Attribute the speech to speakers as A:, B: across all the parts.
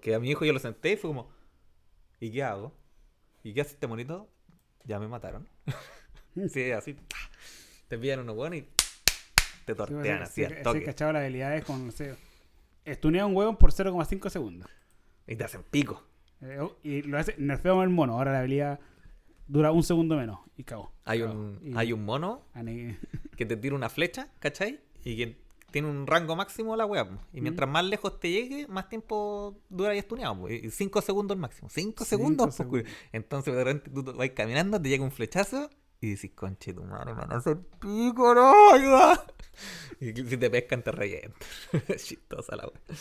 A: Que a mi hijo yo lo senté y fue como, ¿y qué hago? ¿Y qué hace este monito? Ya me mataron. sí, así. ¡pa! Te envían unos buenos y te tortean así al
B: Así
A: toque.
B: cachado las habilidades con, no sé, estunea a un hueón por 0,5 segundos.
A: Y te hacen pico.
B: Eh, oh, y lo hace, nerfeamos el mono. Ahora la habilidad dura un segundo menos. Y cago.
A: Hay
B: Cago.
A: un,
B: Y-
A: hay un mono
B: ane-
A: que te tira una flecha, ¿cachai? Y que tiene un rango máximo la weá. po.
C: Mm.
A: Y mientras más lejos te llegue, más tiempo dura y estuneado. po. Y 5 segundos máximo. 5 segundos. po,
B: segundos.
A: culiao. Entonces de repente tú vas caminando, te llega un flechazo y dices, conche tu madre, me van a hacer pico, no, ayuda". Y si te pescan, te revientan. Chistosa la weá.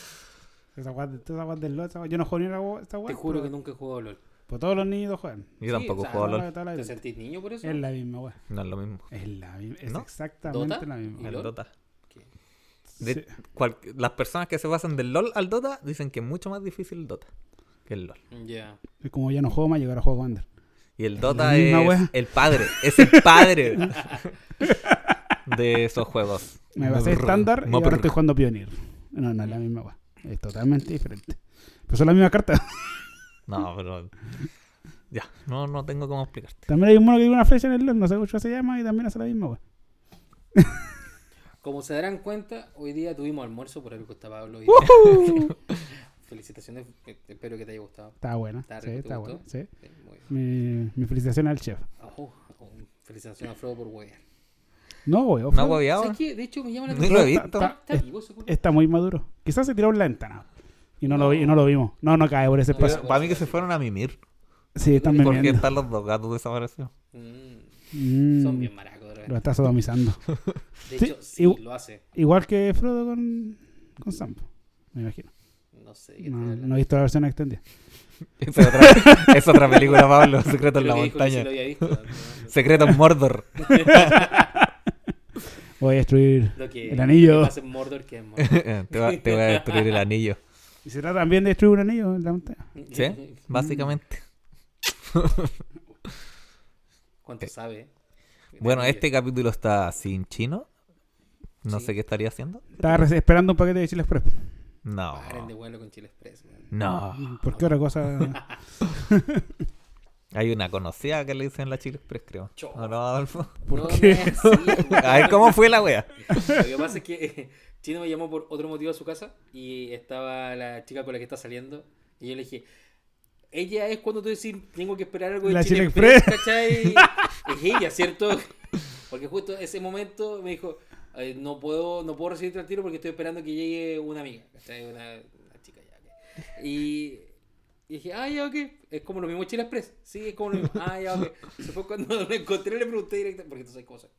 B: Esa guas del LOL, esa guas- Yo no juego ni una gua- esa guas,
C: Te juro que
B: pero-
C: nunca he jugado LOL.
B: Pues todos los niños juegan.
A: Yo
C: Sí,
A: tampoco
C: o sea,
A: juego a
B: Toda
A: LOL.
B: la- toda la-
C: ¿Te sentís niño por eso?
B: Es la misma, weón.
A: No es lo mismo.
B: Es la misma. Es
A: ¿No?
B: exactamente
C: ¿Dota?
B: la misma.
C: ¿Y
A: El
C: LOL?
A: Dota.
C: ¿Qué?
A: De-
B: Sí.
A: cual- las personas que se basan del LOL al Dota dicen que es mucho más difícil el Dota que el LOL.
C: Ya.
B: Es como ya no juego más, llegar a juego Wander.
A: Y el
B: Es
A: Dota
B: la
A: es
B: misma wea.
A: el padre, es el padre de esos juegos.
B: Me basé estándar y
A: Mopr.
B: ahora estoy jugando Pioneer. No, no es la misma, weón. Es totalmente diferente. Pero son las mismas cartas.
A: No, pero. Ya, no, no tengo cómo explicarte.
B: También hay un mono que tiene una flecha en el LOL, no sé cómo se llama, y también hace pues. la misma, weón.
C: Como se darán cuenta, hoy día tuvimos almuerzo por algo que estaba Pablo. hoy día. Felicitaciones, eh, espero que te haya gustado.
B: Está buena.
C: Está
B: sí,
C: rico, ¿te
B: está
C: gustó?
B: buena. Sí.
C: Sí, muy bien.
B: Mi,
C: Oh,
B: mi felicitación al chef.
C: Ojo, ojo, felicitaciones a Frodo por huear.
B: No, weón.
A: ¿No ha
B: fue-
A: hueveado?
C: ¿Sabes qué? De hecho, me llama la
A: No lo he
C: atención.
A: visto. Eh,
B: Ta-
C: ¿Está vivo ese culo?
B: Está muy maduro. Quizás se tiró por la ventana. Y no, Lo, vi- y no lo vimos. No, no cae por ese
C: No,
B: paso.
A: Pues, Para mí que se fueron a mimir.
B: Sí, están
A: Porque
B: bebiendo.
A: están los dos gatos desaparecidos.
C: Mm,
B: Mm,
C: Son bien maracos de
B: lo
C: repente.
B: está sodomizando.
C: De
B: Sí,
C: hecho, sí,
B: igu-
C: lo hace.
B: Igual que Frodo con, con Sam. Me imagino.
C: No sé. de qué
B: No,
C: estoy
B: no
C: hablando.
B: he visto la versión extendida.
A: Esa es otra, es otra película, Pablo. Secreto en
C: Creo
A: la
C: que dijo que sí
A: montaña.
C: lo había visto.
A: Secreto en Mordor.
B: Voy a destruir
C: Lo que-
B: el anillo.
C: lo que pasa en Mordor que es Mordor.
A: te, va- te voy a destruir el anillo.
B: Y se trata también de destruir un anillo en la montaña.
A: ¿Sí?
C: Mm.
A: Básicamente.
C: ¿Cuánto sabe?
A: Bueno,
C: Mira,
A: este capítulo está sin chino. No
C: Sí.
A: sé qué estaría haciendo.
B: Estaba res- esperando un paquete de Chile Express.
A: No.
C: Paren de vuelo con Chile Express. man.
A: No.
B: ¿Por qué otra cosa?
A: Hay una conocida que le dicen la Chile Express, creo.
C: Cho.
A: ¿O no, Adolfo?
B: ¿Por
C: No,
B: qué?
C: no es así, man.
A: A ver, ¿cómo fue la wea?
C: Lo que pasa es que eh, Chino me llamó por otro motivo a su casa y estaba la chica con la que está saliendo y yo le dije, ella es cuando tú decís, tengo que esperar algo de
B: La
C: Chile
B: Chile
C: Express, ¿cachai? es ella, ¿cierto? Porque justo ese momento me dijo, "Ay, no puedo no puedo recibirte al tiro porque estoy esperando que llegue una amiga, ¿cachai? Una, una chica ya. ok". Y... y dije, ah, ya, ok, es como lo mismo Chile Express. Sí, es como lo mismo. Ah, ya, ok. Después cuando lo encontré le pregunté directamente, porque tú sabes cosas.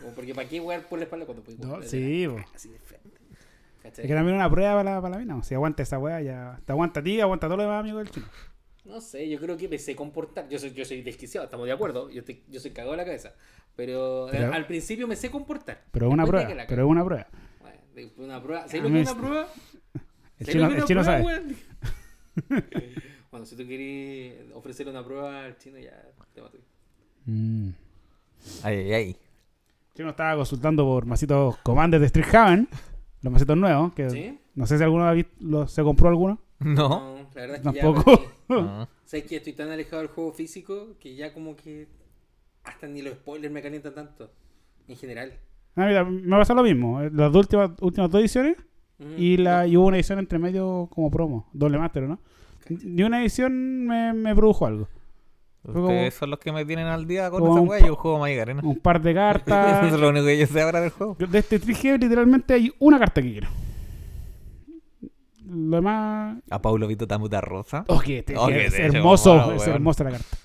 C: Como porque para qué jugar por la espalda cuando puedes
B: No,
C: jugar.
B: sí, po.
C: Así de frente.
B: Es
C: ¿Cachai?
B: que también una prueba para la, para la mina. Si aguanta esa weá, ya. Te aguanta a ti, aguanta a todos los demás amigos del chino.
C: No sé, yo creo que me sé comportar. Yo soy, yo soy desquiciado, estamos de acuerdo. Yo, te- yo soy cagado de la cabeza. Pero, eh,
B: Pero-
C: al principio me sé comportar.
B: Pero es una
C: Después
B: prueba.
C: de que la
B: Pero es una prueba.
C: cago. Bueno, de- una prueba.
B: A
C: ¿Sabes lo
B: mí
C: que es
B: es-
C: una prueba?
B: El
C: ¿Sabes
B: chino,
C: lo que
B: el
C: es
B: chino
C: una
B: sabe.
C: prueba, weón? bueno, si tú querés ofrecerle una prueba al chino, ya te mato.
B: Mm.
A: Ay, ay, ay.
B: El chino estaba consultando por masitos comandos de Street Haven. Los masitos nuevos. Que
C: ¿Sí?
B: No sé si alguno ha visto- lo- se compró alguno.
A: No. Ah.
C: la verdad es que ya.
B: Tampoco.
C: perdí.
A: No.
C: ¿Sabes que estoy tan alejado del juego físico que ya como que hasta ni los spoilers me calientan tanto? En general.
B: Ah, mira, me pasó lo mismo. Eh, Las dos últimas, últimas dos ediciones
C: Mm.
B: y, la, y hubo una edición entre medio como promo, doble máster, ¿no?
C: Cacha.
B: Ni una edición me, me produjo algo. Hmm. como-
A: Ustedes son los que me tienen al día con
B: como
A: esa
B: un
A: wea. Yo juego Magic Arena.
B: Un par de
A: Eso es
B: cartas.
A: lo único que yo sé ahora del juego.
B: Yo De este trigger literalmente hay una carta que quiero. Lo demás...
A: A Paulo Vito Tamuta Rosa.
B: Oh, que este-
A: Oh,
B: que
A: que
B: es
A: te eche
B: hermoso,
A: mamá,
B: es
A: weón.
B: hermosa la carta.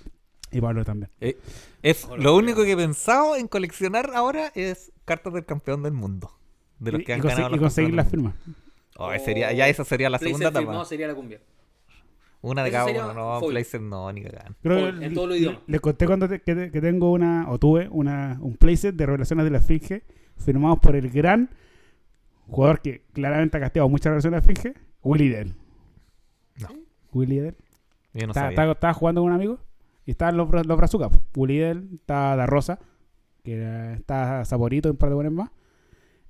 B: Y Pablo también.
A: Eh, es
C: Hola,
A: lo
C: wea.
A: único que he pensado en coleccionar ahora es cartas del campeón del mundo. De los
B: Y-
A: que
B: y,
A: han
B: conse-
A: ganado los
B: y conseguir las
A: campeones del
B: firmas.
A: mundo. Oh, sería, ya esa sería la
C: Placer
A: segunda etapa.
C: firmado sería la cumbia.
A: Una de
C: Eso
A: cada
C: sería
A: uno. No,
C: foil.
A: Placer no, ni cagando.
B: Creo
C: Por-
B: que
C: en todos los idiomas.
B: Les conté cuando te- que, te- que tengo una, o tuve, una, un playset de Revelaciones de la Esfinge, firmados por el gran jugador que claramente ha casteado muchas Revelaciones de la Esfinge, Willy Dell.
A: No.
B: Willy Dell.
A: Yo no
B: Estaba-
A: sabía.
B: estaba- estaba jugando con un amigo y estaban los, bra- los Brazucas. po. Willy Dell, está Da Rosa, que era- está Saborito y un par de buenos más.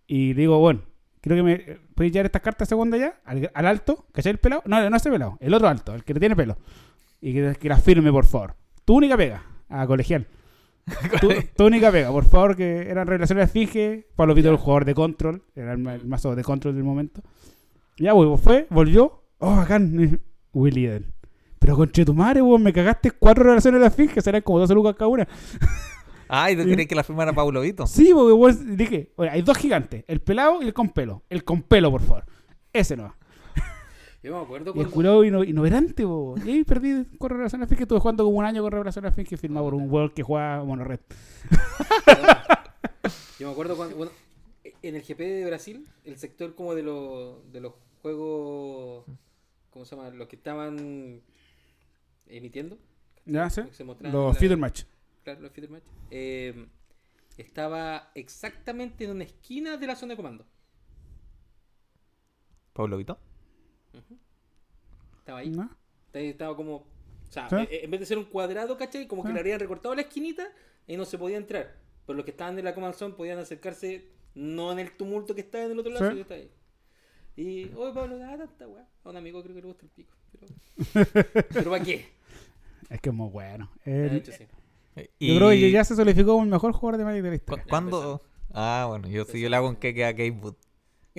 B: Y digo, bueno, Creo que me. ¿Puedes llevar estas cartas segunda ya? Al, al alto, ¿cachai el pelado? No, no ese pelado, el otro alto, el que tiene pelo. Y que, que la firme, por favor. Tu única pega, a colegial. tu, tu única pega, por favor, que eran relaciones finge. Pablo Pito, el jugador de control, era el, ma- el mazo de control del momento. Ya, weón, fue, volvió. Oh, bacán, Willy Eden. Pero conche tu madre, weón, me cagaste cuatro relaciones de la finge, serán como 12 lucas cada una.
A: Ay, ¿tú
B: Y-
A: crees que la firmara Pablo Vito?
B: Sí, porque weón, dije, oye, hay dos gigantes, el pelado y el con pelo. El con pelo, por favor. Ese no va.
C: Yo me acuerdo
B: Y el
C: cuando...
B: curado ino- innoverante, po. Y ahí perdí con Revelación Fin, que estuve jugando como un año con Revelación Fin, que firmaba por un weón que jugaba Monorred.
C: Yo me acuerdo cuando, bueno, en el GP de Brasil, el sector como de los de los juegos, ¿cómo se llama? Los que estaban emitiendo,
B: ¿Ya sé?
C: que se mostraban en
B: Los
C: la-
B: Feeder Match.
C: claro, los feeder match, eh, estaba exactamente en una esquina de la zona de comando.
A: ¿Pablo Vito?
C: Estaba ahí.
B: ¿No?
C: Estaba- Estaba como, o sea,
B: ¿Sí?
C: eh, en vez de ser un cuadrado, ¿cachai? Como que
B: Sí.
C: le habrían recortado la esquinita y no se podía entrar. Pero los que estaban en la command zone podían acercarse, no en el tumulto que estaba en el otro lado,
B: Sí.
C: sino que estaba ahí. Y, oye, Pablo, da tanta weá. A un amigo creo que le gusta el pico. Pero, ¿Pero ¿para qué?
B: Es que es muy bueno.
C: De
B: El-
C: hecho, sí.
B: Yo creo que ya se solidificó como el mejor jugador de Magic de la
A: ¿Cu-
B: historia.
A: ¿Cuándo? Ah, bueno, yo sí, yo le hago un queque a Kate Wood.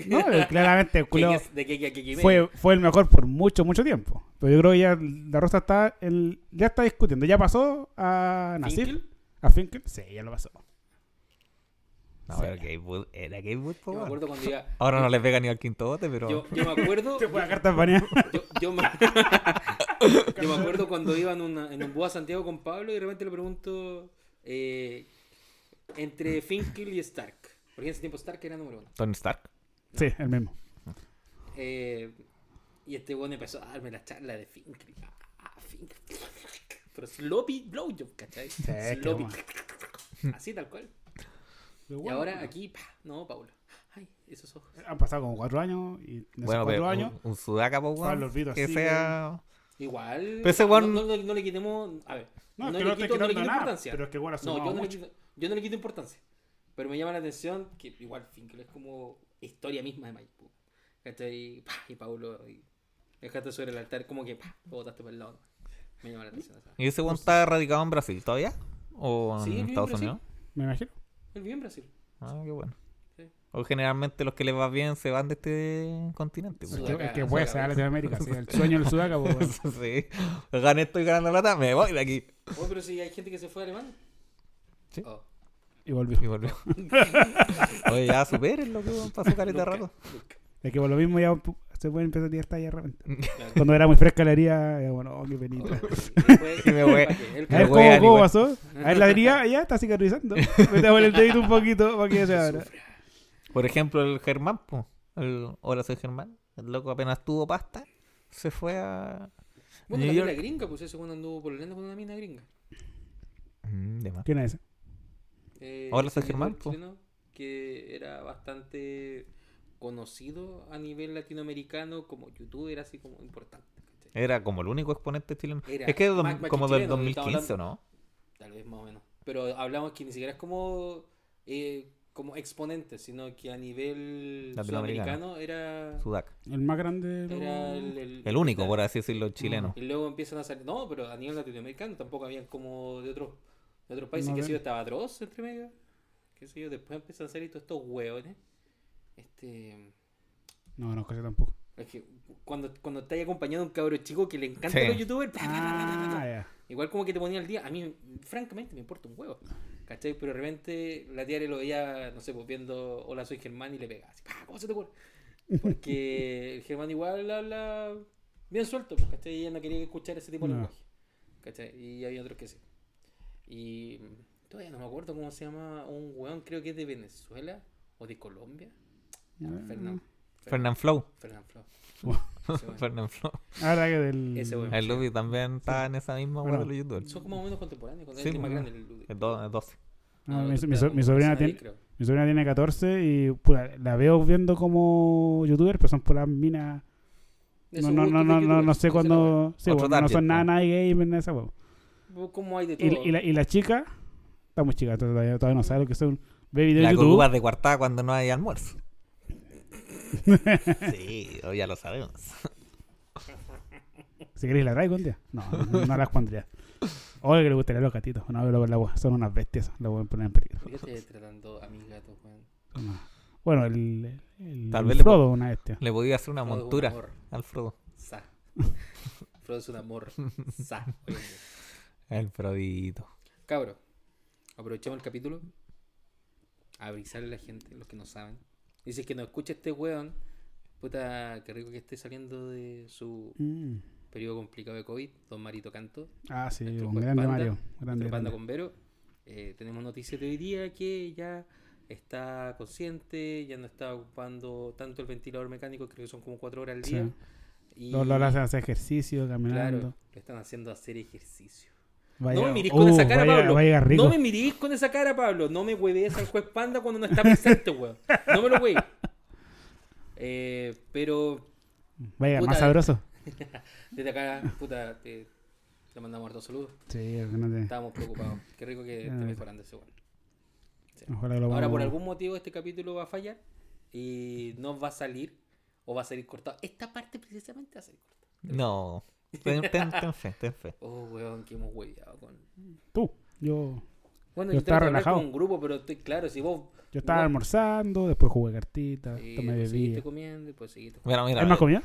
B: No, eh, claramente el culo
C: ¿Quién es? ¿De qué, qué, qué, qué
B: fue, fue el mejor por mucho, mucho tiempo. Pero yo creo que ya la Rosa está, el- ya está discutiendo. Ya pasó a
C: medio?
B: Nasir,
C: ¿Finkel?
B: a Finkel. Sí, ya lo pasó.
A: No,
B: Sí.
A: pero Kate Wood era Kate Wood, po,
C: Yo me
A: bueno.
C: acuerdo cuando iba.
A: Ahora no le pega ni al quinto bote, pero.
C: Yo, yo me acuerdo.
B: Ah, Fue la carta baneada.
C: Yo, yo me... yo me acuerdo cuando iba en, una- en un búho a Santiago con Pablo y de repente le pregunto eh, entre Finkel y Stark. Porque en ese tiempo Stark era número uno.
A: Tony Stark.
B: Sí, el mismo.
C: Eh, y este bueno empezó a darme la charla de Finkel. Ah, Finkel. Pero sloppy blowjob, ¿cachai?
B: qué
C: Sloppy.
B: bueno.
C: Así tal cual. Y ahora aquí, pa, no, Pablo. Ay, esos ojos.
B: Han pasado como cuatro años y en esos
A: Bueno,
B: cuatro
A: pero
B: años
A: un, un sudaca, po, weón,
B: Pablo Vito
A: Que
B: así,
A: sea.
C: Igual.
A: Pero ese
C: no-
A: weón-
C: no, no- no le quitemos. A ver.
B: No, es que
C: no le
B: no estoy
C: quito- no
B: quitando
C: le quito
B: nada,
C: importancia.
B: pero es que igual ha
C: No,
B: sumado
C: yo no, le
B: mucho.
C: quito, yo no le quito importancia. Pero me llama la atención que igual Finkel es como historia misma de Mike. ¿Cachai? Y, pa, y Paulo. Y dejaste sobre el altar, como que pa, lo botaste para el lado. Me llama la atención. esa.
A: ¿Y ese weón está radicado en Brasil todavía? ¿O en
C: Sí, vive en
A: Estados
C: Brasil.
A: Unidos?
B: Me imagino.
C: Él vive en Brasil.
A: Ah, qué bueno.
C: Sí.
A: O generalmente los que les va bien se van de este continente. po.
C: Sí.
B: El
C: Sudaca,
B: que, el que puede
C: Sudaca,
B: ser a
C: ¿no?
B: Latinoamérica, sí, el sueño del Sudaca, pues, bueno.
A: sí. Gané esto y ganando plata, me voy de aquí.
C: Oh, pero si hay gente que se fue a Alemania.
A: Sí.
C: Oh.
B: Y volvió.
A: Y volvió. Oye, ya superen lo que pasó caleta
C: Nunca,
A: rato.
C: nunca.
B: Es que por lo mismo ya pu- se puede empezar a tirar talla de repente.
C: Claro.
B: Cuando era muy fresca la herida, era bueno, oh, qué penita.
C: Después-
A: Y me voy.
C: ¿pa' qué? El
B: A ver
A: Me
B: cómo,
A: voy a
B: cómo
A: igual.
B: pasó. A ver, la herida ya está cicatrizando. Metamos el dedito un poquito para que ya se abra.
A: Por ejemplo, el Germán, po. El, hola, soy Germán. El loco apenas tuvo pasta, se fue a.
C: Bueno,
A: New
C: también la
A: York.
C: gringa, pues ese cuando anduvo pololeando con una mina gringa.
A: Mm, de más.
B: ¿Quién es ese?
C: Eh,
A: Ahora está
C: ese youtuber
A: Germán, po.
C: chileno Que era bastante conocido a nivel latinoamericano como youtuber, así como importante. ¿cachai?
A: Era como el único exponente chileno.
C: Era
A: es que es dom-
C: más- más
A: como
C: que
A: del
C: chileno, estaba
A: 2015, ¿no?
C: Tal vez más o menos. Pero hablamos que ni siquiera es como, eh, como exponente, sino que a nivel
A: Latinoamericano.
C: sudamericano era,
A: Sudac.
B: El más grande. de
C: era el,
A: El único, por así decirlo, chileno.
C: Y luego empiezan a salir. No, pero a nivel latinoamericano tampoco habían como de otros de otros países.
B: No,
C: que
B: de-
C: sé yo, estaba Dross entre medio. Que sé yo, después empiezan a salir todos estos hueones. Este.
B: No, no, casi tampoco.
C: es que cuando, cuando estás acompañado de un cabro chico que le encanta
A: Sí.
C: los youtubers,
B: Ah, ya.
C: igual como que te ponía al día. A mí, francamente, me importa un huevo. ¿Cachai? Pero de repente la tía lo veía, no sé, pues viendo Hola, soy Germán y le pegaba así. ¡pah! ¿Cómo se te ocurre? Porque el Germán igual habla bien suelto, pues, ¿cachai? Y ella no quería escuchar ese tipo de
B: No.
C: lenguaje. ¿Cachai? Y había otros que sí. Y mm, todavía no me acuerdo cómo se llama un weón, creo que es de Venezuela o de Colombia. Ah, Fernán.
A: Fernán Flow.
C: Fernán Flo. Ese weón.
A: Fernán Flow.
B: Ahora que del.
C: Ese weón.
A: El Luffy también está en esa misma
B: Bueno.
A: hueá de los youtubers.
C: Son como más o menos contemporáneos. Cuando
A: Sí, pues,
C: es más
A: bueno.
C: grande el Ludwig.
A: El do- el 12.
B: No,
C: Ah,
B: mi,
C: otro
B: mi
C: está
B: so- mi
C: como
B: sobrina
C: Said,
B: tiene,
C: creo.
B: mi sobrina tiene 14 y puta, la veo viendo como youtuber, pero son por las minas.
C: De
B: No,
C: su
B: no,
C: gusto
B: no,
C: de
B: no, no,
C: youtuber,
B: no sé
C: esa es la weá.
B: cuándo. Sí,
A: Otro
B: bueno, no
A: target,
B: son nada,
A: ¿no?
B: nada gamers, nada de esa, weón.
C: ¿Cómo hay de todo?
B: Y, y la, y la chica está muy chica, todavía, todavía no sabe lo que son. Ve videos
A: La
B: de
A: cocuba
B: YouTube.
A: de cuartada cuando no hay almuerzo. Sí, oh, ya lo sabemos.
B: Si queréis la traigo un día. No, no, no las pondría. O el que le gustaría a los gatitos. No, pero por la wea. Son unas bestias. La voy a poner en peligro.
C: ¿Por qué estás tratando a mis gatos, weón?
B: No. Bueno, el, el,
A: Tal
B: el
A: vez le
B: Frodo
A: puedo-
B: una bestia.
A: Le podía hacer una
C: Frodo, un
A: montura
C: amor.
A: al Frodo.
C: Sa. Frodo es un amor. Sa. Oye,
A: El Frodito.
C: Cabro, aprovechamos el capítulo. A avisarle a la gente, los que no saben. Dice que no escucha este weón. Puta, qué rico que esté saliendo de su
B: Mm.
C: periodo complicado de COVID. Don Marito Canto.
B: Ah, sí,
C: Nuestro
B: un
C: juez
B: grande
C: Este Panda,
B: Mario.
C: nuestro
B: Grande,
C: Panda
B: grande.
C: con Vero. Eh, tenemos noticias de hoy día que ya está consciente, ya no está ocupando tanto el ventilador mecánico, creo que son como cuatro horas al
B: Sí.
C: día. Y,
B: Los los hacen hacer ejercicio, caminando.
C: claro, lo están haciendo hacer ejercicio.
B: Vaya-
C: no me mirís con esa
B: uh,
C: cara,
B: vaya-
C: Pablo.
B: vaya rico.
C: No me mirís con esa cara, Pablo. No me huevees al juez panda cuando no está presente, weón. No me lo huevees. Eh, pero
B: Vaya,
C: Puta,
B: más sabroso.
C: desde acá, puta, te, te mandamos hartos saludos.
B: Sí, grande.
C: Estábamos preocupados. Qué rico que esté
B: Ah.
C: mejorando ese weón.
B: Ojalá que lo
C: Ahora,
B: podamos-
C: por algún motivo, este capítulo va a fallar y no va a salir o va a salir cortado. Esta parte precisamente va a salir cortada.
A: No. Ten, ten- ten fe, ten fe.
C: Oh, weón, que hemos hueveado con.
B: Tú, yo,
C: Bueno,
B: Yo
C: trato
B: estaba
C: de hablar
B: relajado.
C: con un grupo, pero estoy claro, si vos.
B: yo estaba
C: vos-
B: almorzando, después jugué cartitas,
C: Sí,
B: tomé
C: pues seguiste
B: bebida.
C: comiendo y pues seguiste comiendo.
A: Mira, eh, mira.
B: ¿Hay más comida?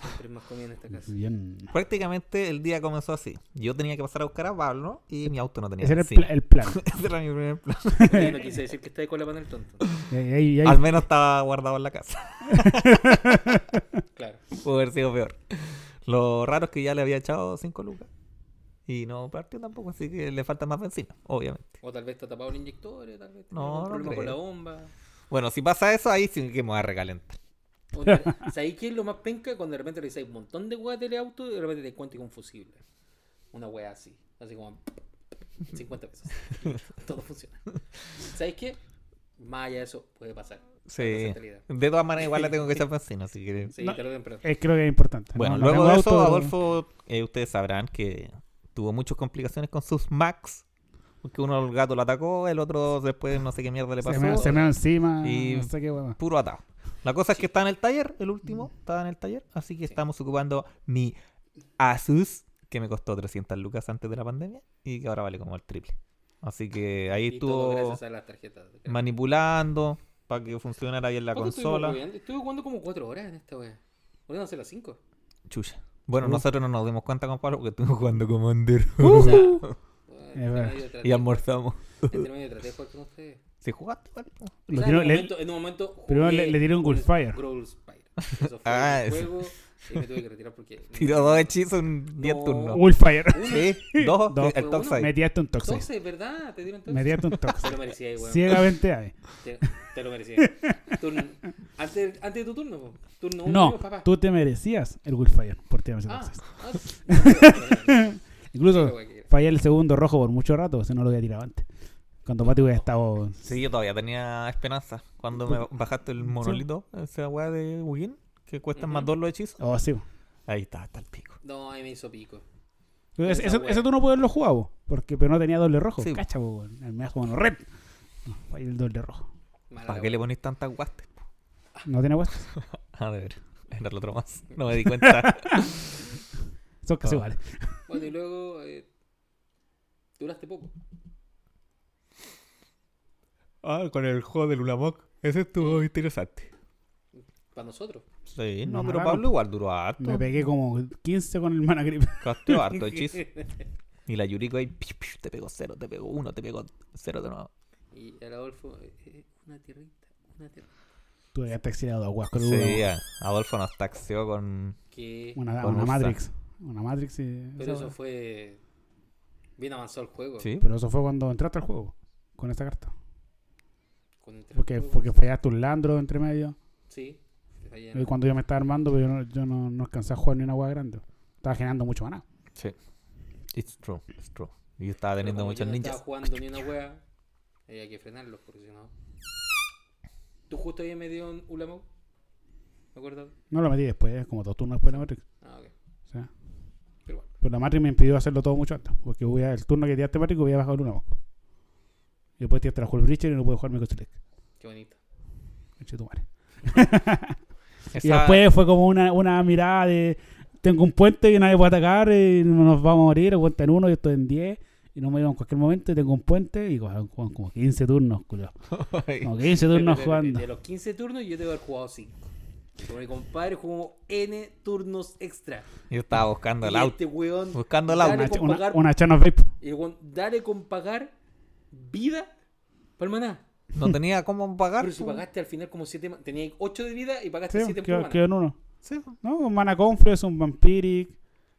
C: Siempre es más comida en esta casa.
B: Bien.
A: Prácticamente el día comenzó así. Yo tenía que pasar a buscar a Pablo y mi auto no tenía
B: Ese era el,
A: benzina.
B: pla- el plan.
A: Ese era mi primer plan.
C: Yo no quise decir que está de cola para el tonto.
B: Y ahí- ahí- ahí-
A: Al menos estaba guardado en la casa.
C: Claro.
A: Pudo haber sido peor. Lo raro es que ya le había echado 5 lucas. Y no partió tampoco, así que le falta más benzina, obviamente.
C: O tal vez está tapado el inyector, o tal vez tiene
A: No,
C: algún
A: no
C: problema con
A: creo.
C: la bomba.
A: Bueno, si pasa eso, ahí sí que me voy a recalentar.
C: O tal- ¿Sabéis qué es lo más penca? Cuando de repente revisáis un montón de weas de auto y de repente te encuentras con fusible. Una wea así. Así como 50 pesos. Todo funciona. ¿Sabéis qué? Más allá de eso, puede pasar. Hay
A: Sí.
C: otra salida.
A: De todas maneras, igual le tengo que echar benzina, así que...
C: Sí,
B: No.
C: te lo den, pero.
B: eh, creo que es importante.
A: Bueno,
B: No, no
A: luego
B: tengo
A: de eso,
B: auto,
A: Adolfo, eh, ustedes sabrán que tuvo muchas complicaciones con sus Macs. Porque uno el gato lo atacó, el otro después no sé qué mierda le
B: Se
A: pasó.
B: me, se me va encima,
A: Y-
B: no sé qué huevo.
A: Puro atado. La cosa es que está en el taller, el último
B: Mm.
A: estaba en el taller, así que estamos ocupando mi Asus, que me costó 300 lucas antes de la pandemia y que ahora vale como el triple. Así que ahí
C: Y todo
A: estuvo
C: gracias a las tarjetas.
A: manipulando para que funcionara bien la
C: ¿Cuánto estuvimos
A: consola.
C: jugando? Estuve jugando como 4 horas en esta wea. ¿Por qué no hacer las 5?
A: Chucha. Bueno,
B: Uh.
A: nosotros no nos dimos cuenta con Pablo porque estuvimos jugando Commander
C: Uh.
B: verdad.
A: y almorzamos.
C: Entre medio traté de jugar con ustedes.
A: ¿Se jugaste, Pablo?
B: Lo
C: O sea,
B: tiró-
C: en, un
B: le-
C: momento, en un momento
B: primero
C: jugué
B: le- le dieron
C: con
B: Gulfire.
C: Gulfire. Eso fue
A: Ah,
C: el
A: eso.
C: juego y me tuve que retirar porque...
A: Tiró dos hechizos en 10
C: No.
A: turnos.
B: Wolfire.
A: Sí, dos,
B: Dos.
A: el
C: Fue
A: Toxide.
B: Metiste un toxic.
C: Entonces, ¿verdad? Te dieron entonces.
B: Metiste un
C: Te
B: toxic.
C: lo merecía, weón.
B: Ciegamente ahí.
C: Te, te lo merecía. Turno- antes, antes de tu turno, po. turno uno,
B: No,
C: yo, papá.
B: tú te merecías el Wolfire por tirarme ese
C: Ah,
B: toxic.
C: ah, sí.
B: Incluso
C: Sí, lo
B: fallé el segundo rojo por mucho rato, si no lo había tirado antes. Cuando Pati hubiera estado.
A: Sí, yo todavía tenía esperanza. Cuando me bajaste el monolito, esa weá de Wugin, que cuestan más
C: Ujú.
A: dos los hechizos.
B: Oh, sí.
A: Ahí está, hasta el pico.
C: no, ahí me hizo pico.
B: Ese,
C: Esa
B: ese-
C: wea.
B: ese tú no puedes lo jugar, vos, porque pero no tenía doble rojo.
A: Sí.
B: Cacha, vos, weón. me da como no red. No, fallé el doble rojo.
C: Mala
A: ¿Para
C: la
A: qué le
C: wea.
A: ponéis tantas guastes?
B: No tiene vuestras.
A: A ver, era el otro más. No me di cuenta.
B: Son casi
A: Oh.
B: iguales.
C: Bueno, y luego... eh, duraste poco.
A: ah, con el juego de Lulamok. Ese estuvo interesante.
C: Para nosotros.
A: Sí,
B: Nos
A: no, pero
B: mataron.
A: Pablo igual duró harto.
B: Me pegué como 15 con el mana grip.
A: Casteó harto hechizo. Y la Yuriko ahí, piu, piu, te pegó cero, te pegó uno, te pegó cero de nuevo.
C: Y el Adolfo, eh, eh, una tierrita, una tierrita.
B: Tú habías taxiado a Huasco.
A: Sí, ya. Adolfo nos taxeó con...
C: Que...
B: Una,
A: Con ah.
B: una
A: Ursa.
B: Matrix. Una Matrix y.
C: Pero
B: esa
C: eso
B: wea.
C: fue... Bien avanzado el juego.
A: Sí,
B: Pero eso fue cuando entraste al juego. Con esta carta.
C: Con el
B: Porque,
C: juego.
B: porque fallaste un landro entre medio.
C: Sí. te fallé en-
B: Y cuando yo me estaba armando, pero yo no, yo no, no alcancé a jugar ni una hueá grande. Estaba generando mucho maná.
A: sí. It's true, it's true. Y yo estaba
C: Pero
A: teniendo
C: como yo
A: muchos
C: no
A: ninjas.
C: estaba jugando ni una wea. ahí hay que frenarlos, porque si no. Tú justo ahí me dio un Ulamog. ¿Me acuerdo?
B: No lo metí después, eh, como dos turnos después de la Matrix.
C: Ah, ok.
B: O sea,
C: Pero bueno.
B: pero la Matrix me impidió hacerlo todo mucho antes. Porque hubiera- el turno que tiraste Matrix hubiera bajado el una mosca. Y después tiraste la Hulk Breacher y no pude jugar Micro Select.
C: Qué bonito.
B: Conche tu madre. Y
A: Esa-
B: después fue como una, una mirada de tengo un puente que nadie puede atacar y no nos vamos a morir, aguanta en uno, yo estoy en 10 y no me en cualquier momento y tengo un puente y jugaron como, como 15 turnos, culo. Como 15
C: De,
B: turnos
C: de- de-
B: jugando.
C: de los 15 turnos yo debo haber jugado 5. Porque mi compadre jugó N turnos extra.
A: Yo estaba buscando el
C: Y
A: auto.
C: Este weón,
A: Buscando el
C: dale
B: Una,
A: auto.
C: con
B: una,
C: pagar-
B: una Chano Vape.
C: y el weón, dale con pagar vida para maná.
A: No tenía cómo pagar.
C: este- Pero si
A: pues.
C: pagaste al final como 7 Tenías 8 de vida y pagaste
B: Sí,
C: 7 por
B: quedó,
C: maná.
B: quedó en uno.
A: Sí, pues.
B: No, un Mana Confluence, un Vampiric.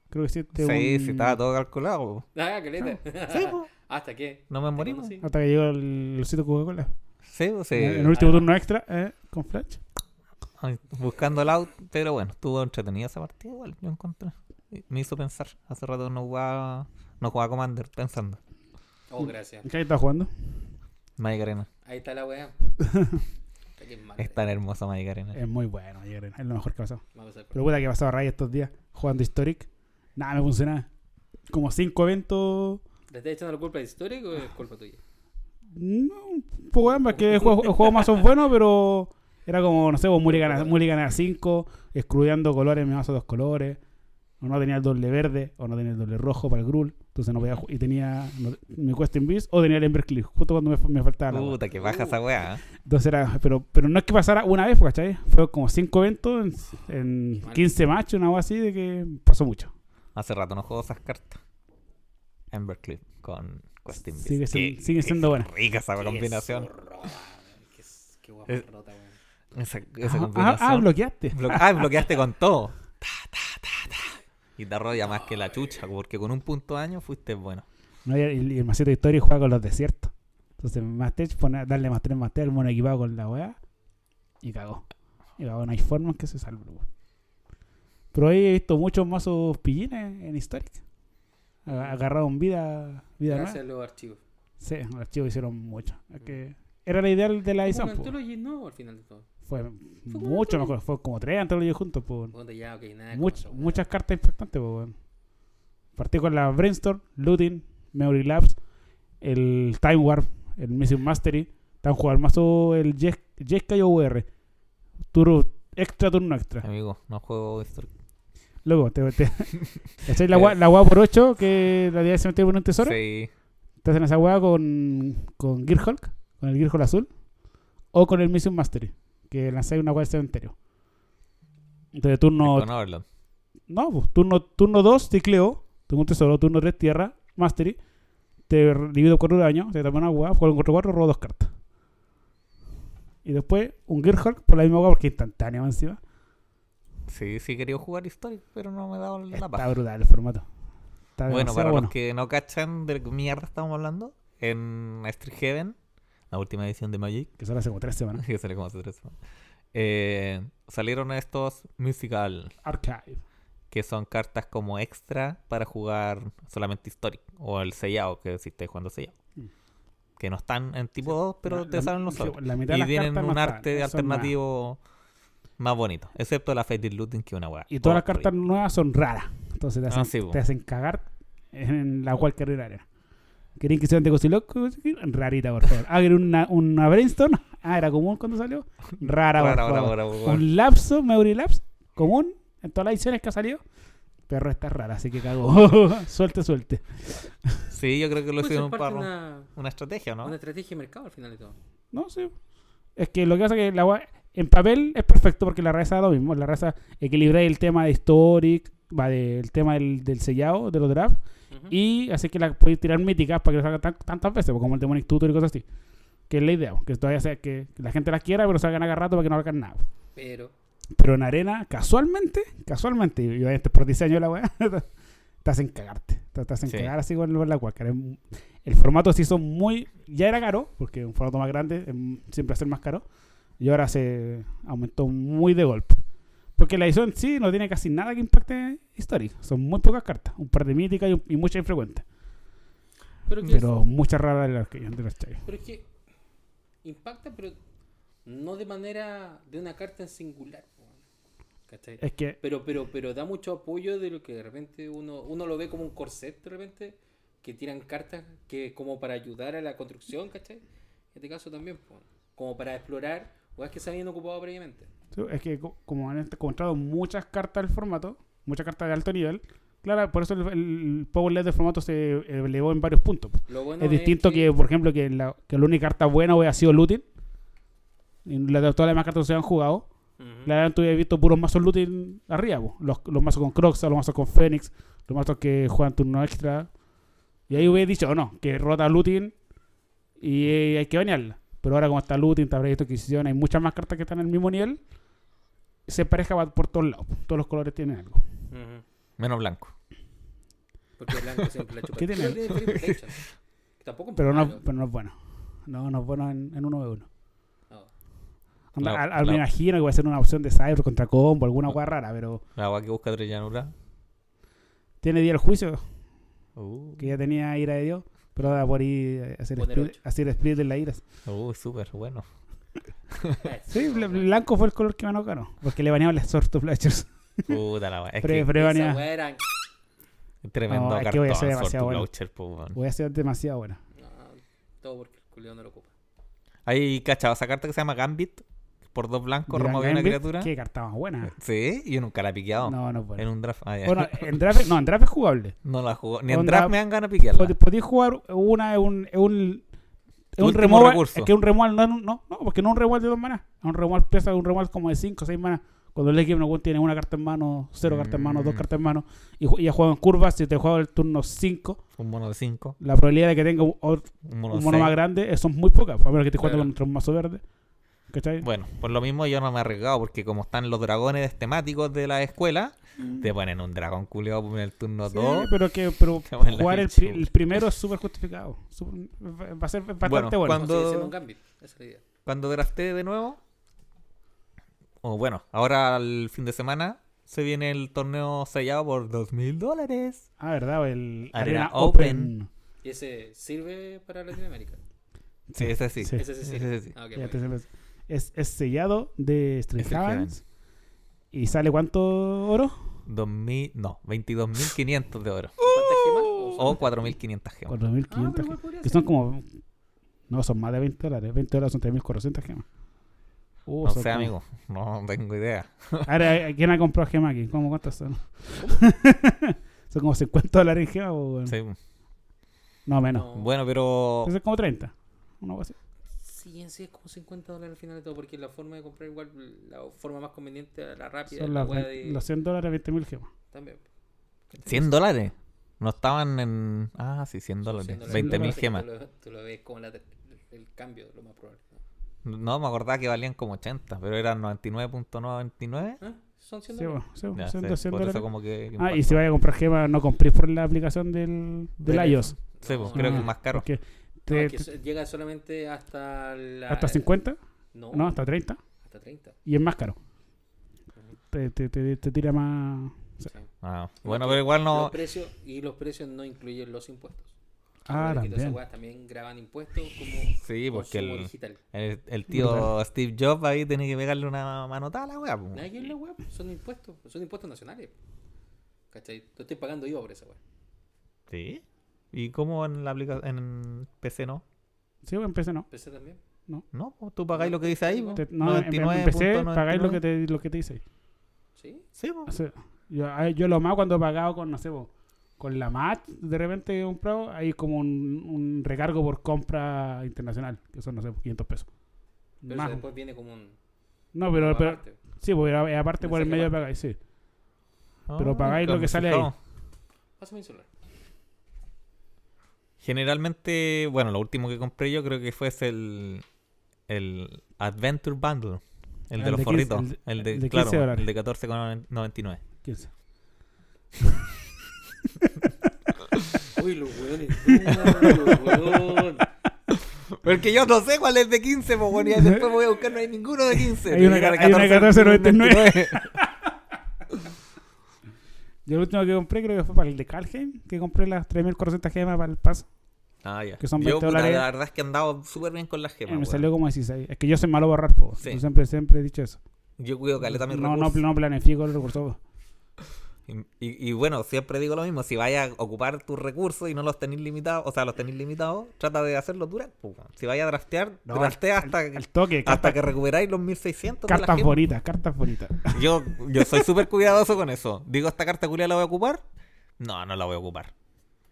B: Creo que sí, este,
A: sí,
B: un-
A: sí, estaba todo calculado. pues.
C: Ah, caleta.
A: Sí, pues.
C: ¿Hasta qué?
A: No me morí,
C: conocí.
B: Hasta que llegó el, el sitio Coca-Cola.
A: Sí, pues, sí.
B: En el último
C: Ah.
B: turno extra, eh, con Flash.
A: Ay, Buscando el auto. Pero bueno, estuvo entretenida esa partida igual. Yo encontré. Me hizo pensar. Hace rato no jugaba, no jugaba Commander pensando.
C: Oh, gracias.
B: ¿Qué estás jugando?
A: Magic Arena.
C: Ahí está la weá. Puta, qué mal.
A: Es tan hermosa Magic Arena.
B: Es muy bueno, Magic Arena. Es lo mejor que ha pasado.
C: Me va a pasar por-
B: Pero puta que ha pasado Ray estos días jugando Historic. Nada, no funcionaba. Como cinco eventos.
C: ¿Le estás echando la culpa de histórico o es culpa tuya?
B: No, un poco de ambas, que el juego, el juego más son bueno, pero era como, no sé, vos Mulligan a- Mulligan a 5, excluyendo colores, me vas a dos colores. O no tenía el doble verde, o no tenía el doble rojo para el Grul. Entonces no podía ju- Y tenía no- mi Question Beast, o tenía el Ember Cliff, justo cuando me, me faltaba. la
A: Puta, que baja esa weá. ¿eh?
B: Entonces era, pero, pero no es que pasara una vez, pues, ¿cachai? Fue como cinco eventos en, en
C: Qué mal.
B: 15 matches, una cosa así, de que pasó mucho.
A: Hace rato no juego esas cartas. Embercliff con Question Beast.
B: Sigue, siendo-
A: Qué-
B: sigue
A: qué
B: siendo buena.
A: Rica esa
C: Qué
A: combinación.
C: zorra, weón. Qué, qué guapa
A: Es-
C: rota, weón.
A: Esa, esa
B: Ah, ah,
A: combinación.
B: ah, bloqueaste.
A: Blo- ah, bloqueaste con todo. Ta, ta, ta, ta. Y te arrolla más que la chucha, porque con un punto de año fuiste bueno.
B: No, y el, y el macete de historia juega con los desiertos. Entonces, Mastech, pone, darle más 3, más 3 al mono equipado con la weá. Y cagó. Y cagó, no hay formas que se salve, weón. Pero ahí he visto muchos mazos pillines en Historic. Aga- Agarraron vida, vida
C: Gracias a
B: nueva.
C: los archivos.
B: Sí, los archivos hicieron mucho. Es que era la ideal de la
C: Como
B: edición.
C: un Anthology no, al final de todo.
B: Fue
C: como
B: mucho mejor. Fue como tres antologías juntos, po, weón.
C: Puta, ya, ok,
A: Ah,
C: nada.
B: Much-
C: como esa,
B: muchas cartas importantes, po, weón. Partí con la Brainstorm, Looting, Memory Labs, el Time Warp, el Missing Mastery. Están jugando mazo el Jes- Jeskai y OR. Turno extra, turno extra.
A: Amigo, no juego Historic.
B: Luego, te, te- ¿Cachai la gua- la gua por 8 que la idea es meter en un tesoro.
A: Sí.
B: Te hacen esa hueá con, con Gear Hulk, con el Gear Hulk azul, o con el Mission Mastery, que lanzáis una hueá de cementerio. Entonces, turno
A: es Con Overlord.
B: no, pues turno, turno 2 ticleo, tengo un tesoro, turno 3 tierra, mastery, te re- divido 4 de daño, te tapa una hueá, con 4 4 robo 2 cartas. Y después un Gear Hulk por la misma hueá porque es instantáneo más encima.
A: Sí, sí quería jugar Historic, pero no me he dado la
B: Está
A: paz.
B: brutal el formato. Está
A: Bueno,
B: demasiado
A: para los que no cachan de qué mierda estamos hablando, en Street Heaven, la última edición de Magic,
B: que solo hace como 3 semanas.
A: que salió como hace tres semanas, eh, salieron estos musical,
B: Archive.
A: que son cartas como extra para jugar solamente Historic, o el sellado, que si estáis jugando sellado.
B: Mm.
A: Que no están en tipo 2, pero
B: La-
A: te
B: la-
A: salen los
B: sí,
A: sobres.
B: la mitad de
A: Y
B: las
A: tienen
B: cartas no
A: un
B: están,
A: arte
B: son
A: alternativo más bonito, excepto la Fate Looting, que es una hueá.
B: Y todas las
A: horrible.
B: cartas nuevas son raras. Entonces te
A: Ah,
B: hacen,
A: sí, po.
B: te hacen cagar en la cualquier arena. ¿Querían que sean de Cosiloc? Rarita, por favor. Ah, era una, una brainstorm. Ah, era común cuando salió. Rara, por
A: Rara, rara,
B: favor.
A: rara, por favor.
B: Un lapso, Memory Lapse, común en todas las ediciones que ha salido. Pero esta es rara, así que cago. suelte, suelte.
A: Sí, yo creo que lo
C: weá. Puede ser
A: hicieron
C: parte
A: para
C: de
A: una...
C: una,
A: estrategia, ¿no?
C: una estrategia de mercado al final de todo.
B: No sé. Es que lo que pasa es que la gua- en papel es perfecto porque la raza da lo mismo. La raza equilibra el tema de Historic, va del tema del, del sellado, de los drafts.
C: Ujú.
B: Y así que la podéis tirar míticas para que lo salgan tan- tantas veces, pues, como el Demonic Tutor y cosas así. Que es la idea, pues, que todavía sea que que la gente las quiera, pero salgan a rato para que no hagan nada. pues.
C: Pero,
B: Pero en arena, casualmente, casualmente, y obviamente por diseño de la weá, te hacen cagarte. Te, te hacen
A: Sí.
B: cagar así con la cualquier. El formato se hizo muy. Ya era caro, porque un formato más grande em, siempre va a ser más caro. Y ahora se aumentó muy de golpe. Porque la edición en sí no tiene casi nada que impacte histórico. Son muy pocas cartas. Un par de míticas y, un- y muchas infrecuentes.
C: pero, que
B: Pero muchas raras de las que de las chavas.
C: pero es que impacta, pero no de manera de una carta en singular. weón. ¿Cachai?
B: Es que
C: Pero, pero, pero da mucho apoyo de lo que de repente uno, uno lo ve como un corset de repente, que tiran cartas que como para ayudar a la construcción, ¿cachai? En este caso también, po, como para explorar weas que se habían ocupado previamente.
B: Sí, Es que co- como han encontrado muchas cartas del formato, muchas cartas de alto nivel, claro, por eso el, el power level del formato se elevó en varios puntos. po.
C: Lo bueno
B: es distinto que, por ejemplo, que la, que la única carta buena hubiera sido Looting. Y la de- todas las demás cartas se han jugado.
C: Ujú.
B: La verdad, tú habías visto puros mazos Looting arriba, po. los, los mazos con Croxa, los mazos con Fénix, los mazos que juegan turno extra. Y ahí hubiera dicho, "Oh, no, que rota Looting y eh, hay que bañarla. Pero ahora, como está Looting, está Proyecto Adquisición, hay muchas más cartas que están en el mismo nivel. Se pareja va por todos lados, po. todos los colores tienen algo.
C: Ujú.
A: Menos blanco.
C: Porque el blanco siempre la chupa.
B: ¿Qué tiene?
C: Pero Felipe Richard. Tampoco es
B: Pero no,
C: malo.
B: pero no es bueno. No, no es bueno en, en 1v1.
C: No.
B: Anda,
A: La-
B: al- al-
A: la-
B: Me imagino que va a ser una opción de Cyber contra Combo, alguna hueá rara, pero
A: La agua que busca tres llanuras.
B: tiene día el juicio.
A: Uh,
B: que ya tenía ira de Dios, pero ahora por ir a hacer,
C: Poner
B: split,
C: ocho.
B: hacer split de la ira.
A: uh, súper bueno.
C: Ah,
B: Sí,
C: no,
B: bl-
C: no.
B: blanco fue el color que ganó Cano, porque le banearon las Sword to Flashers.
A: Puta la wea. Es
B: Pre,
A: que
B: pre
C: Esa
B: banea.
C: weá era-
A: tremendo
B: No, es
A: cartón.
B: que voy a ser
A: Sword
B: demasiado
A: to
B: bueno.
A: Plowshare, po, weón.
B: Voy a ser demasiado buena.
C: No, todo porque el culiao no lo ocupa.
A: Hay cachado esa carta que se llama Gambit. Por dos blancos
B: Dirán,
A: remueve una
B: Gambit,
A: criatura.
B: Qué carta más buena.
A: Sí, yo nunca la he piqueado.
B: No, no es
A: En
B: buena.
A: un draft. Ah, ya.
B: Bueno, en draft, no, en draft es jugable.
A: no la jugó. Ni en
B: onda- pues,
A: draft me dan ganas de piquearla.
B: Pod- Podéis jugar una, es un. Es un es un
A: Último
B: removal,
A: recurso.
B: es que un removal no, no, no, porque no es un removal de dos manas, es un removal pesa un removal como de 5 o 6 manas. Cuando el equipo tiene una carta en mano, cero cartas en mano, dos
A: Mm.
B: cartas en mano, y, ju- y ha jugado en curvas, si te juega el turno 5,
A: Un mono de 5.
B: la probabilidad de que tenga un, or-
A: Un mono
B: un
A: de
B: mono
A: seis.
B: más grande eh, son muy pocas, a menos que te juegues
C: Claro.
B: contra un mazo verde. ¿Cachai?
A: Bueno, por lo mismo yo no me he arriesgado porque como están los dragones temáticos de la escuela, te ponen un dragón culeado en el turno
B: Sí,
A: 2.
B: pero que pero
A: Qué buena
B: jugar el,
A: leche,
B: pri-
A: güey.
B: el primero es súper justificado. súper- va a ser bastante bueno.
A: cuando-
C: Sigue siendo un Gambit, esa es la idea.
A: Cuando drafté de nuevo, o bueno, ahora al fin de semana se viene el torneo sellado por dos mil dólares.
B: Ah, verdad, el
A: Arena
B: Arena,
A: Open.
B: Open.
C: Y ese sirve para Latinoamérica.
A: Sí, ese sí.
B: Sí.
C: Ese sí sirve.
A: Ese sí.
C: Ah, ok,
B: Ya
C: muy
B: te
C: bien.
B: sabes. Es, es sellado de
A: Strixhaven.
B: Strixhaven. ¿Y sale cuánto oro?
A: Dos mil, no, 22.500 de oro.
C: ¿Cuántas gemas?
A: O 4.500 gemas.
B: 4.500.
C: Ah, pero igual
B: gemas,
C: podría
B: que
C: ser.
B: Oh, son como. No, son más de 20 dólares. 20 dólares son 3.400 gemas. Uh,
A: No
B: son
A: sé,
B: como-
A: amigo. No tengo idea.
B: Ahora, ¿a- ¿quién ha comprado gemas aquí? ¿Cómo cuántas son? son como 50 dólares en gemas, o-
A: Sí.
B: No, menos.
C: No.
A: Bueno, pero
B: Entonces como 30. Una cosa así.
C: Sí, en sí es como 50 dólares al final de todo, porque la forma de comprar igual, la forma más conveniente, la rápida,
B: Son
C: la
B: las
C: weá
B: ve-
C: de...
B: los 100 dólares, 20 mil gemas.
C: También. ¿Cachai?
A: 100 dólares. No estaban en. Ah, sí, 100
C: Son
A: dólares.
C: 100
A: 20.000
C: dólares.
A: gemas.
C: Tú lo, tú lo ves como la- el cambio, lo más probable. ¿no?
A: No, me acordaba que valían como 80, pero eran 99.99.
C: ¿Ah? Son 100
B: Sí,
C: dólares.
B: bueno, sí, bueno,
A: Ya,
B: son
A: sí,
B: 200
A: por eso
B: dólares.
A: como que...
B: Ah, y
A: impactó.
B: si vaya a comprar gemas, no compré por la aplicación del, del
A: Del
B: iOS.
A: Sí, pues,
C: No,
A: creo
C: no,
A: que
B: Ah,
A: es más caro.
B: porque
C: No,
B: te-
C: que so- llega solamente hasta la...
B: ¿Hasta 50?
C: No,
B: No, hasta 30.
C: hasta 30.
B: Y es más caro. Te, te, te, te tira más...
C: sí.
A: Ah, bueno, pero igual
C: Los
A: no...
C: precios, y los precios no incluyen los impuestos.
B: Ah,
C: Ahora que todas esas
B: también.
C: weas también graban impuestos como
A: Sí, porque
C: consumo
A: el,
C: digital.
A: el, el tío Steve Jobs ahí tiene que pegarle una manotada a la wea. pues.
C: Nadie en la web, son impuestos, son impuestos nacionales. ¿Cachai? Tú estoy pagando IVA por esa web.
A: Sí. ¿Y cómo en la aplicación en PC no?
B: Sí, en PC no.
C: PC también.
A: No, pues tú pagáis lo que dice ahí. pues.
B: Te- no, en- en PC pagáis lo que te, lo que te dice.
C: Sí.
A: Sí, pues.
B: O sea, yo, a- yo lo más cuando he pagado con, no sé, po, con la MAT, de repente he comprado, hay como un, un recargo por compra internacional, que son, no sé, 500 pesos.
C: Pero
B: Más.
C: eso después viene como un.
B: No, pero,
C: como
B: pero-
C: aparte.
B: sí, porque era- es aparte por el
C: Mensaje
B: medio de
C: aparte.
B: pagar, sí.
A: Ah,
B: pagáis lo
A: nunca
B: que
A: me
B: sale
A: fijaba.
B: ahí.
C: Pásame el celular.
A: Generalmente, bueno, lo último que compré yo creo que fue ese el, el Adventure Bundle. El,
B: Ah, El
A: de los
B: de 15,
A: forritos.
B: el de-
A: El de,
B: el de
A: claro,
B: 15 dólares.
A: el de 14,99.
B: 15.
C: Uy, los weones. los weones.
A: Porque yo no sé cuál es de 15, po, weón, y después voy a buscar, no hay ninguno de 15.
B: Hay una-
A: Llega el
B: hay una de
A: 14,99.
B: Yo el último que compré creo que fue para el de Calgen, que compré las 3.400 gemas para el paso.
A: Ah, ya.
B: Que son
A: yo, puta,
B: 20 dólares.
A: la verdad es que he andado súper bien con las
B: y
A: gemas.
B: me
A: weón.
B: salió como 16. Es que yo soy malo a borrar, po.
A: Sí.
B: Yo siempre, siempre he dicho eso.
A: Yo cuido caleta mis
B: no, no,
A: recursos.
B: no planifico el recurso. po.
A: Y, y- y bueno, siempre digo lo mismo, si vayas a ocupar tus recursos y no los tenéis limitados, o sea, los tenéis limitados, trata de hacerlos durar. pues, weón. Si vayas a draftear,
B: No,
A: draftea hasta,
B: Al toque,
A: hasta
B: cartas,
A: que recuperáis los 1600. de la
B: cartas
A: gema.
B: bonitas, cartas bonitas.
A: Yo, yo soy súper cuidadoso con eso. Digo, esta carta culia la voy a ocupar. No, no la voy a ocupar.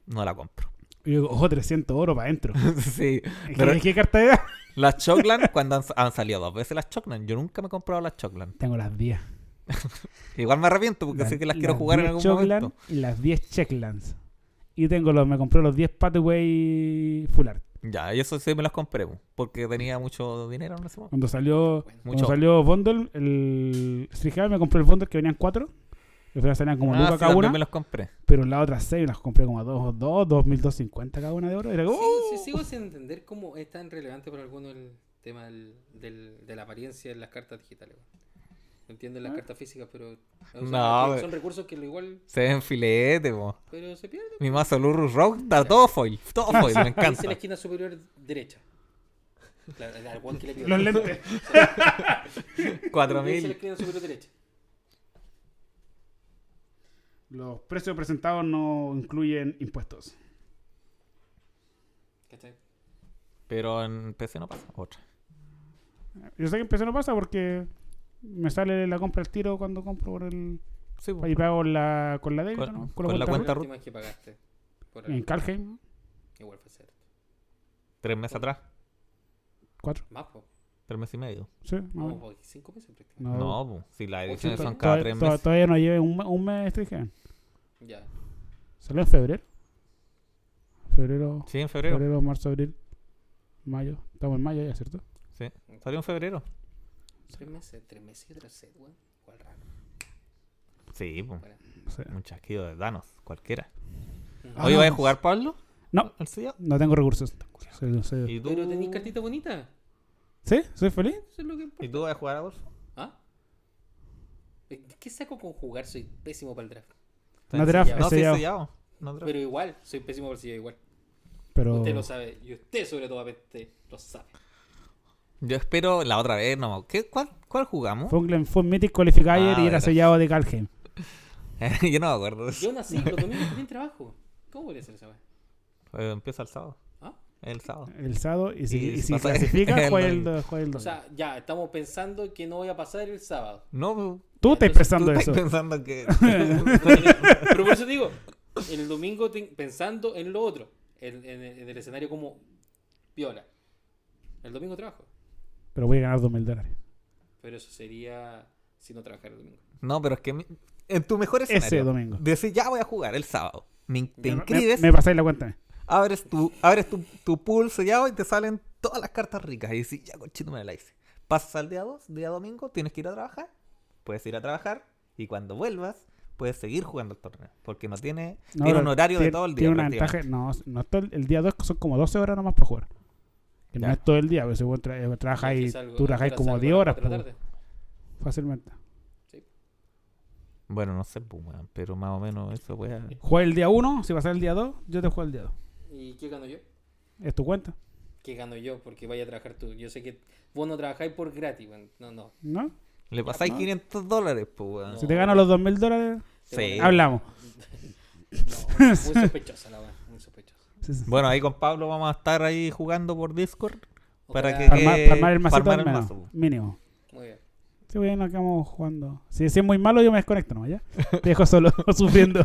A: No la compro.
B: Y yo digo, ojo, 300 oro para adentro.
A: sí. pero
B: ¿Qué, ¿Qué carta era?
A: las Choclan, cuando han, han salido dos veces las Choclan, yo nunca me he comprado las Choclan.
B: Tengo las 10.
A: Igual me arrepiento porque sé que las quiero jugar en
B: 10
A: algún
B: Choclan
A: momento.
B: Y las 10 Checklands. Y tengo los, me compré los 10 Pathway Full Art.
A: Ya, y eso sí me las compré, bu, porque tenía mucho dinero en ese momento.
B: Cuando salió, cuando
A: Mucho.
B: salió Bundle, el Strikeable me compré el Bundle que venían 4. Al final salían como
A: Ah,
B: lucas
A: sí,
B: cada
A: también
B: una.
A: me las compré.
B: Pero las otras 6 las compré como a 2 o 2, 2250 cada una de oro. Era como,
C: Sigo-
B: ¡uh!
C: sí, sigo sin entender cómo es tan relevante para algunos el tema del, del- de la apariencia en las cartas digitales. weón. No entiendo
B: Ah.
C: las cartas físicas, pero o sea,
A: No,
C: son,
A: pero-
C: son recursos que lo igual,
A: Se ven filete, po.
C: pero se pierden.
A: Mi mazo Lurus Rock está todo foil. Todo foil, me
C: Dice
A: encanta.
C: la esquina superior derecha. La, la- la- cual que le pido.
B: "Uh, Los lentes.
C: Dice la
A: 4000.
C: esquina superior derecha.
B: Los precios presentados no incluyen impuestos.
C: ¿Cachai? O
A: Pero en PC no pasa. Otra.
B: Yo sé que en PC no pasa porque me sale la compra al tiro cuando compro por el.
A: Sí, po.
B: Y pago la, con la débito,
A: Con-
B: ¿no?
A: con la
C: la
A: cuenta
C: última que pagaste. Por
B: En
C: algo.
B: Calheim,
C: Igual fue cero.
A: Tres meses atrás.
B: 4.
C: Más, po.
A: Tres meses y medio.
B: Sí,
C: No,
B: más o menos.
C: po, cinco meses prácticamente.
B: No,
A: Oh, No, po, si las ediciones
B: to-
A: son cada
B: todavía-
A: tres
B: to-
A: meses.
B: Todavía no lleve un, me- un mes este dije.
C: Ya.
B: Salió en febrero. Febrero,
A: Sí, en febrero.
B: febrero, marzo, abril, mayo. Estamos en mayo ya, ¿cierto?
A: Sí. Salió en febrero.
C: Tres meses, tres meses y otro set, weón. Igual raro.
A: Sí, po.
C: Bueno.
B: O sea,
A: Un chasquido de Danos, cualquiera.
C: No.
A: ¿Hoy vas a
B: Danos.
A: jugar, Pablo?
B: No.
A: ¿Al sello?
B: no tengo recursos. Soy- soy-
A: ¿Y tú,
C: Pero tenéis cartita bonita.
B: ¿Sí? ¿Soy feliz?
C: Eso es lo que importa.
A: ¿Y tú vas a jugar, Adolfo?
C: ¿Ah? Eh, ¿Qué saco con jugar? Soy pésimo para el draft.
B: No draft,
A: No,
B: es
A: sí,
B: sellado.
A: sellado. No draft.
C: Pero igual, soy pésimo para el sillón igual.
B: Pero.
C: Usted lo sabe. Y usted sobre todo, apete, lo sabe.
A: Yo espero la otra vez, no. ¿Qué, cuál, ¿Cuál jugamos?
B: Fue un, Glen- fue un Mythic Qualifier
A: Ah,
B: y era
A: verdad.
B: sellado de Calheim.
A: Yo no me acuerdo. de eso.
C: Yo nací los domingos también trabajo. ¿Cómo voy a hacer esa weá?
A: Eh, empieza el sábado.
C: ¿Ah?
A: El sábado.
B: El sábado. Y si,
A: Y
B: y
A: si
B: si
A: pasa-
B: clasifica,
A: el
B: juega el,
A: domingo.
B: do- juega el
C: O
B: domingo.
C: sea, ya, estamos pensando que no voy a pasar el sábado.
A: No, tú
B: Tú estás
C: entonces
B: pensando
A: estás
B: eso.
A: pensando que.
C: Pero por eso te digo, el domingo te- pensando en lo otro, en, en el- en el escenario como viola. El domingo trabajo.
B: Pero voy a ganar 2.000 dólares.
C: Pero eso sería si no trabajara el domingo.
A: No, pero es que mi- en tu mejor
B: Ese
A: escenario.
B: domingo.
A: Decís, ya voy a jugar el sábado. Me in- te
B: Me- me-
A: inscribes,
B: Me, pasáis la cuenta.
A: abres, tu, abres tu, tu pool sellado y te salen todas las cartas ricas. Y decís, ya conchito me la hice. Pasas al día 2, día domingo, tienes que ir a trabajar. Puedes ir a trabajar y cuando vuelvas, puedes seguir jugando el torneo. Porque no tiene,
B: No,
A: tiene
B: pero
A: un horario
B: tiene-
A: de todo el día.
B: Tiene una
A: prácticamente.
B: ventaja. No, no es todo el, el día 2 son como 12 horas nomás para jugar. Que no
A: Ya.
B: es todo el día, pero si vos tra- eh, trabajáis, tú trabajáis como 10 horas pues, fácilmente.
A: Bueno, no sé, pues, weón, pero más o menos eso, weón.
B: Juega el día 1, si pasas el día 2, yo te juego el día 2.
C: ¿Y qué gano yo?
B: Es tu cuenta,
C: ¿Qué gano yo? Porque vaya a trabajar tú. Yo sé que vos no trabajáis por gratis, weón. No, no.
B: ¿no?
A: Le pasáis 500 dólares, pues, weón.
C: No.
B: Si te gano los 2.000 dólares,
A: Sí.
B: hablamos.
C: No, muy sospechosa la weá, muy sospechosa.
B: Sí, sí.
A: Bueno, ahí con Pablo vamos a estar ahí jugando por Discord. Para
C: Ojalá-
A: que-
B: Para armar, para armar
A: para
B: el macito
A: armar
B: al
A: el
B: menos,
A: mazo.
B: mínimo.
C: Muy bien.
B: Sí, bueno, acabamos jugando. Si, si es muy malo, yo me desconecto nomás, ¿ya? Te dejo solo, sufriendo.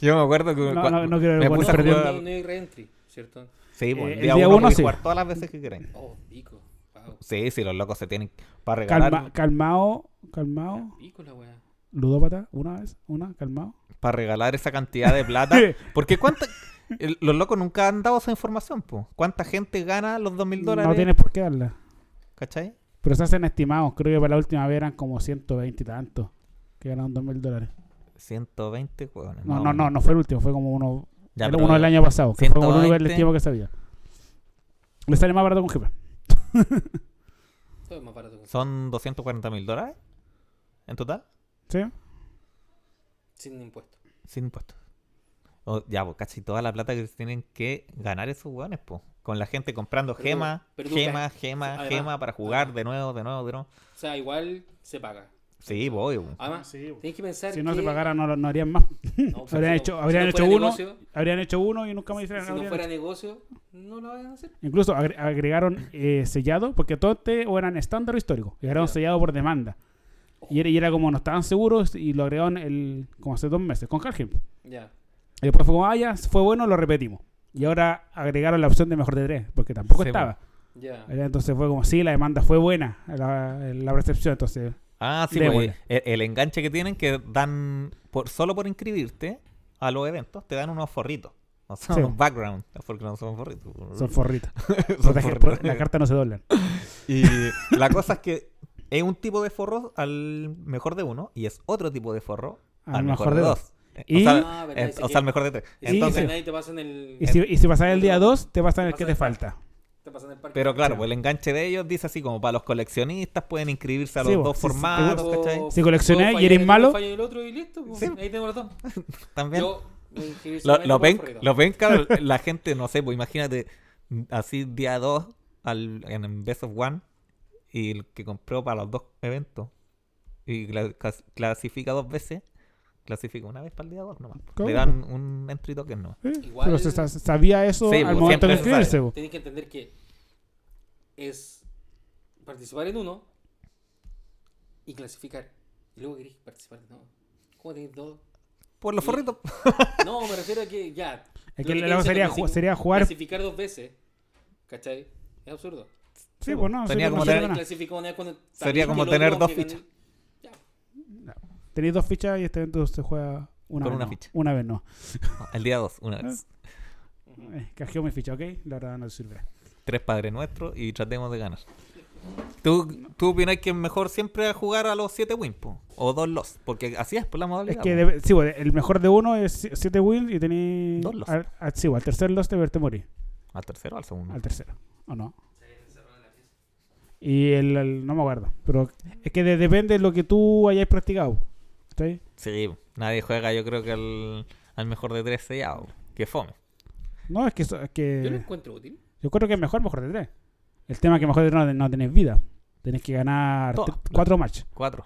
A: Yo me acuerdo que
B: No,
A: cua-
B: no, no quiero ver
A: me
B: bueno,
A: puse
C: No,
A: a
B: perdió.
A: jugar.
C: no, no hay reentry, ¿cierto?
A: Sí, pues,
B: Eh,
A: el día, uno, podéis
B: sí.
A: jugar todas las veces que queráis.
C: Oh, pico. Wow.
A: Sí, sí, los locos se tienen para regalar,
B: Calma, calmao, calmao.
C: Pico la weá.
B: Ludópata, una vez, una, calmao.
A: para regalar esa cantidad de plata. Porque cuánta, el- los locos nunca han dado esa información, pues. ¿Cuánta gente gana los 2.000 dólares?
B: No tienes por qué darla.
A: ¿Cachai?
B: Pero se hacen estimados. Creo que para la última vez eran como 120 y tantos. Que ganaron 2.000 dólares.
A: 120, weón.
B: No, no, no, no fue el último. Fue como uno,
A: Ya,
B: el-
A: pero-
B: uno del año pasado. Que fue como el único
A: 120.
B: estimo que sabía. Le sale más barato con un GP.
C: Todo es más barato. que-
A: ¿Son 240 mil dólares? ¿En total?
B: ¿Sí?
C: Sin impuestos.
A: Sin impuestos. O- ya, pues casi toda la plata que tienen que ganar esos hueones, pues. Con la gente comprando
C: Pero tú-
A: gemas,
C: pero tú
A: gemas, gemas,
C: además-
A: gemas para jugar de nuevo, de nuevo, de nuevo.
C: O sea, igual se paga.
A: Sí, voy. weón.
C: Además,
B: Sí, bo.
C: tenés que pensar
B: Si no
C: que-
B: se pagara, no, lo- no harían más.
C: No, pues,
B: habrían
C: si no-
B: hecho,
C: si no
B: habrían hecho
C: fuera
B: uno,
C: negocio,
B: habrían hecho uno y nunca más hicieron
C: si no
B: habrían
C: fuera
B: hecho.
C: negocio, no lo van a hacer.
B: Incluso agre- agregaron eh, sellado, porque todos este o eran estándar o histórico, y agregaron
C: Ya.
B: sellado por demanda. Y era, y era como no estaban seguros y lo agregaron el, como hace dos meses con Cargill.
C: Ya.
B: Y después fue como, ah, ya, fue bueno, lo repetimos. Y ahora agregaron la opción de mejor de tres, porque tampoco
A: Sí,
B: estaba.
C: Ya.
B: Eh, Entonces fue como, sí, la demanda fue buena, la, la recepción. Entonces,
A: Ah, sí,
B: Le
A: pues,
B: voy.
A: el, el enganche que tienen que dan por solo por inscribirte a los eventos te dan unos forritos. O sea,
B: Sí.
A: unos background, porque no son forritos.
B: son forritos.
A: Son
B: Protege-
A: forritos.
B: pro- la carta no se doblan.
A: Y la cosa es que es un tipo de forro al mejor de uno y es otro tipo de forro al, mejor, de dos. Eh,
B: Y-
A: O,
C: Ah,
A: sea,
C: verdad,
A: eh,
C: ese
A: o sea,
C: que-
A: al mejor de tres.
C: Y
B: sí,
A: Entonces,
C: si nadie te pasa en el.
B: Y si, y si pasas el día dos, te pasan
C: Te
B: el que
C: pasa
B: te
C: el-
B: falta.
C: Te pasa en el parque.
A: pero claro,
B: Sí.
A: pues el enganche de ellos dice así como para los coleccionistas pueden inscribirse a los
B: Sí,
A: dos
B: pues, sí, sí,
A: formatos, ¿cachai?
B: Si coleccionás
C: Puedo
B: y
C: fallar
B: eres
C: en uno,
B: malo-
C: fallo en el otro y listo. pues,
A: Sí.
C: Ahí tengo los dos.
A: También.
C: Yo. me inscribí
A: lo,
C: solamente
A: lo
C: por
A: ven,
C: correo.
A: lo ven, cabrón, la gente, no sé, pues imagínate, así día 2 al, en Best of One y el que compró para los dos eventos y cla- clas- clasifica dos veces, clasifica una vez para el día 2 nomás.
B: ¿Cómo?
A: Le dan un entry token nomás.
B: Sí,
C: Igual-
B: ¿Eh? Pero se sa- sabía eso
A: Sí,
B: al
A: pues,
B: momento de
A: siempre se sabe.
B: inscribirse. bo.
C: Tienes que entender que es participar en uno y clasificar. Y luego querés participar en nuevo. ¿Cómo tenés dos?
A: Por los forritos.
C: No, me refiero a que ya.
B: Es
C: lo
B: que
C: te
B: luego
C: dicen
B: sería
C: es
B: ju-
C: clasi-
B: sería jugar-
C: Clasificar dos veces. ¿Cachai? Es absurdo.
B: Sí, pues no,
A: Tenía
B: sí,
A: como
B: no sirve
A: tener-
B: nada.
C: Clasifica una vez cuando
A: Sería
C: sabías
A: como
C: que el
A: tener
C: otro
A: dos
C: que ganó-
A: fichas.
C: Ya.
B: Tenéis dos fichas y este evento se juega una
A: Con
B: vez.
A: una
B: no.
A: ficha.
B: Una vez no.
A: El día 2,
B: Ah.
A: una vez.
B: Eh, Cajeo mi ficha, ¿ok? La verdad no sirve.
A: Tres padres nuestros y tratemos de ganar. ¿Tú, tú opinas que es mejor siempre jugar a los 7 wins, po? O dos los, porque así es, por la
B: Es
A: modalidad.
B: que
A: po.
B: debe- sí, bo, el mejor de uno es 7 wins y tenéis.
A: Dos lost.
B: Al, al- sí, bo, al tercer los te morir.
A: Al tercero o al segundo.
B: Al tercero, ¿o no? Y el, el- No me acuerdo. Pero es que de- depende de lo que tú hayáis practicado. ¿Cachai?
A: Sí, nadie juega, yo creo que al, al mejor de tres sellado. Que fome.
B: No, es que. eso- Es
C: Yo lo
B: que
C: encuentro útil.
B: yo creo que es mejor, mejor de tres. El tema es que mejor de tres no, no tenés vida. Tenés que ganar
A: Todas,
B: tre-
A: claro.
B: cuatro match.
A: Cuatro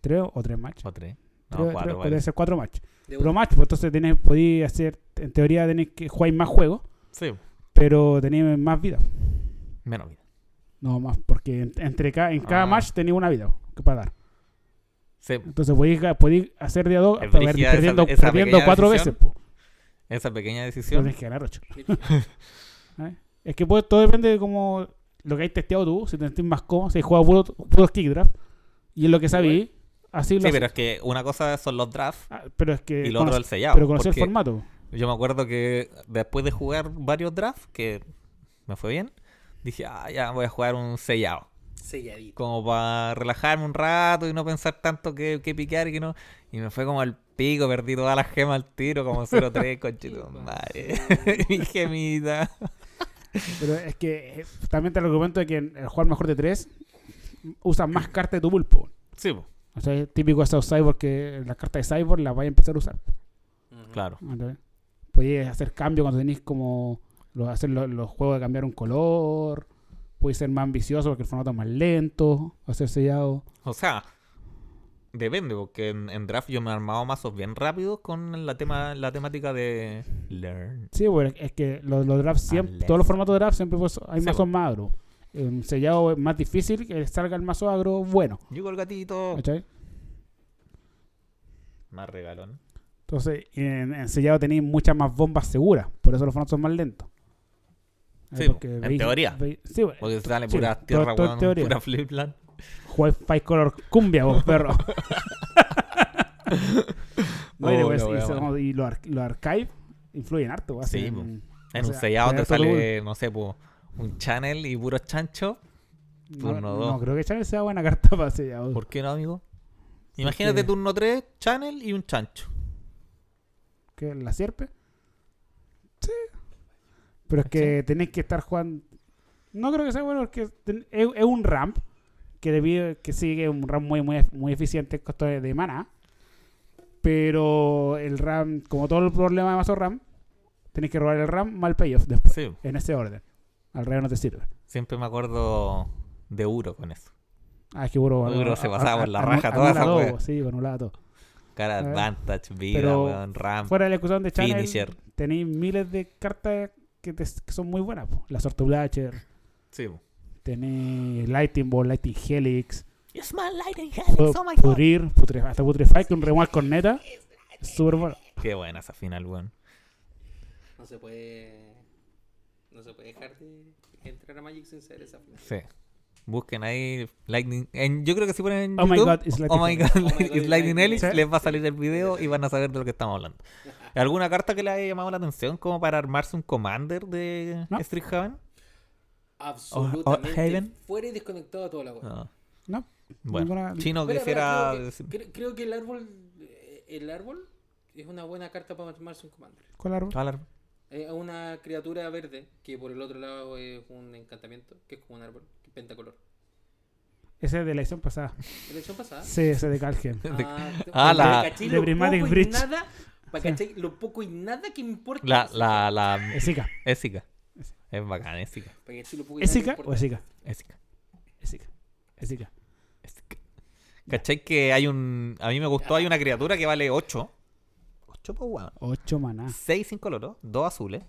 B: ¿Tres o tres match?
A: o tres. No,
B: Creo-
A: cuatro.
B: creo que
A: vale.
B: Puede ser cuatro match.
C: De
B: Pero
C: una.
B: match, pues entonces tenés, podí hacer, en teoría tenés que jugar más juegos,
A: Sí,
B: pero tenés más vida.
A: menos vida.
B: No más, porque en- entre cada, en cada
A: Ah.
B: match tenés una vida que para dar.
A: Sí,
B: Entonces podéis, ga- podís hacer de a dos,
A: Es
B: pero
A: brígida esa-
B: perdiendo,
A: esa
B: perdiendo
A: pequeña
B: cuatro
A: decisión.
B: veces. po.
A: esa pequeña
B: Pero
A: decisión.
B: tenés que ganar ocho.
C: Mira,
B: ¿sabes? Es que pues, todo depende de cómo lo que hayas testeado tú, si te sentís más cómodo, si has jugado puro, puro kick draft, y es lo que sabí, así lo
A: Sí,
B: haces.
A: pero es que una cosa son los drafts
B: Ah, pero es que
A: y lo otro
B: conoce-
A: el sellado.
B: pero conocer el
A: porque
B: formato.
A: Yo me acuerdo que después de jugar varios drafts, que me fue bien, dije, ah, ya voy a jugar un sellado.
C: Selladito.
A: como para relajarme un rato y no pensar tanto que, que picar y que no. Y me fue como al pico, perdí todas las gemas al tiro, como 0-3, conchito, madre. Mi gemita.
B: Pero es que eh, también te lo argumento de que en el jugar mejor de tres usas más cartas de tu pulpo.
A: Sí, po,
B: O sea, es típico esos cyborg que las cartas de cyborg las vais a empezar a usar.
C: Ujú.
A: claro.
B: ¿entendés? Podéis hacer cambios cuando tenéis como los, hacer los, los juegos de cambiar un color. Podéis ser más ambicioso porque el formato es más lento. Hacer sellado.
A: O sea, depende, porque en, en draft yo me he armado mazos bien rápidos con la, tema, la temática de learn.
B: Sí, bueno, es que los, los drafts siempre,
A: Unless.
B: todos los formatos de draft siempre pues, hay
A: Sí,
B: mazos
A: bueno.
B: más agro. En sellado es más difícil que salga el mazo agro bueno.
A: Llegó el gatito.
B: ¿cachai?
A: Más regalón.
B: Entonces, en, en sellado tenéis muchas más bombas seguras. Por eso los formatos son más lentos.
A: Sí,
B: Eh,
A: en
B: veis-
A: teoría.
B: veis- sí, bueno,
A: Porque sale
B: sí,
A: pura
B: todo-
A: tierra,
B: todo en
A: weón,
B: teoría.
A: pura flip plan.
B: Jugáis Five Color Cumbia, vos, perro. no, y,
A: Oh,
B: después-
A: la
B: pues, y
A: wea,
B: se-
A: bueno.
B: y los, ar- los archive influyen harto. pues,
A: Sí, pues,
B: hacen-
A: po.
B: o
A: En un
B: sea, eh,
A: sellado
B: jugar
A: te
B: todo
A: sale, no sé, po, un channel y puros chanchos.
B: No,
A: turno
B: no
A: dos.
B: creo que Channel sea buena carta para sellado.
A: ¿Por qué no, amigo? Imagínate
B: Porque-
A: turno 3, channel y un chancho.
B: que la sierpe. Sí. Pero es que tenéis que estar jugando. No creo que sea bueno porque ten- es, es un ramp que debido que sigue un ramp muy muy, muy eficiente en costo de, de maná. Pero el RAM, como todo el problema de mazo RAM, tenéis que robar el RAM mal payoff después.
A: Sí,
B: En ese orden. Al revés no te sirve.
A: siempre me acuerdo de Uro con eso.
B: Ah, es que Burgo.
A: Burgo se pasaba por la
B: anu-
A: raja toda esa
B: anulado,
A: wea.
B: Sí, pues, anulado todo.
A: Cara
B: A ver.
A: Advantage, vida,
B: Pero
A: weón, Ram.
B: Fuera del excusón de Channel,
A: Finisher.
B: tenéis miles de cartas que, te- que son muy buenas. po. La Sortublacher,
A: Sí, po.
B: tenéis Lightning Ball, Lightning Helix,
A: It's my lightning
B: pu-
A: helix, oh my god.
B: Pudrir, putre- hasta Putrefy con Remual con neta. Súper bueno.
A: Qué buena esa final, weón.
C: No se puede. No se puede dejar de entrar a Magic sin ser esa final.
A: Sí. Busquen ahí Lightning. en- yo creo que si ponen en
B: Oh my
A: YouTube,
B: God, it's
A: Oh
B: Lightning
A: my
B: Helix.
A: God,
C: Oh
A: it's
C: my God, it's
A: Lightning
C: Lightning
A: Helix,
B: Helix.
A: les va a salir el video y van a saber de lo que estamos hablando. ¿Alguna carta que le haya llamado la atención como para armarse un commander de
B: No.
A: Street Haven?
C: Absolutamente.
A: Haven. Ah,
C: Fuera y desconectado de toda la web.
A: No.
B: No.
A: Bueno,
B: Ninguna-
A: Chino
C: Espera,
A: quisiera
C: espera,
A: decir-
C: creo, que, cre- creo que el árbol eh, el árbol es una buena carta para armarse un commander.
B: ¿Cuál árbol?
A: Valar.
C: Es una criatura verde que por el otro lado es un encantamiento, que es como un árbol que es pentacolor.
B: Ese de la edición pasada.
C: Elección pasada.
B: Sí, ese de Calgen.
C: Ah,
A: Ah,
C: para
A: la-
C: que cachai
B: de
C: lo
B: Prismatic
C: poco y
B: Bridge.
C: nada- para que cachai lo poco y nada que importa.
A: La, la, la
B: Esica.
A: Ésica. Es bacán, Ésica.
C: Para que cachai lo poco y nada que
B: ¿Esica o
C: importa.
B: Esica?
A: Ésica.
B: Esica. Esica.
A: Ésica. ¿Cachai que hay un. A mí me gustó, hay una criatura que vale 8. 8 pues weón.
B: Ocho maná.
A: 6 sin coloro, 2 azules.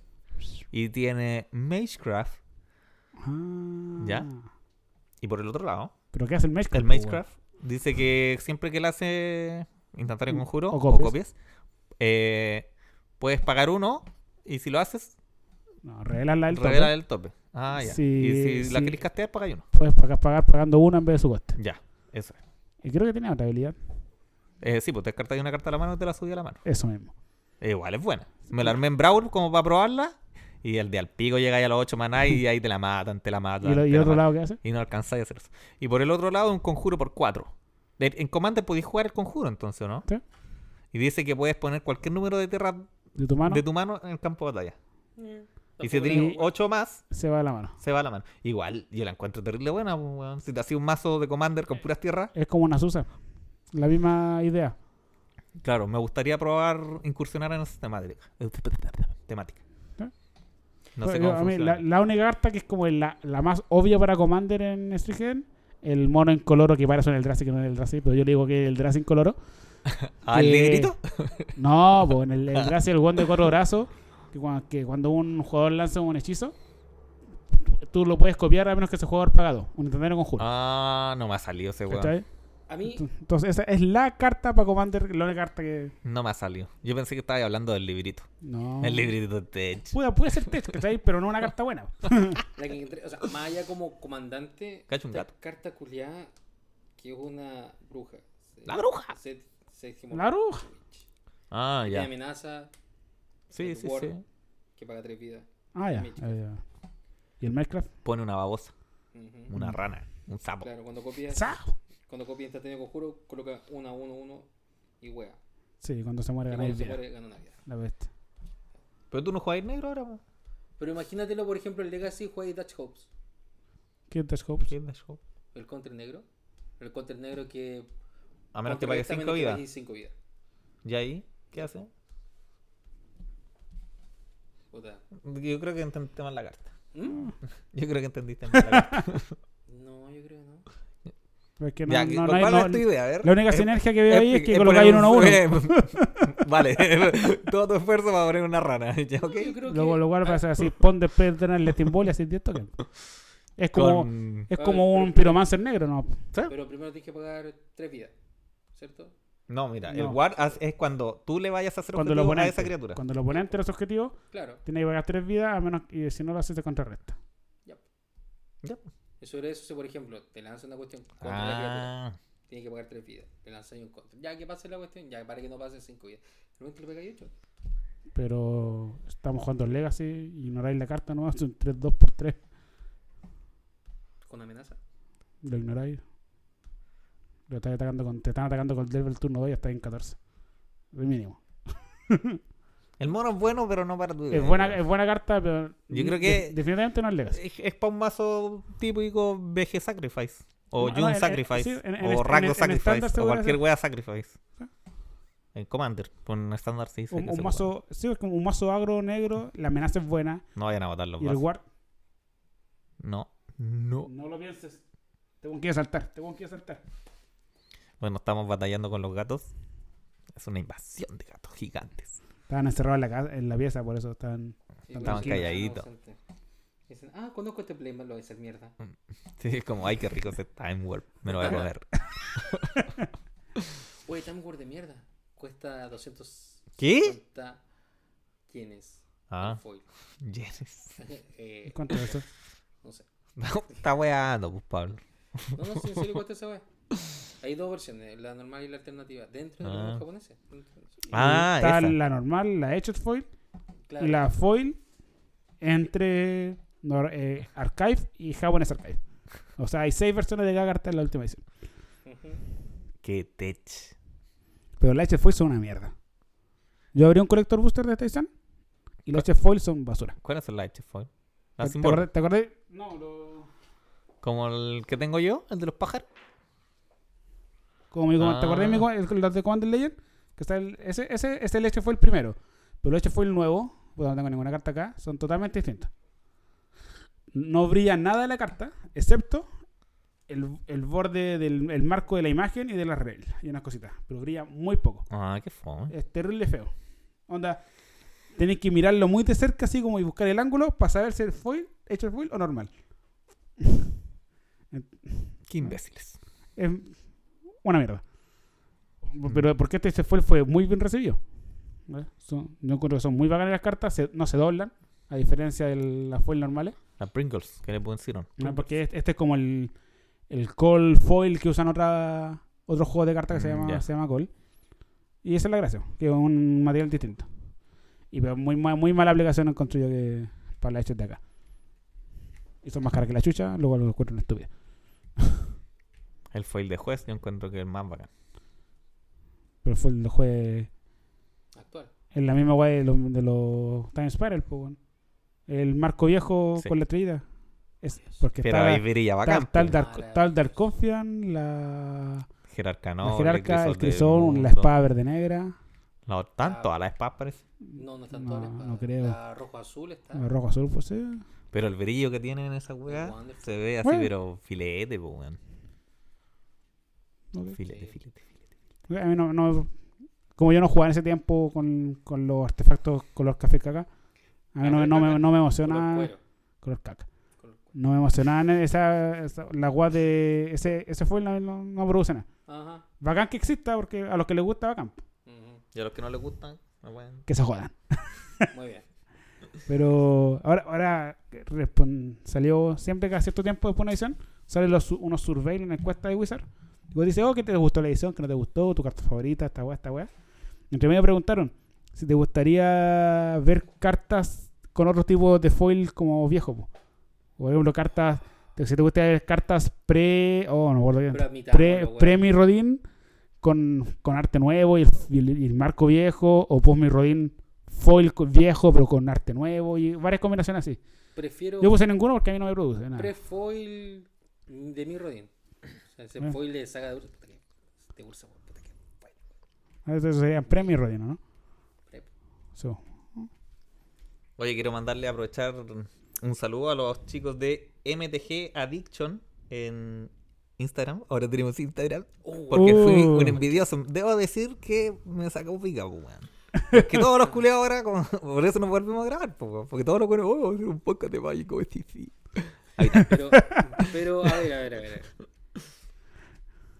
A: Y tiene Magecraft.
B: Ah.
A: ¿Ya? Y por el otro lado,
B: ¿Pero qué hace el Magecraft?
A: el
B: po, weón?
A: Magecraft dice que siempre que le hace instantáneo
B: Mm,
A: conjuro
B: o
A: o copias,
B: copias.
A: eh, puedes pagar uno y si lo haces,
B: No, revelas la del tope.
A: revela el tope. Ah, ya.
B: Sí,
A: y si la
B: sí.
A: querés castear, pagáis uno.
B: Puedes pagar, pagar pagando una en vez de su coste.
A: Ya, eso es.
B: Y creo que tiene otra habilidad.
A: Eh, sí, pues te descartáis una carta a la mano y te la subí a la mano.
B: Eso mismo.
A: Eh, igual es buena. Me la armé en Brawl como para probarla. Y el de al pico llegáis a los 8 maná y ahí te la matan, te la matan.
B: ¿Y, lo-
A: te
B: y
A: Ah, la
B: otro
A: matan.
B: lado qué hace?
A: Y no alcanzáis a hacer eso. Y por el otro lado, un conjuro por 4. En Commander podéis jugar el conjuro, entonces, ¿o ¿no?
B: Sí.
A: Y dice que puedes poner cualquier número de tierras
B: De tu mano
A: de tu mano en el campo de batalla.
C: Mm,
A: Y si
C: tampoco
A: tenéis
C: tengo-
A: 8 más,
B: se va de la mano.
A: se va la mano. Igual, yo la encuentro terrible buena, pues, weón. Si te hacía un mazo de Commander con puras tierras.
B: Es como una Susa. La misma idea.
A: Claro, me gustaría probar incursionar en esa temática. Eh, temática.
B: ¿Eh?
A: No sé
B: Pues, Yo-
A: cómo
B: a mí,
A: funciona.
B: la, la única carta que es como la, la más obvia para Commander en Strigen, el mono en coloro que parece en el Drazi, que no es el Drazi, pero yo le digo que el Drazi en coloro.
A: Ah, el
B: que-
A: negrito.
B: No, pues en el, el Drazi, el guante de cuatro brazos, que cuando, que cuando un jugador lanza un hechizo, tú lo puedes copiar a menos que ese jugador pagado, un entendero conjuro.
A: Ah, no me ha salido ese weón.
B: ¿Cachai?
C: A mí,
B: Ent- Entonces, esa es la carta para Commander, la única carta que.
A: No me ha salido. Yo pensé que estaba hablando del librito.
B: No.
A: El librito de Edge.
B: Puede, puede ser test, ¿cachai? Pero no una carta buena.
C: la que encontré- o sea, más allá como comandante,
A: Cacho un
C: esta
A: gato.
C: carta culiada que es una bruja. Se-
A: ¡La bruja!
C: se- se-
B: La bruja.
A: Ah,
C: Tiene
A: ya.
C: amenaza
A: Sí, sí, sí.
C: Word. que paga tres vidas.
B: Ah, ya.
C: Mítico.
B: Ah, ya. ¿Y el Minecraft?
A: Pone una babosa,
C: Ujú.
A: una rana, un sapo.
C: Claro, cuando copias,
B: ¡Sa!
C: cuando copias instantáneo conjuro, coloca 1 1 1 y wea.
B: Sí, cuando se muere
C: Y
B: gana
C: cuando
B: el
C: se
B: día.
C: muere, gana una vida.
B: La bestia.
A: Pero tú no jugáis negro ahora, po.
C: Pero imagínatelo, por ejemplo, en Legacy juega Dutch Hopes.
B: ¿Qué es Dash Hopes?
A: ¿Qué es la show?
C: El counter negro. El counter negro que.
A: A menos que
C: pague
A: pagues 5 vidas.
C: 5 vidas.
A: ¿Y ahí? ¿Qué hace?
C: Puta.
A: Yo creo que entendiste mal la carta.
C: ¿Mm?
A: Yo creo que entendiste mal la carta.
C: No, yo creo que no.
B: Pero es que no,
A: ya,
B: no, no
A: ¿cuál
B: hay-
A: es
B: no-
A: tu idea? A ver.
B: La única
A: Es-
B: sinergia que veo ahí es que
A: es
B: colocáis
A: poner
B: uno a uno.
A: eh, vale, todo tu esfuerzo para poner una rana. ¿Ya,
C: No, yo
A: ok?
C: creo
B: Luego
C: que-
B: lo
C: Ah,
B: guardas así, pon después de tener el Steam Ball y así 10 tokens. Es como,
A: Con-
B: es como un piromancer negro, ¿no?
C: Pero primero tienes que pagar 3 vidas. ¿Cierto?
A: No, mira, el
B: No.
A: ward haz- es cuando tú le vayas a hacer
B: Cuando
A: objetivo a
B: lo pones
A: esa criatura.
B: cuando lo pones ante los objetivos,
C: Claro.
B: tienes que pagar 3 vidas, a menos y si no lo haces te contrarresta.
A: Ya.
C: Y sobre eso, si por ejemplo, te lanza una cuestión contra la criatura,
A: Ah,
C: tienes que pagar 3 vidas. Te lanza ahí un contra. Ya que pase la cuestión, ya para que no pase 5 vidas. De repente le pegáis 8.
B: Pero estamos jugando en Legacy, ignoráis la carta nomás, son 3, 2 por 3,
C: Con amenaza.
B: lo ignoráis. Lo estáis atacando con, te están atacando con el del turno 2 y estáis en 14. El mínimo.
A: el mono es bueno, pero no para tu
B: Es buena, es buena carta, pero.
A: Mm. Yo creo
B: de-
A: que-
B: definitivamente no es Legacy.
A: Es, es para un mazo típico VG Sacrifice. O
B: No,
A: June
B: no, en- en-
A: Sacrifice.
B: sí, en- en
A: o
B: est- en-
A: Rango
B: en
A: Sacrifice.
B: estándar se
A: o
B: puede
A: cualquier
B: hacer.
A: wea Sacrifice.
B: Sí.
A: En Commander. Con estándar sí. dice
B: Un,
A: que
B: un
A: se puede.
B: mazo, sí, es como un mazo agro negro, la amenaza es buena.
A: No vayan a matar los
B: y el
A: mazos.
B: guard.
A: No. No.
B: No lo pienses. Te Este weón quiere saltar. Este weón quiere saltar.
A: Bueno, estamos batallando con los gatos. Es una invasión de gatos gigantes.
B: Estaban encerrados en la, casa, en la pieza, por eso están.
A: Estaban
C: tranquilos,
A: calladitos.
C: Ah, no, ausente. Dicen, ah, conozco este Playman, lo de esa mierda.
A: Sí, es como, ay, qué rico ese Time Warp. Me lo voy a comer.
C: Oye, Time War de mierda. Cuesta 200.
A: ¿Qué?
C: ¿Quiénes?
A: Ah,
C: Foil.
A: Jeres.
C: Eh,
B: ¿Cuánto es eso?
C: no sé.
A: No, está weando, pues, Pablo.
C: No, no, sí, en serio cuesta esa wea. Hay dos versiones, la normal y la alternativa. Dentro de los
A: Ah.
C: japoneses. Dentro de-
A: Ah,
B: Está
A: esa.
B: la normal, la Etched Foil
C: Claro.
B: y la Foil entre nor- eh, Archive y Japanese Archive. O sea, hay seis versiones de Gagarta en la última edición.
C: Ujú.
A: Qué tech.
B: Pero la Etched Foil son una mierda. Yo abrí un colector booster de Tyson y los Etched Foil son basura.
A: ¿Cuál es el Light Foil? La
B: ¿Te,
A: sin
B: te
A: borde.
B: acordás- te acordás? No, lo...
A: Como el que tengo yo, el de los pájaros.
B: Como mi, com- ¿Te acordás de mi,
A: Ah.
B: com- el, los de Commander Legend? Que está el- ese, ese, ese leche fue el primero. Pero el leche fue el nuevo. Bueno, no tengo ninguna carta acá. Son totalmente distintos. No brilla nada de la carta, excepto el, el borde del el marco de la imagen y de las reglas. Y unas cositas. Pero brilla muy poco.
A: Ah, qué fome.
B: Es terrible feo. Onda, tenés que mirarlo muy de cerca, así como y buscar el ángulo para saber si es foil, hecho el foil o normal.
A: Qué imbéciles.
B: Es una mierda. Pero porque este se fue, fue muy bien recibido. ¿Vale? Son- yo encuentro que son muy bacanas las cartas, se- no se doblan, a diferencia de las foil normales.
A: Las Pringles, que le pusieron.
B: ¿no? Porque este, este es como el, el call foil que usan otra, otro juego de cartas que se,
A: Mm,
B: llama,
A: ya.
B: se llama call. Y esa es la gracia, que es un material distinto. Y pero muy, ma- muy mala aplicación encontré yo que para la hecha de acá. Y son más caras que la chucha, luego lo encuentro en estúpido.
A: El foil de juez, yo encuentro que es el más bacán.
B: Pero fue el juego
C: Actual.
B: Es la misma guay de los, de los Time Spiral, po, weón. El marco viejo
A: Sí.
B: con la estrellita. Es porque
A: Pero
B: está,
A: ahí brilla bacán.
B: tal, tal,
A: po.
B: Dark, tal Dark Confian, la,
A: Jerarca,
B: la
A: no.
B: Jerarca, el
A: crisol
B: Crisón,
A: del mundo.
B: la espada verde negra,
A: No, tanto a la espada parece.
C: No, no están
B: No,
C: todas las
B: no creo.
C: La rojo azul está.
B: el rojo azul, pues sí.
A: Pero el brillo que tienen en esa weá
C: Wonderful.
A: se ve así,
B: Bueno.
A: pero filete, po, weón.
B: Ok.
A: Filete,
C: Sí.
A: filete, filete.
B: A mí no, no- como yo no jugaba en ese tiempo con, con los artefactos color café caca, a mí Ah, no,
C: Café
B: no me,
C: caca,
B: no me
C: Color
B: emociona.
C: cuero.
B: Color caca.
C: Color cuero.
B: No me emocionaban esa, esa- la guay de. Ese, ese fue, no, no, no produce nada.
C: Ajá.
B: Bacán que exista, porque a los que les gusta, bacán.
C: Ujú.
A: Y a los que no les gustan, no pueden.
B: Que se jodan.
C: Muy bien.
B: Pero ahora, ahora respon- salió siempre cada cierto tiempo después de una edición, salen los, su- unos surveys, una encuesta de Wizard. Y vos dices, oh, ¿qué te gustó la edición? ¿Qué no te gustó? ¿Tu carta favorita? Esta weá, esta weá. Y Entre medio preguntaron si te gustaría ver cartas con otro tipo de foil como viejo. po. O, Por ejemplo, cartas, si te gustaría ver cartas pre... Oh, no me acuerdo bien
C: Pero admitamos.
B: pre, mi Rodin con, con arte nuevo y el, y el- y el marco viejo, o post mi Rodin foil co- viejo pero con arte nuevo y varias combinaciones así.
C: Prefiero
B: Yo puse ninguno porque a mí no me produce nada.
C: pre-foil de mi Rodin. O sea, ese
B: Eh.
C: foil de saga de Ursa. puta que- De Ursa, puta que- bueno,
B: Entonces Ah, serían pre mi Rodin, ¿no?
C: pre-
B: So,
A: Oye, quiero mandarle a aprovechar un saludo a los chicos de MTG Addiction en Instagram. Ahora tenemos Instagram.
C: Uh,
A: Porque fui
B: Uh.
A: un envidioso. Debo decir que me sacó pica, po, weón. Porque todos los culeados ahora, como- por eso nos volvimos a grabar, po, weón. porque todos los culeados, oh, vamos a hacer un podcast de mágico, sí, sí.
C: Pero, pero, a ver, a ver, a ver. a ver.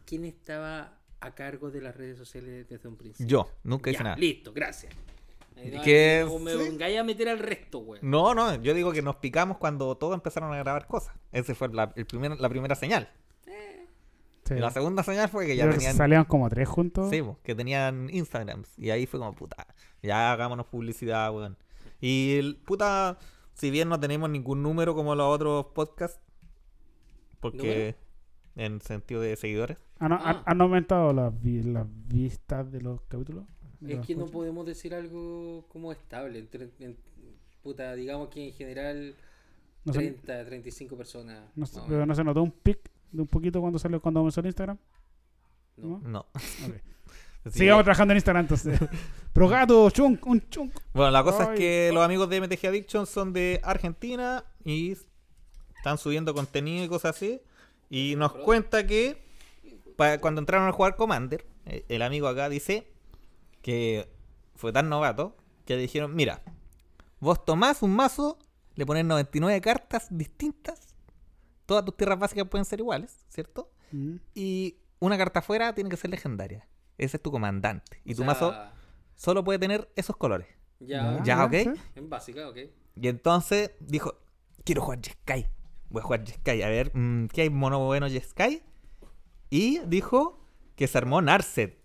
C: ¿Quién estaba a cargo de las redes sociales desde un principio?
A: Yo, nunca hice
C: Ya,
A: nada.
C: Listo, gracias.
A: ¿Y
C: No,
A: qué?
C: no me
A: Sí.
C: vengáis a meter al resto, güey.
A: No, no, yo digo que nos picamos cuando todos empezaron a grabar cosas. Esa fue la, el primer- la primera señal.
B: sí.
A: La segunda señal fue que ya
B: Creo que
A: tenían.
B: salieron como tres juntos.
A: Sí, po, que tenían Instagrams. Y ahí fue como, puta, ya hagámonos publicidad, weón. Y, el- puta, si bien no tenemos ningún número como los otros podcasts, porque en sentido de seguidores,
B: ¿Han, han-
C: Ah.
B: han aumentado las, vi- las vistas de los capítulos? de
C: Es
B: los
C: que no
B: podcasts?
C: podemos decir algo como estable. Tre- en- puta, digamos que en general
B: No sé.
C: 30, 35 personas.
B: No sé,
C: más o
B: pero
C: menos.
B: no se notó un pic de un poquito cuando salió cuando comenzó el Instagram.
C: No.
B: ¿no?
A: no.
B: Ok.
A: Así
B: Sigamos
A: que-
B: trabajando en Instagram entonces. Pero gato, chunk, un chunk.
A: bueno, la cosa
B: Ay.
A: es que los amigos de MTG Addiction son de Argentina y están subiendo contenido y cosas así. Y nos cuenta que pa- cuando entraron a jugar Commander, eh, el amigo acá dice que fue tan novato que le dijeron, mira, vos tomás un mazo, le pones 99 cartas distintas, todas tus tierras básicas pueden ser iguales, ¿cierto?
B: Mm.
A: Y una carta afuera tiene que ser legendaria. Ese es tu comandante. Y tu mazo solo puede tener esos colores.
C: Ya,
A: Ya, ok.
B: Ah, sí.
C: En básica, ok.
A: Y entonces dijo, quiero jugar Jeskai. Voy a jugar Jeskai. A ver, mm, ¿qué hay mono bueno Jeskai? Y dijo que se armó Narset.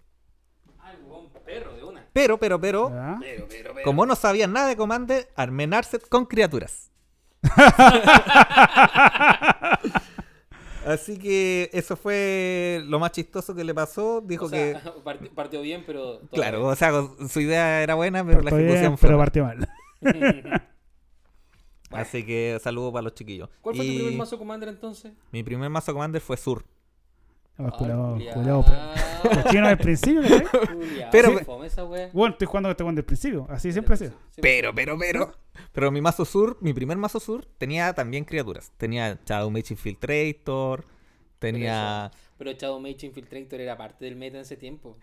C: Ah, el huevón perro de una.
A: Pero, pero, pero,
B: Ya.
C: Ah. Pero, pero, pero.
A: como no sabía nada de Commander, armé Narset con criaturas. Así que eso fue lo más chistoso que le pasó. Dijo
C: O sea,
A: que...
C: parti- partió bien, pero. todavía-
A: Claro, o sea, su idea era buena, pero la
B: Partió bien,
A: ejecución fue...
B: pero
A: mala.
B: partió mal.
A: Así que saludo para los chiquillos.
C: ¿Cuál fue
A: Y
C: tu primer mazo Commander entonces?
A: Mi primer mazo Commander fue Sur.
B: Ah,
C: Ah,
B: culiao,
C: culiao,
B: culiao, pero- Los chinos al principio, ¿cachai?
C: culiao,
A: Pero-
C: qué fome esa wea.
B: Bueno, estoy jugando con este weón del principio. Así siempre ha sido.
C: Sí,
A: Pero, pero, pero. Pero mi mazo sur, mi primer mazo sur, tenía también criaturas. Tenía Shadow Mage Infiltrator. Tenía.
C: Pero Shadow Mage Infiltrator era parte del meta en ese tiempo.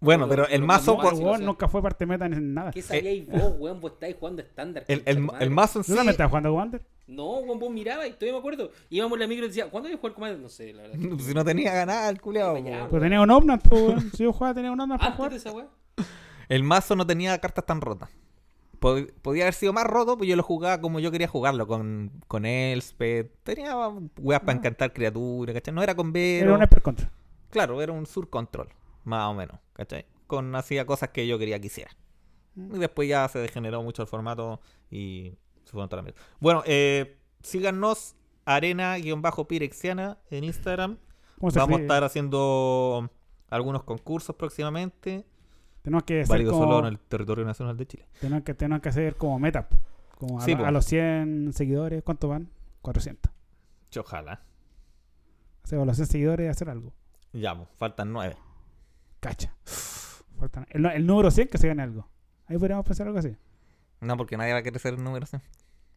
A: Bueno,
C: Pero-
A: pero el
C: pero
A: mazo.
C: como
A: por-
C: así-
B: El
C: no sé.
B: weón nunca fue parte meta ni nada.
C: ¿Qué sabíais vos, weón? Vos estáis jugando estándar.
A: Eh, El,
C: concha
A: el,
C: tu madre.
A: el mazo en sí.
B: ¿Tú también estabas jugando con Wander?
C: No, weón, vos mirabas y todavía me acuerdo. Íbamos en la micro y decía, ¿cuándo voy a jugar Commander? No sé, la verdad.
A: Si no tenía ganada el culeado.
C: Ya,
A: po.
C: weón.
B: Pues tenía un Omnat, pues, weón. Si yo jugaba, tenía un Omnat para
C: Antes de
B: jugar.
C: esa wea.
A: El mazo no tenía cartas tan rotas. Pod- podía haber sido más roto, pues yo lo jugaba como yo quería jugarlo. Con, con Elspeth. Tenía weas para encantar criaturas, ¿cachai? No era con Vero.
B: Era un Esper Contra.
A: Claro, era un sur control, más o menos, ¿cachai? Con hacía cosas que yo quería que hiciera. Y después ya se degeneró mucho el formato y se fueron todas las mierdas. Bueno, eh, síganos arena-pirexiana en Instagram.
B: ¿Cómo
A: Vamos
B: se
A: a
B: escribe?
A: estar haciendo algunos concursos próximamente.
B: Tenemos que hacer
A: Válido solo en
B: como...
A: el territorio nacional de Chile.
B: Tenemos que, tenemos que hacer como meta. Como a,
A: Sí,
B: lo-
A: po.
B: a los 100 seguidores, ¿cuánto van? 400.
A: Ojalá.
B: O sea, a los 100 seguidores hacer algo.
A: Ya, pues, faltan nueve.
B: Cacha. Faltan- El, el número 100 que se gane algo. Ahí podríamos pensar algo así.
A: No, porque nadie va a querer ser el número 100.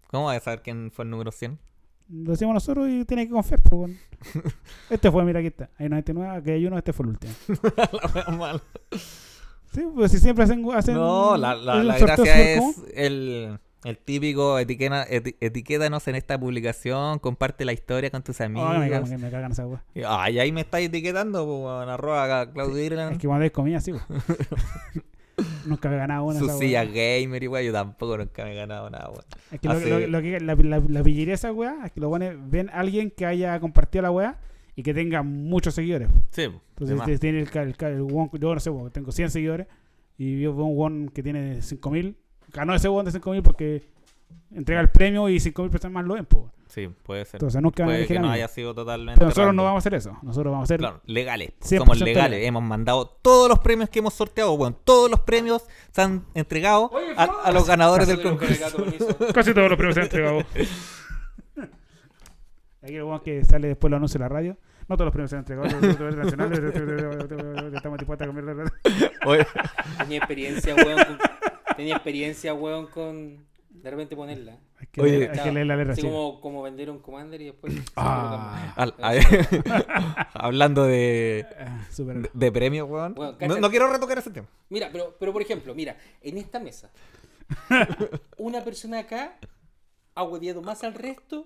A: ¿Cómo vas a saber quién fue el número 100?
B: Lo decimos nosotros y tiene que confiar. po, weón. Este fue, mira, aquí está. Hay 99, aquí hay uno, este fue el último.
A: La wea mala.
B: Sí, pues si siempre hacen. hacen
A: No, la, la-
B: hacen
A: la
B: sorteos
A: gracia
B: súper
A: es
B: como-
A: el, el típico etiqueta, eti- etiquétanos en esta publicación, comparte la historia con tus amigos.
B: Ay, Oh, me, cagan, me cagan esa weá.
A: Y, Ay, ahí me estáis etiquetando, po, weón, arroba a Claudio Irland,
B: Es que cuando es comida, sí, weón. Nunca me ganaba una.
A: su
B: esa weá.
A: silla gamer y weón, yo tampoco nunca me he ganado nada, weón.
B: Es que lo,
A: Hace-
B: lo- lo que la, la, la pillería esa weá es que los guanes ven a alguien que haya compartido la weá y que tenga muchos seguidores.
A: Sí,
B: Entonces
A: demás.
B: te- tiene el, ca- el, ca- el weón- yo no sé, weón, tengo 100 seguidores y yo veo un weón que tiene 5000. Ganó ese weón de 5000 porque entrega el premio y 5000 personas más lo ven, po.
A: sí, puede ser.
B: Entonces nunca van a
A: puede
B: elegir
A: que
B: a
A: no
B: mí.
A: haya sido totalmente.
B: Pero nosotros no
A: random.
B: vamos a hacer eso. Nosotros vamos a hacer
A: Claro, legales.
B: 100%
A: Somos legales.
B: legales.
A: Hemos mandado todos los premios que hemos sorteado, weón. Todos los premios se han entregado
C: Oye,
A: a,
C: Flor.
A: a los ganadores del
C: Soy un
A: concurso.
C: caricato, permiso.
B: Casi todos los premios se han entregado. Aquí el weón que sale después lo anuncia en la radio. No todos los premios se han entregado. los otros nacionales, Estamos dispuestos a cambiar la
A: Oye,
C: Tenía experiencia, weón. Con... Tenía experiencia, weón, con. De repente ponerla.
B: Hay que,
A: Oye.
B: leer, hay que leer la letra.
C: Así
B: sí.
C: como, como vender un Commander y después.
B: Ah.
A: Al- a- hablando de,
B: Ah, súper.
A: de, de premios, weón.
C: Weón,
A: no,
C: cacha-
A: no quiero retocar ese tema.
C: Mira, pero, pero por ejemplo, mira, en esta mesa, una persona acá ha hueviado más al resto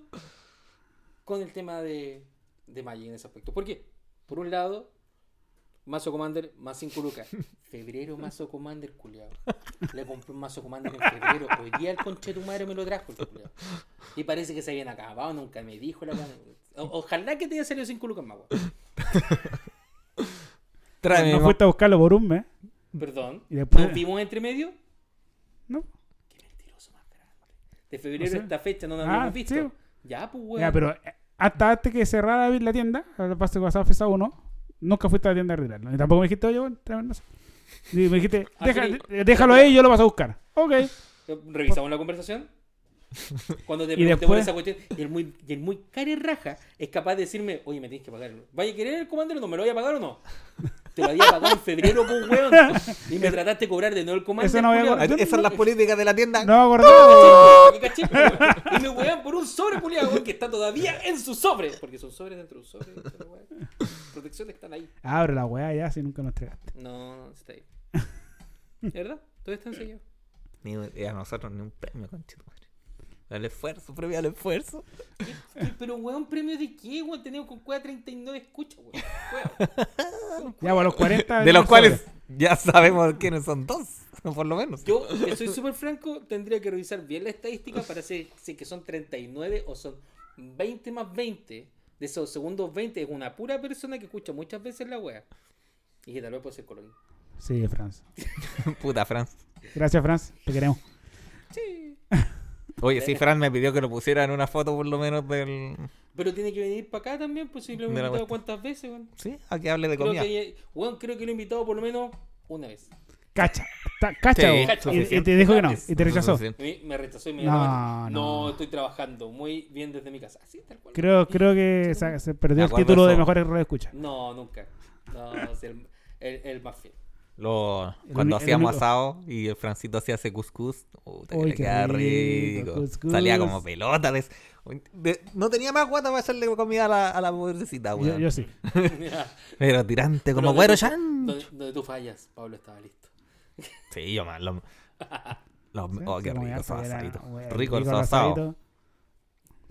C: con el tema de, de Magic en ese aspecto. ¿Por qué? Por un lado, Mazo Commander más 5 lucas. Febrero Mazo Commander, culiado. Le compré un Mazo Commander en febrero. Hoy día el conche de tu madre me lo trajo, el culiao. Y parece que se habían acabado, nunca me dijo la o- Ojalá que te haya salido 5 lucas más, weón.
A: Tráeme,
B: No
A: ma-
B: fuiste a buscarlo por un mes.
C: Perdón.
B: Y después-
C: ¿Nos vimos entre medio?
B: No.
C: Qué mentiroso más grande. De febrero
B: No sé.
C: a esta fecha no nos
B: Ah,
C: habíamos visto.
B: sí.
C: Ya, pues, weón.
B: Ya, pero eh, hasta antes que cerrara David la tienda, al paso pasado FISA 1, nunca fuiste a la tienda a arreglarlo. Y tampoco me dijiste, oye, bueno, tráeme, no sé. Y me dijiste,
C: Ah,
B: "Deja-
C: sí.
B: de- déjalo ahí y yo lo vas a buscar. Ok.
C: Revisamos la conversación. Cuando te
B: Y
C: pregunté por
B: después-
C: esa cuestión, y el muy, y el muy cara y raja es capaz de decirme, oye, me tienes que pagarlo. ¿Vaya a querer el comandante? ¿No me lo voy a pagar o no? Te lo había pagado en febrero, pues, weón. Y me trataste de cobrar de nuevo el comandante.
B: Eso no voy a
C: culiao.
B: acordar.
A: Esas son las políticas de la tienda.
B: No me acordaba.
C: Y caché, po, weón. Y me wean por un sobre, culiado, que está todavía en su sobre. Porque son sobres dentro de un sobre. pero, weón, Protecciones están ahí.
B: Abre la weá ya si nunca nos entregaste.
C: No, no, está ahí. ¿De verdad? Todo está enseñado.
A: Ni un- y a nosotros ni un premio, conchetumare. Al esfuerzo, premio al esfuerzo.
C: ¿Qué- Pero, weón, ¿premio de qué, weón? Tenemos con cueva 39 escuchas, weón. Weón.
B: Ya, por los 40.
A: De los
B: sobre.
A: cuales ya sabemos quiénes son dos, por lo menos.
C: Yo, que soy súper franco, tendría que revisar bien la estadística para saber si que son 39 o son 20 más 20. De esos segundos 20 es una pura persona que escucha muchas veces la wea. Y que tal vez puede ser colón.
B: Sí, Franz.
A: Puta, Franz.
B: Gracias, Franz. Te queremos.
C: Sí.
A: Oye, sí, Franz me pidió que lo pusiera en una foto por lo menos del...
C: Pero tiene que venir para acá también, pues si lo hemos
A: De la
C: invitado
A: cuesta.
C: cuántas veces, weón.
A: Sí, a que hable de
C: Creo
A: comida.
C: que, weón, creo que lo he invitado por lo menos una vez.
B: Cacha. Ta- cacha,
A: Sí,
B: vos.
C: cacho,
B: y, y
A: suficiente.
B: te dijo que no.
C: Gracias.
B: Y te rechazó.
C: Me, me rechazó y me
B: No, no.
C: no, estoy trabajando muy bien desde mi casa. Así, tal cual.
B: Creo, creo que sa- se perdió el
A: Acuerdo
B: título de
A: eso.
B: mejores radio escucha.
C: No, nunca. No, es el, el, el más fiel.
A: Lo-
B: El
A: Cuando
B: uni- el
A: hacíamos
B: único.
A: asado y el Francito hacía ese cuscús, puta, que
B: Uy,
A: le
B: qué
A: quedaba
B: rico,
A: rico.
B: cuscús.
A: Salía como pelota. de- de- no tenía más guata para hacerle comida a la, a la pobrecita,
B: Yo,
A: weón.
B: yo sí.
A: Pero tirante como
C: Pero
A: güero,
C: donde-
A: chan.
C: Donde, donde tú fallas, Pablo estaba listo.
A: Sí, yo más. Lo, lo-
B: Sí,
A: oh, qué
B: sí,
A: rico
B: comía
A: esos
B: era,
A: asaditos.
B: weón,
A: Rico el
B: el
A: asado.
B: asadito,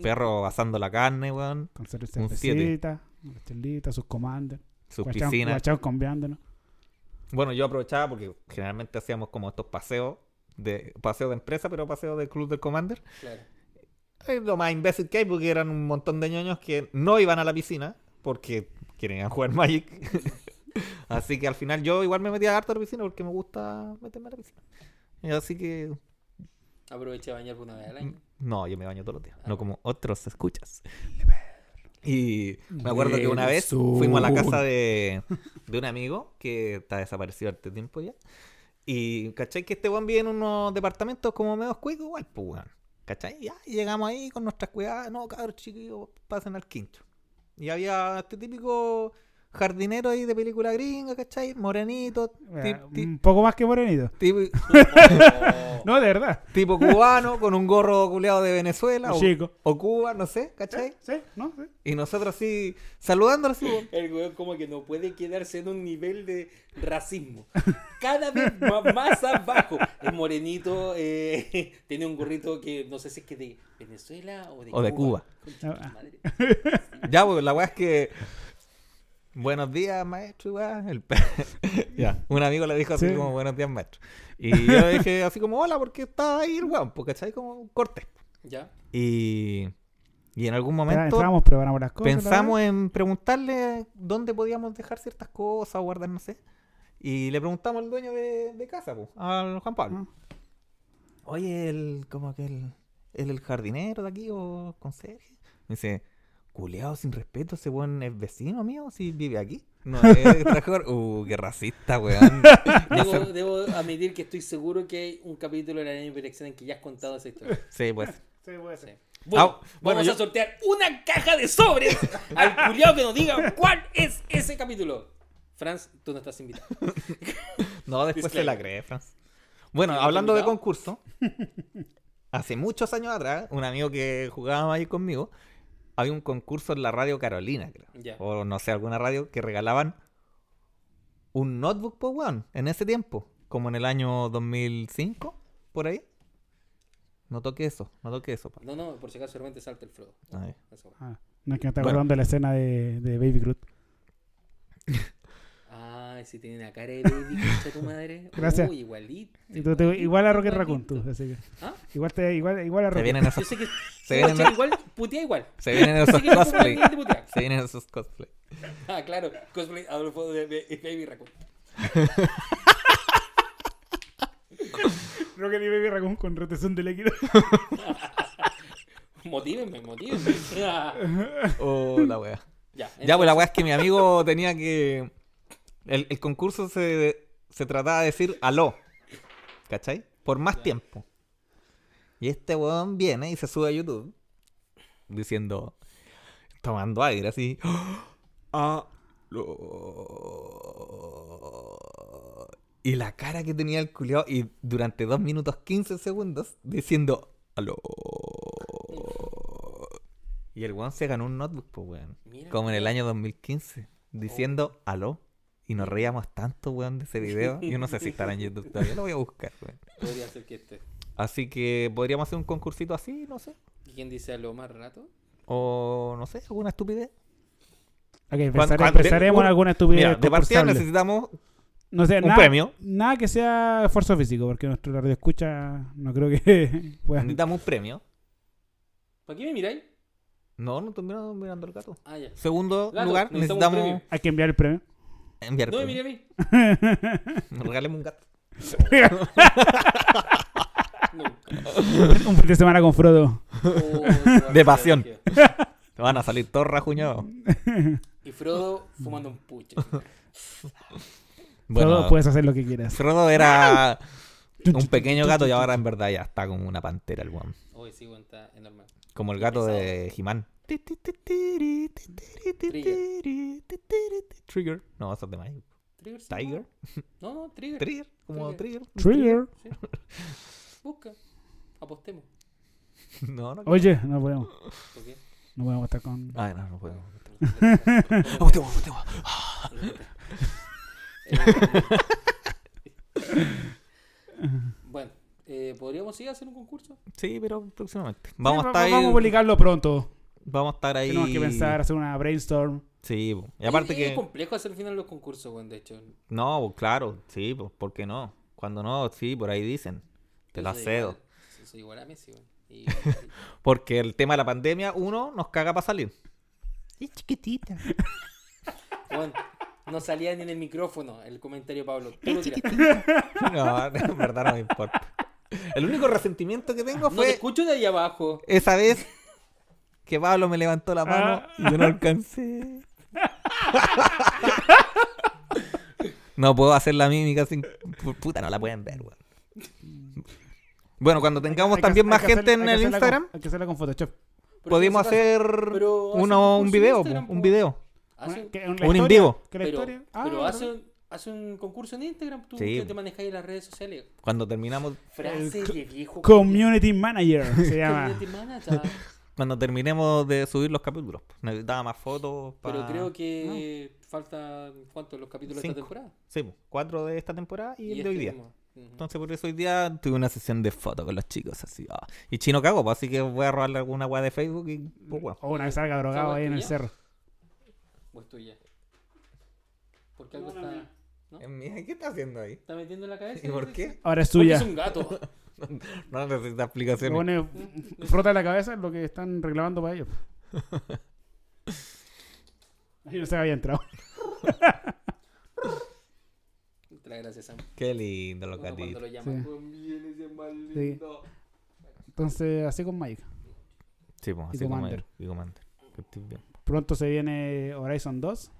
A: Perro asando la carne, weón.
B: Con cer-
A: Un siete.
B: cervecita, unas chelitas, sus comandos.
A: Sus
B: guachao-
A: piscinas.
B: guachao combiándonos.
A: Bueno, yo aprovechaba porque generalmente hacíamos como estos paseos de paseo de empresa, pero paseo del club del Commander.
C: Claro.
A: Es lo más imbécil que hay porque eran un montón de ñoños que no iban a la piscina porque querían jugar Magic. Así que al final yo igual me metía harto a la piscina porque me gusta meterme a la piscina. Y Así que
C: Aproveché a bañar por una vez al
A: Mm,
C: año.
A: No, yo me baño todos los días,
C: Ah.
A: no como otros escuchas. Y me acuerdo que una
B: Del
A: vez
B: sur.
A: fuimos a la casa de, de un amigo que está desaparecido hace tiempo ya. Y cachai que este weón vive en unos departamentos como medio cuicos igual, pues weón. ¿Cachai? Ya, y llegamos ahí con nuestras cuidadas. No, cabros chiquillos, pasen al quincho. Y había este típico jardinero ahí de película gringa, ¿cachai? Morenito, ti-
B: Era
A: ti-
B: Un poco más que morenito.
A: tipo,
C: No,
B: No, de verdad.
A: tipo cubano, con un gorro culeado de Venezuela. o-
B: Chico.
A: o Cuba, no sé, ¿cachai?
B: ¿Eh? ¿Sí? ¿No? ¿Sí?
A: Y nosotros así, saludándolo así, weón.
C: El weón como que no puede quedarse en un nivel de racismo. Cada vez ma- más abajo. El morenito eh, tiene un gorrito que no sé si es que de Venezuela o de
A: O de Cuba.
C: Cuba. Concha
B: Ah.
C: de tu madre.
A: Ya, pues la weá es que. Buenos días, maestro, y weá. El pe- ya, un amigo le dijo así
B: Sí.
A: como, buenos días, maestro. Y yo le dije así como, hola, porque estaba ahí el weón, pues, ¿cachai? Como un corte.
C: ¿Ya?
A: Y. Y en algún
B: Ya
A: momento
B: entramos, preparamos las cosas.
A: pensamos en preguntarle dónde podíamos dejar ciertas cosas o guardar, no sé. Y le preguntamos al dueño de, de casa, pues, al Juan Pablo. Oye, el, como que el, el, el jardinero de aquí o conserje. Me dice, culeado sin respeto, ese weón es vecino mío, si vive aquí. No es trabajador. Uh, qué racista, weón. No
C: Debo,
A: sé-
C: debo admitir que estoy seguro que hay un capítulo de la Niña Perfección en que ya has contado esa historia.
A: Sí, pues.
B: Sí, puede ser.
C: Bueno,
A: Ah, bueno,
C: vamos
A: yo-
C: a sortear una caja de sobres al culiao que nos diga cuál es ese capítulo. Franz, tú no estás invitado.
A: No, después se la
C: Disclaimer.
A: cree, Franz. Bueno,
C: ¿Tiene
A: hablando de
C: invitado?
A: concurso, hace muchos años atrás, un amigo que jugaba ahí conmigo, había un concurso en la radio Carolina, creo.
C: Ya.
A: O no sé, alguna radio que regalaban un notebook, pues, weón, en ese tiempo, como en el año 2005, por ahí. No toque eso, no toque eso, pa.
C: No, no, por si acaso solamente salta el Frodo.
A: Ahí.
C: Eso.
B: Ah, no es que me está
A: Bueno.
B: acordando de la escena de, de Baby Groot.
C: Ay, si tiene la cara de baby, concha tu madre.
B: Gracias.
C: Uy, igualito.
B: Y tú te- igual a Rocket
C: igualito.
B: Raccoon, tú. Así que,
C: ¿Ah?
B: igual, te, igual, igual a
A: Se
B: Rocket.
A: vienen esos,
C: Yo sé que.
A: Se vienen-
C: Concha, igual, putea igual.
A: se vienen esos
C: Sé que no como
A: cosplay.
C: la niña de putea.
A: Se vienen esos cosplay.
C: Ah, claro, cosplay Adolfo de de- de Baby Raccoon.
B: Rocket y Baby Raccoon con rotación del líquido.
C: Motívenme, motívenme. Ah,
A: Oh, la wea.
C: Ya,
A: Ya, pues la weá es que mi amigo tenía que. El, el concurso se, se trataba de decir aló. ¿Cachai? Por más tiempo. Y este weón viene y se sube a YouTube diciendo, tomando aire así. "Ah, lo-". Y la cara que tenía el culiao y durante 2 minutos 15 segundos diciendo, aló. Y el weón se ganó un notebook, pues weón.
C: Mira. Oh.
A: Como en el año 2015, diciendo, aló. Y nos reíamos tanto, weón, de ese video. Yo no sé si estará en YouTube todavía, lo voy a buscar, weón.
C: Podría ser que esté.
A: Así que podríamos hacer un concursito así, no sé.
C: ¿Y quién dice a lo más rato?
A: O no sé, alguna estupidez.
B: Ok,
A: Cuan-
B: empezare-
A: cuan-
B: empezaremos
A: uno-
B: en alguna estupidez.
A: Mira, de partida
B: concursable.
A: necesitamos
B: no sé,
A: un
B: nada,
A: premio.
B: Nada que sea esfuerzo físico, porque nuestro radio escucha, no creo que puedan.
A: necesitamos un premio.
C: ¿Para qué me miráis?
A: No, no terminamos mirando el gato.
C: Ah, ya.
A: Segundo
C: Gato,
A: lugar,
C: necesitamos un
A: necesitamos,
C: premio.
B: Hay que enviar el premio.
A: enviar
C: No me miré
A: premio.
C: a mí.
A: Nos regalemos un gato.
C: No.
B: Un fin de semana con Frodo.
C: Oh, Sebastián
A: De pasión.
C: Tejeda.
A: Te van a salir todos rajuñados.
C: Y Frodo fumando un pucho.
A: Bueno,
B: Frodo, puedes hacer lo que quieras.
A: Frodo era un pequeño gato y ahora en verdad ya está como una pantera el weón.
C: Hoy sí, bueno, está enorme.
A: Como el gato de He-Man. Trigger. No, eso es de Magic.
C: ¿Trigger? sí,
A: Tiger.
C: No, no, no, Trigger.
A: Trigger. Como Trigger.
B: Trigger.
C: Sí. Busca. Apostemos.
A: No, no.
B: Oye, no podemos.
C: ¿Por qué?
B: No podemos estar con.
A: Ay, no, no puedo.
C: Eh, bueno, eh, ¿podríamos ir a hacer un concurso?
A: Sí, pero próximamente. Vamos
B: Sí,
A: a
B: va-
A: estar ahí.
B: vamos a publicarlo pronto.
A: Vamos a estar ahí.
B: Tenemos que pensar, hacer una brainstorm.
A: Sí, po. y aparte
C: Es- Es
A: que.
C: complejo hacer al final los concursos, bueno, de hecho.
A: No, po, claro, sí, po, ¿por qué no? Cuando no, sí, por ahí dicen. Te
C: Yo
A: la
C: soy
A: cedo.
C: igual- Soy, soy igual a Messi, bueno. Y,
A: Porque el tema de la pandemia, uno, nos caga para salir. Es chiquitita.
C: bueno, no salía ni en el micrófono el comentario, Pablo. Tú lo tiraste.
A: No, en verdad no me importa. El único resentimiento que tengo
C: No te
A: fue
C: escucho de ahí abajo.
A: esa vez que Pablo me levantó la mano y yo no alcancé. No puedo hacer la mímica sin. pu- Puta, no la pueden ver, weón. Bueno, cuando tengamos
B: Hay que-
A: también
B: hay
A: más
B: que
A: gente
B: hacerla-
A: en
B: hay
A: el
B: que hacerla con-
A: Instagram,
B: Hay que hacerla con Photoshop.
C: Pero
A: podemos
C: en ese
A: hacer
C: pero
A: uno,
C: hace un
A: un
C: concurso en
A: video,
C: Instagram,
A: po, un
C: po.
A: video.
C: caso,
B: Una-
C: Hace,
B: que- la
A: un en
B: historia-
A: vivo.
B: Que la
C: pero,
B: historia. Ah,
C: pero
B: no,
C: hace,
B: no.
C: un- hace un concurso en Instagram, tú
A: Sí.
C: que te manejáis las redes sociales.
A: Cuando terminamos,
C: Frases de viejo.
B: Community Manager se llama.
C: community manager.
A: cuando terminemos de subir los capítulos, necesitaba más fotos. pa-
C: Pero creo que faltan cuántos los capítulos de
A: Cinco.
C: esta temporada.
A: Sí, po, cuatro de esta temporada y, el de hoy
C: este
A: día.
C: mismo. Ujú.
A: Entonces, por eso hoy día tuve una sesión de fotos con los chicos, así. ah. Y chino cago, pues, así que voy a robarle alguna weá de Facebook y. Pues, weón.
B: O una que salga drogado
C: Esa
B: ahí en el
C: guay
B: cerro.
C: O es tuya. Porque algo
B: No, no,
C: está,
B: mía.
C: ¿no?
A: Mija, Eh, ¿Qué está haciendo ahí?
C: está metiendo en la cabeza.
A: ¿Y por
C: parece.
A: qué?
B: Ahora es
C: Porque
B: suya.
C: es un gato.
A: No necesita
B: Le
A: explicaciones.
B: pone frota en la cabeza lo que están reclamando para ellos. Ahí no se había entrado.
C: Te la gracias, Sam.
A: Qué lindo los
C: Bueno, cuando
A: gatitos.
C: lo llaman.
B: Sí.
C: "Buen bien, ese maldito".
B: Sí. Entonces, así con Mike.
A: Sí, pues,
B: Y
A: así como
B: Commander.
A: él, y Commander. Que estés bien.
B: Pronto se viene Horizon 2.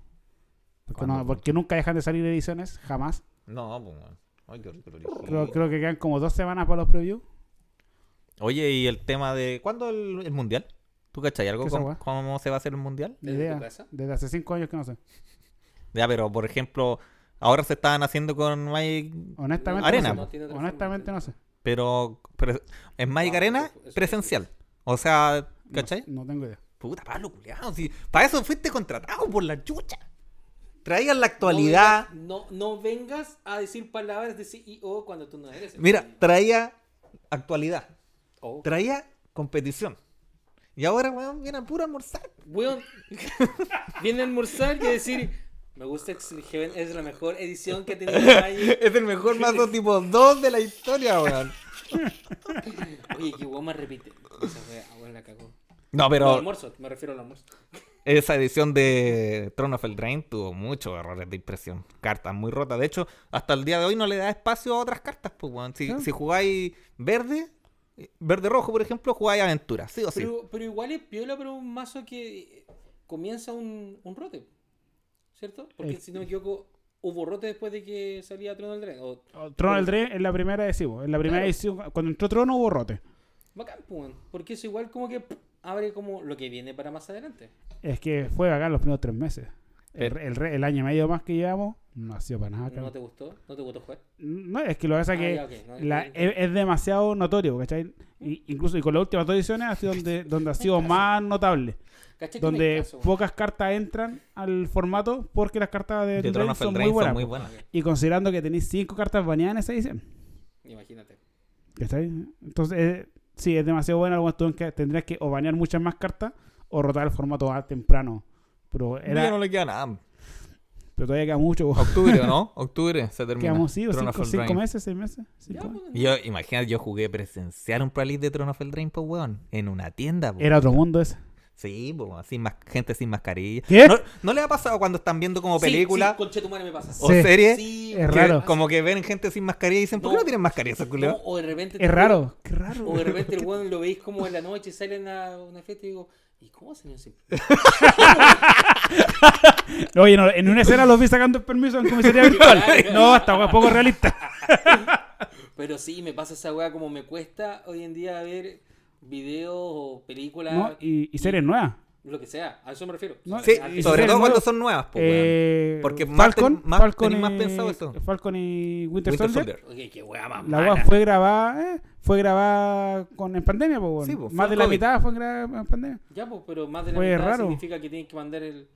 B: Porque,
A: ¿Cuándo,
B: no- porque nunca dejan de salir ediciones, jamás.
A: No, pues, weón. Ay, qué rico lo dije.
C: Oh.
B: Creo, creo que quedan como dos semanas para los previews.
A: Oye, y el tema de. ¿Cuándo el, el mundial? ¿Tú cachai algo
B: ¿Qué esa
A: con-
B: weá?
A: cómo se va a hacer el mundial?
B: Ni
C: ¿Desde tu
B: idea.
C: casa?
B: Desde hace cinco años que no sé.
A: Ya, pero por ejemplo, ahora se estaban haciendo con Magic.
B: Honestamente,
A: Arena,
B: no
A: po.
B: sé.
C: tiene otra forma,
B: Honestamente, no sé.
A: Pero. pre- en Magic
C: Ah,
A: Arena,
C: eso- eso- eso-
A: presencial. O sea, ¿cachai?
B: No, no tengo idea.
A: Puta, Pablo, culiao. Si para eso fuiste contratado por la chucha. Traían la actualidad.
C: No, vengas- no, no vengas a decir palabras de CEO cuando tú no eres. el
A: Mira,
C: CEO.
A: traía actualidad.
C: Oh.
A: Traía competición. Y ahora, weón, viene a puro almorzar.
C: Weón, viene a almorzar y a decir: Me gusta Exil Heaven, es la mejor edición que ha tenido Magic.
A: Es el mejor mazo tipo 2 de la historia, weón.
C: Oye, que Woma repite. Esa wea, ah, weón, la cagó.
A: No,
C: No,
A: pero
C: almuerzo, me refiero al almuerzo.
A: esa edición de Throne of Eldraine tuvo muchos errores de impresión. Cartas muy rotas. De hecho, hasta el día de hoy no le da espacio a otras cartas, pues, weón. Si,
B: Claro.
A: si jugáis verde, verde-rojo, por ejemplo, jugáis aventura. Sí o sí.
C: Pero, pero igual es piola para un mazo que eh, comienza un, un rote, ¿cierto? Porque
B: Eh.
C: si no me equivoco, hubo rote después de que salía Trono del Dren. O,
B: Trono del Dre es la primera de Cibo. En la primera
C: Claro.
B: edición, cuando entró Trono hubo rote.
C: Bacán, pues, weón, porque eso igual como que pff, abre como lo que viene para más adelante.
B: Es que fue bacán los primeros tres meses. El,
A: Pero-
B: el re- el año y medio más que llevamos no ha sido para
A: Ah,
B: nada.
C: ¿No
B: No,
C: te gustó? ¿No te gustó jugar?
B: no, es que lo que pasa
C: Ah,
B: es que
C: ya, ok, no,
B: la-
C: no,
B: es, es demasiado notorio, ¿cachai? Y- incluso y con las últimas dos ediciones ha sido donde, donde ha sido más notable.
C: ¿Cachai que no hay
B: Donde
C: caso, weón?
B: pocas cartas entran al formato porque las cartas de,
A: De
B: Eldraine
A: Throne of
B: son
A: Eldraine
B: muy buenas.
A: son muy
B: po.
C: Ah,
A: buenas.
B: Y considerando que tenéis cinco cartas baneadas en esa edición.
C: Imagínate.
B: ¿Cachai? Entonces, eh, sí, es demasiado bueno. Algunos tuvieron que, tendrías que o banear muchas más cartas o rotar el formato a temprano.
A: No,
B: Pero,
A: ya
B: era,
A: no le queda nada.
B: pero todavía queda mucho. po.
A: Octubre, ¿o ¿no? Octubre se termina.
B: Quedamos, sí, o
A: Throne of
B: cinco,
A: Eldraine.
B: cinco meses, seis meses.
C: Ya,
B: cinco meses.
C: pues,
A: Y Yo, imagínate, yo jugué presenciar un playlist de Throne of Eldraine, pues, weón. En una tienda, po.
B: Era otro mundo ese.
A: Sí, po, sin mas- gente sin mascarilla.
B: ¿Qué?
A: ¿No, no le ha pasado cuando están viendo como
C: Sí,
A: película eh,
C: Sí, conche tu madre me pasa.
A: o
B: Sí.
A: serie?
C: Sí,
A: que
B: Es raro.
A: Como que ven gente sin mascarilla y dicen, ¿por qué no,
C: No.
A: tienen mascarilla esos
C: No,
A: culiados?
C: o de repente.
B: Es raro. Qué raro.
C: O de repente el weón lo veis como en la noche, salen a una fiesta y digo, ¿y cómo hacen eso?
B: Oye, no, en una escena los vi sacando el permiso en comisaría virtual. No, hasta poco realista.
C: Pero sí, me pasa esa weá como me cuesta hoy en día ver videos o películas,
B: ¿no? Y, y series nuevas.
C: lo que sea, a eso me refiero.
B: No,
A: Sí,
C: A-
B: y- y
A: sobre
B: series
A: todo cuando
B: nuevas.
A: son nuevas, po, weón.
B: Eh,
A: Porque más
B: Falcon,
A: ten- más-
B: Falcon,
A: tenés más
B: y,
A: pensado eso.
B: Falcon y Winter,
A: Winter
B: Soldier.
A: Soldier. Ah,
C: Oye, qué weá más
B: La
C: mala.
B: weá fue grabada, eh, fue grabada con, en pandemia, po, weón.
A: Sí, po, fue
B: Más
A: el
B: de la
A: COVID.
B: mitad fue grabada en pandemia.
C: Ya, pues, pero más de la
B: Fue
C: mitad
B: raro.
C: significa que tienen que mandar el,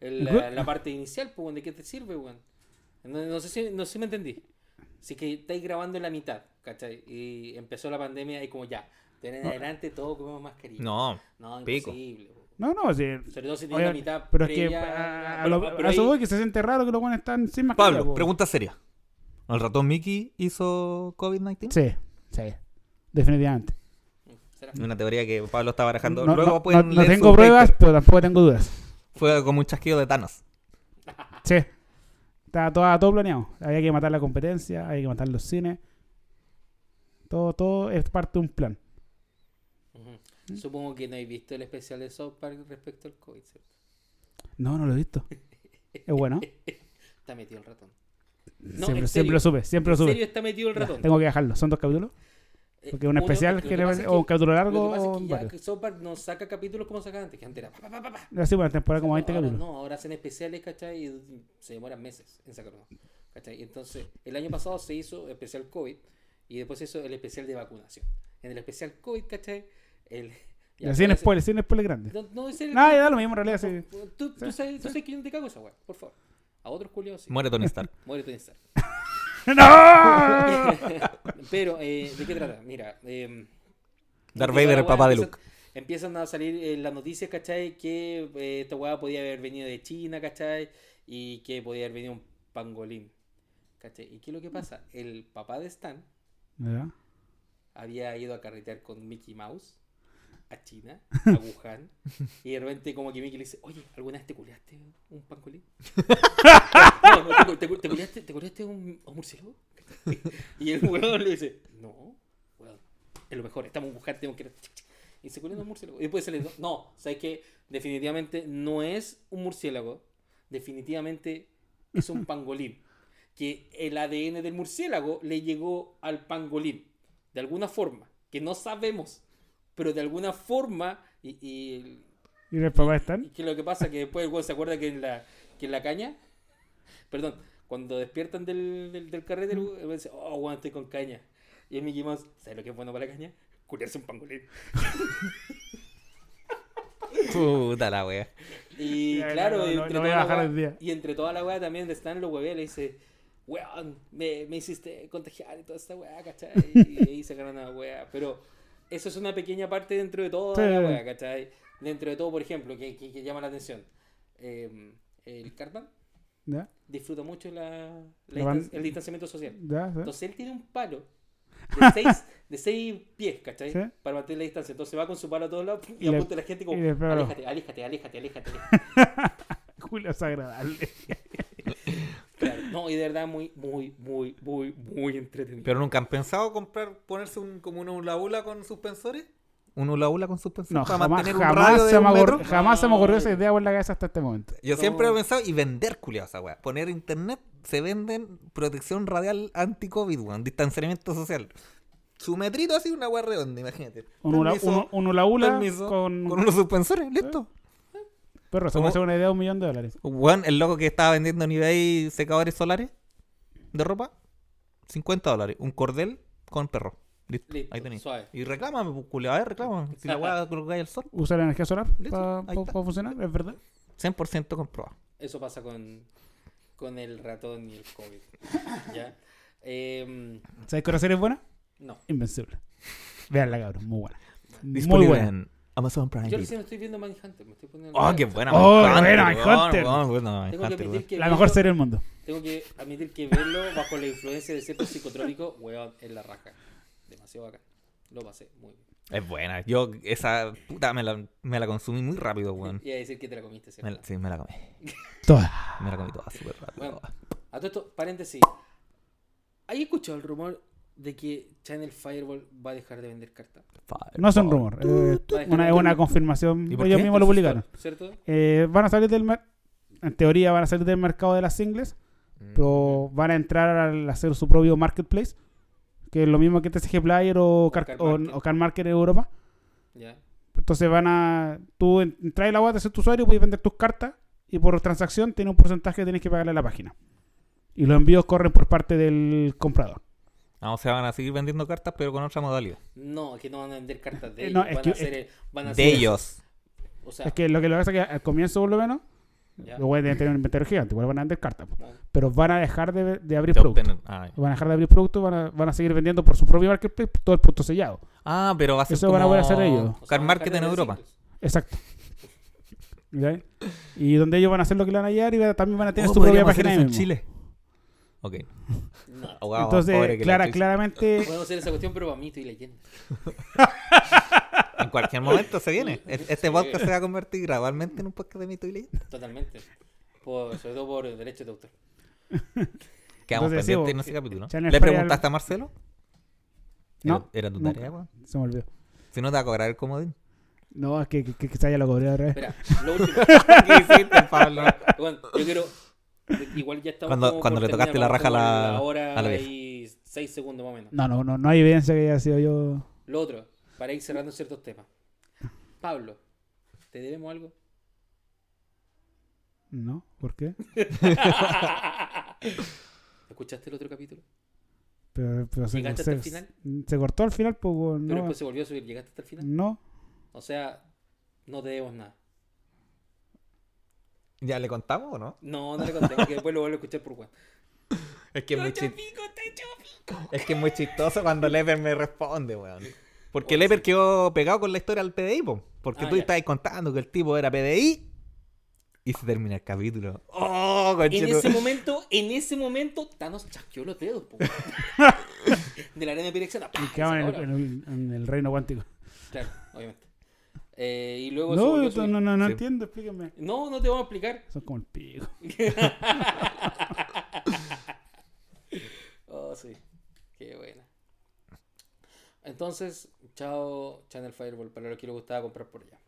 C: el-
B: Ujú.
C: la, la parte inicial, pues, weón, ¿de qué te sirve, weón? No, no sé si, no sé si me entendí. Si que estáis grabando en la mitad, ¿cachai? Y empezó la pandemia y como ya, de ahora en adelante todo comemos mascarilla.
A: No,
C: no
A: pico.
C: imposible. weón.
B: No, no, sí.
C: Sobre todo si tiene la
B: Oigan,
C: mitad
B: pero es que
C: previa,
B: a, a
C: pero-
B: lo-
C: pero
B: a eso
C: ahí-
B: voy que se siente raro que los buenos están sin mascarilla.
A: Pablo,
B: po.
A: pregunta seria. ¿El ratón Mickey hizo COVID-19?
B: Sí, sí. Definitivamente.
C: ¿Será?
A: Una teoría que Pablo está barajando.
B: No,
A: Luego
B: no-
A: pueden
B: no- no
A: leer
B: tengo
A: su
B: pruebas,
A: paper.
B: pero tampoco tengo dudas.
A: Fue como un chasquido de Thanos.
B: Sí. Estaba todo, todo planeado. Había que matar la competencia, había que matar los cines. Todo, todo es parte de un plan.
C: Ujú. Supongo que no habéis visto el especial de South Park respecto al COVID, ¿cierto?
B: No, no lo he visto. Es bueno.
C: Está metido el ratón.
B: siempre,
C: en
B: siempre lo
C: serio.
B: sube, siempre lo
C: En
B: sube.
C: serio está metido el
B: Ya,
C: ratón.
B: tengo que dejarlo. Son dos capítulos.
C: Eh,
B: Porque un
C: uno-
B: especial
C: lo que
B: que le
C: pasa es
B: o un
C: que-
B: capítulo
C: Lo que
B: largo
C: pasa
B: o
C: es que ya
B: varios.
C: que South Park no saca capítulos como sacaba antes, que antes era pa, pa, pa, pa, pa.
B: Así, bueno, temporada como este 20
C: ahora
B: capítulos.
C: no, ahora hacen especiales, ¿cachai? Y se demoran meses en sacarlo. ¿Cachai? Entonces, el año pasado se hizo especial COVID y después se hizo el especial de vacunación. En el especial COVID, ¿cachai? El,
B: Y así en
C: ahora se-
B: spoiler, sin spoiler grande.
C: No, no es el-
B: Nada, ya da lo mismo en realidad. sí.
C: Tú, tú, sabes, tú sabes que yo no te cago esa weá, por favor. A otros culiados sí.
A: Muere Tony Stark.
C: Muere tu Instagram.
B: ¡No!
C: Pero, eh, ¿de qué trata? Mira, eh,
A: Darth
C: empieza
A: Vader,
C: la
A: el
C: weá,
A: papá de
C: empiezan-
A: Luke.
C: Empiezan a salir eh, las noticias, ¿cachai? Que eh, esta weá podía haber venido de China, ¿cachai? Y que podía haber venido un pangolín. ¿Cachai? ¿Y qué es lo que pasa? El papá de Stan
B: Ya.
C: había ido a carretear con Mickey Mouse a China, a Wuhan. y de repente como que Mickey le dice, oye, ¿alguna vez te culiaste un pangolín? no, no, te, cu- te, cu- te culiaste, ¿te culiaste un, un murciélago? y el jugador le dice, no, weón, es lo mejor, estamos en Wuhan, tenemos que ir a-". Y se culió un murciélago. Y después se le dice, no, ¿sabes qué? Definitivamente no es un murciélago, definitivamente es un pangolín. Que el ADN del murciélago le llegó al pangolín de alguna forma, que no sabemos, pero de alguna forma, y, y,
B: ¿Y el papá
C: y
B: están?
C: que lo que pasa es que después el weón se acuerda que en la, que en la caña, perdón, cuando despiertan del, del, del carrete, el weón dice, oh, weón, estoy con caña. Y el Mickey Mouse, ¿sabes lo que es bueno para la caña? Curarse un pangolín.
A: Puta la wea.
C: Y
B: Ya,
C: claro,
B: no, no, no
C: entre
B: voy a
C: toda la
B: bajar
C: wea-
B: hoy día.
C: y entre toda la weá también Stan lo huevea, le dice, weón, me, me hiciste contagiar y toda esta weá, ¿cachai? Y ahí sacaron a la weá. Pero eso es una pequeña parte dentro de toda
B: Sí.
C: la weá, ¿cachai? Dentro de todo, por ejemplo, que, que- que llama la atención. eh, el Cartman
B: ¿Ya?
C: disfruta mucho la, la
B: La ban-
C: distan- el distanciamiento social.
B: ¿Ya? ¿Sí?
C: Entonces él tiene un palo de seis, de seis pies, ¿cachai?
B: Sí.
C: Para mantener la distancia. Entonces va con su palo a todos lados y,
B: Y le-
C: apunta a la gente como,
B: y le pega.
C: aléjate, aléjate, aléjate, aléjate.
B: Julio es agradable.
C: Claro, no, y de verdad muy, muy, muy, muy, muy entretenido.
A: ¿Pero nunca han pensado comprar, ponerse un, como una hula hula con suspensores? ¿Un hula hula con suspensores
B: No,
A: para
B: jamás,
A: mantener un
B: jamás,
A: radio de
B: se me,
A: un
B: ocurrió-
A: metro?
B: jamás se me ocurrió esa
C: No.
B: idea por la cabeza hasta este momento.
A: Yo siempre
C: No.
A: he pensado y vender culiados esa wea. Poner internet, se venden protección radial anti-COVID, weón. Distanciamiento social. su metrito así, una weá redonda, imagínate.
B: Un, ula-
A: Permiso,
B: uno- un ula ula
A: permiso,
B: con,
A: con unos suspensores, listo.
B: Perro, se
A: ¿Cómo?
B: me hace una idea de un millón de dólares.
A: Weón, el loco que estaba vendiendo en eBay secadores solares de ropa, 50 dólares. Un cordel con perro. Listo,
C: Listo,
A: ahí tenés.
C: suave.
A: Y reclámame, pues, culiao, a ver, reclámame. Si la weá colocáis al sol,
B: Usa la energía solar
A: Listo,
B: para
A: ahí está.
B: funcionar, es verdad.
A: 100% comprobado.
C: Eso pasa con, con el ratón y el COVID. ¿Ya? Em,
B: ¿Sabes qué oración es buena?
C: no.
B: Invencible. Veanla, cabrón, muy buena. Muy
A: Disponible
B: buena.
A: en Amazon Prime
C: Yo
A: Video.
C: recién estoy viendo Mindhunter. Me estoy poniendo.
A: Oh, qué buena.
B: Oh,
A: Manhunter,
B: buena,
A: weón,
B: Manhunter.
A: weón, buena
C: Tengo que
A: Manhunter,
C: admitir
A: weón.
C: que,
B: La
C: verlo-
B: mejor serie del mundo.
C: tengo que admitir que verlo bajo la influencia de ciertos psicotrópicos, weón, es la raja. Demasiado bacán. Lo pasé muy bien.
A: Es buena. Yo esa puta me la, me la consumí muy rápido, weón.
C: Y a decir que te la comiste,
A: Mm. Me
C: ¿cierto?
A: la- sí, me la comí.
B: Toda.
A: Me la comí toda súper rápido.
C: Bueno, a todo esto, paréntesis. ¿Hay escuchado el rumor de que Channel Fireball va a dejar de vender cartas?
A: Fire,
B: No es un
A: fire.
B: rumor, eh,
C: Vale,
B: una- es una confirmación.
A: ¿Y por
B: Ellos
A: qué?
B: mismos lo publicaron.
C: ¿Cierto?
B: Eh, van a salir del mer- en teoría van a salir del mercado de las singles,
A: Mm.
B: pero van a entrar al hacer su propio marketplace, que es lo mismo que TCG Player o Car,
C: Car
B: o-
C: Market.
B: o Car Market en Europa.
C: Ya.
B: Entonces van a. Tú en- entras en la web, te haces tu usuario, puedes vender tus cartas y por transacción tiene un porcentaje que tienes que pagarle a la página. Y los envíos corren por parte del comprador.
A: Ah, o sea, van a seguir vendiendo cartas, pero con otra modalidad.
C: No, es que no van a vender cartas de
B: Eh,
C: ellos.
B: no, es
C: van
B: que-
C: a
B: es
C: hacer,
B: que-
C: el- van a
A: De
C: hacer-
A: ellos.
C: O sea,
B: es que lo que lo que pasa es que al comienzo, por lo menos,
C: ya.
B: los web deben tener un inventario gigante, igual van a vender cartas. po.
C: No,
B: Pero van a dejar de, de abrir
A: De
B: productos.
A: obtener- ah, ya.
B: Van a dejar de abrir productos, van a, van a seguir vendiendo por su propio marketplace todo el punto sellado.
A: Ah, pero va a ser
B: Eso
A: como...
B: van a poder hacer ellos.
C: o sea,
A: Car
C: van a
A: Market
C: dejar
A: en
C: de
A: Europa.
C: decirlos.
B: Exacto. ¿Ya? Y donde ellos van a hacer lo que le van a llevar y van a- también van a tener
A: Oh,
B: su propia
A: podríamos hacer
B: página
A: eso
B: de
A: en Chile. Ok.
C: No.
A: Abogado más pobre
B: Entonces,
A: que la
B: clara,
A: chucha.
B: claramente
C: Podemos hacer esa cuestión, pero para mí estoy leyendo.
A: En cualquier momento se viene. E- Este
C: Sí.
A: podcast se va a convertir gradualmente en un podcast de mito y leyenda.
C: Totalmente. Por, sobre todo por derecho de autor.
A: Quedamos
B: Entonces, sí,
A: pendientes
B: vos-
A: en ese capítulo.
B: Channel
A: ¿Le
B: Fire-
A: preguntaste a Marcelo?
B: No,
A: Era- Era tu
B: nunca.
A: tarea, weón.
B: se me olvidó.
A: Si no te va a cobrar el comodín.
B: No, es que, que, que se haya lo cobré otra vez.
C: Espera, lo último.
A: ¿Qué hiciste, Pablo?
C: Bueno, yo quiero. Igual ya estamos.
A: Cuando-
C: como
A: cuando
C: por
A: le tocaste
C: terminar,
A: la raja a la-
C: vamos como en
A: a la
C: hora
A: vieja.
C: y seis segundos más o menos.
B: No, no, no, no hay evidencia que haya sido yo.
C: Lo otro, para ir cerrando ciertos temas. Pablo, ¿te debemos algo?
B: No, ¿por qué?
C: ¿Escuchaste el otro capítulo?
B: Pero, pero se,
C: ¿Llegaste
B: se-
C: hasta el final?
B: se cortó al final, pues weón,
C: Pero
B: no.
C: después se volvió a subir. ¿Llegaste hasta el final?
B: no.
C: O sea, no te debemos nada.
A: ¿Ya le contamos o no?
C: No, no le conté, porque después lo vuelvo a escuchar por Juan.
A: Es que es muy, chis-
C: pico, te chupi.
A: es que es muy chistoso cuando Leper me responde, weón. Porque Leper quedó pegado con la historia del PDI, po. Porque
C: Ah,
A: tú
C: ya.
A: estabas contando que el tipo era PDI y se termina el capítulo. ¡Oh,
C: En
A: conchetu-
C: ese momento, en ese momento, Thanos chasqueó los dedos, po. De la arena pirexana. ¡pah!
B: Y quedaba en el,
C: Ahora.
B: en el- en el reino cuántico.
C: Claro, obviamente. Eh, y luego. se
B: No,
C: volvió a
B: yo
C: subir.
B: no, no, no
A: Sí.
B: entiendo, explíquenme.
C: No, no te vamos a explicar.
B: Son como el pico.
C: Oh, sí. Qué buena. Entonces, chao, Channel Fireball. Para lo que le gustaba comprar por allá.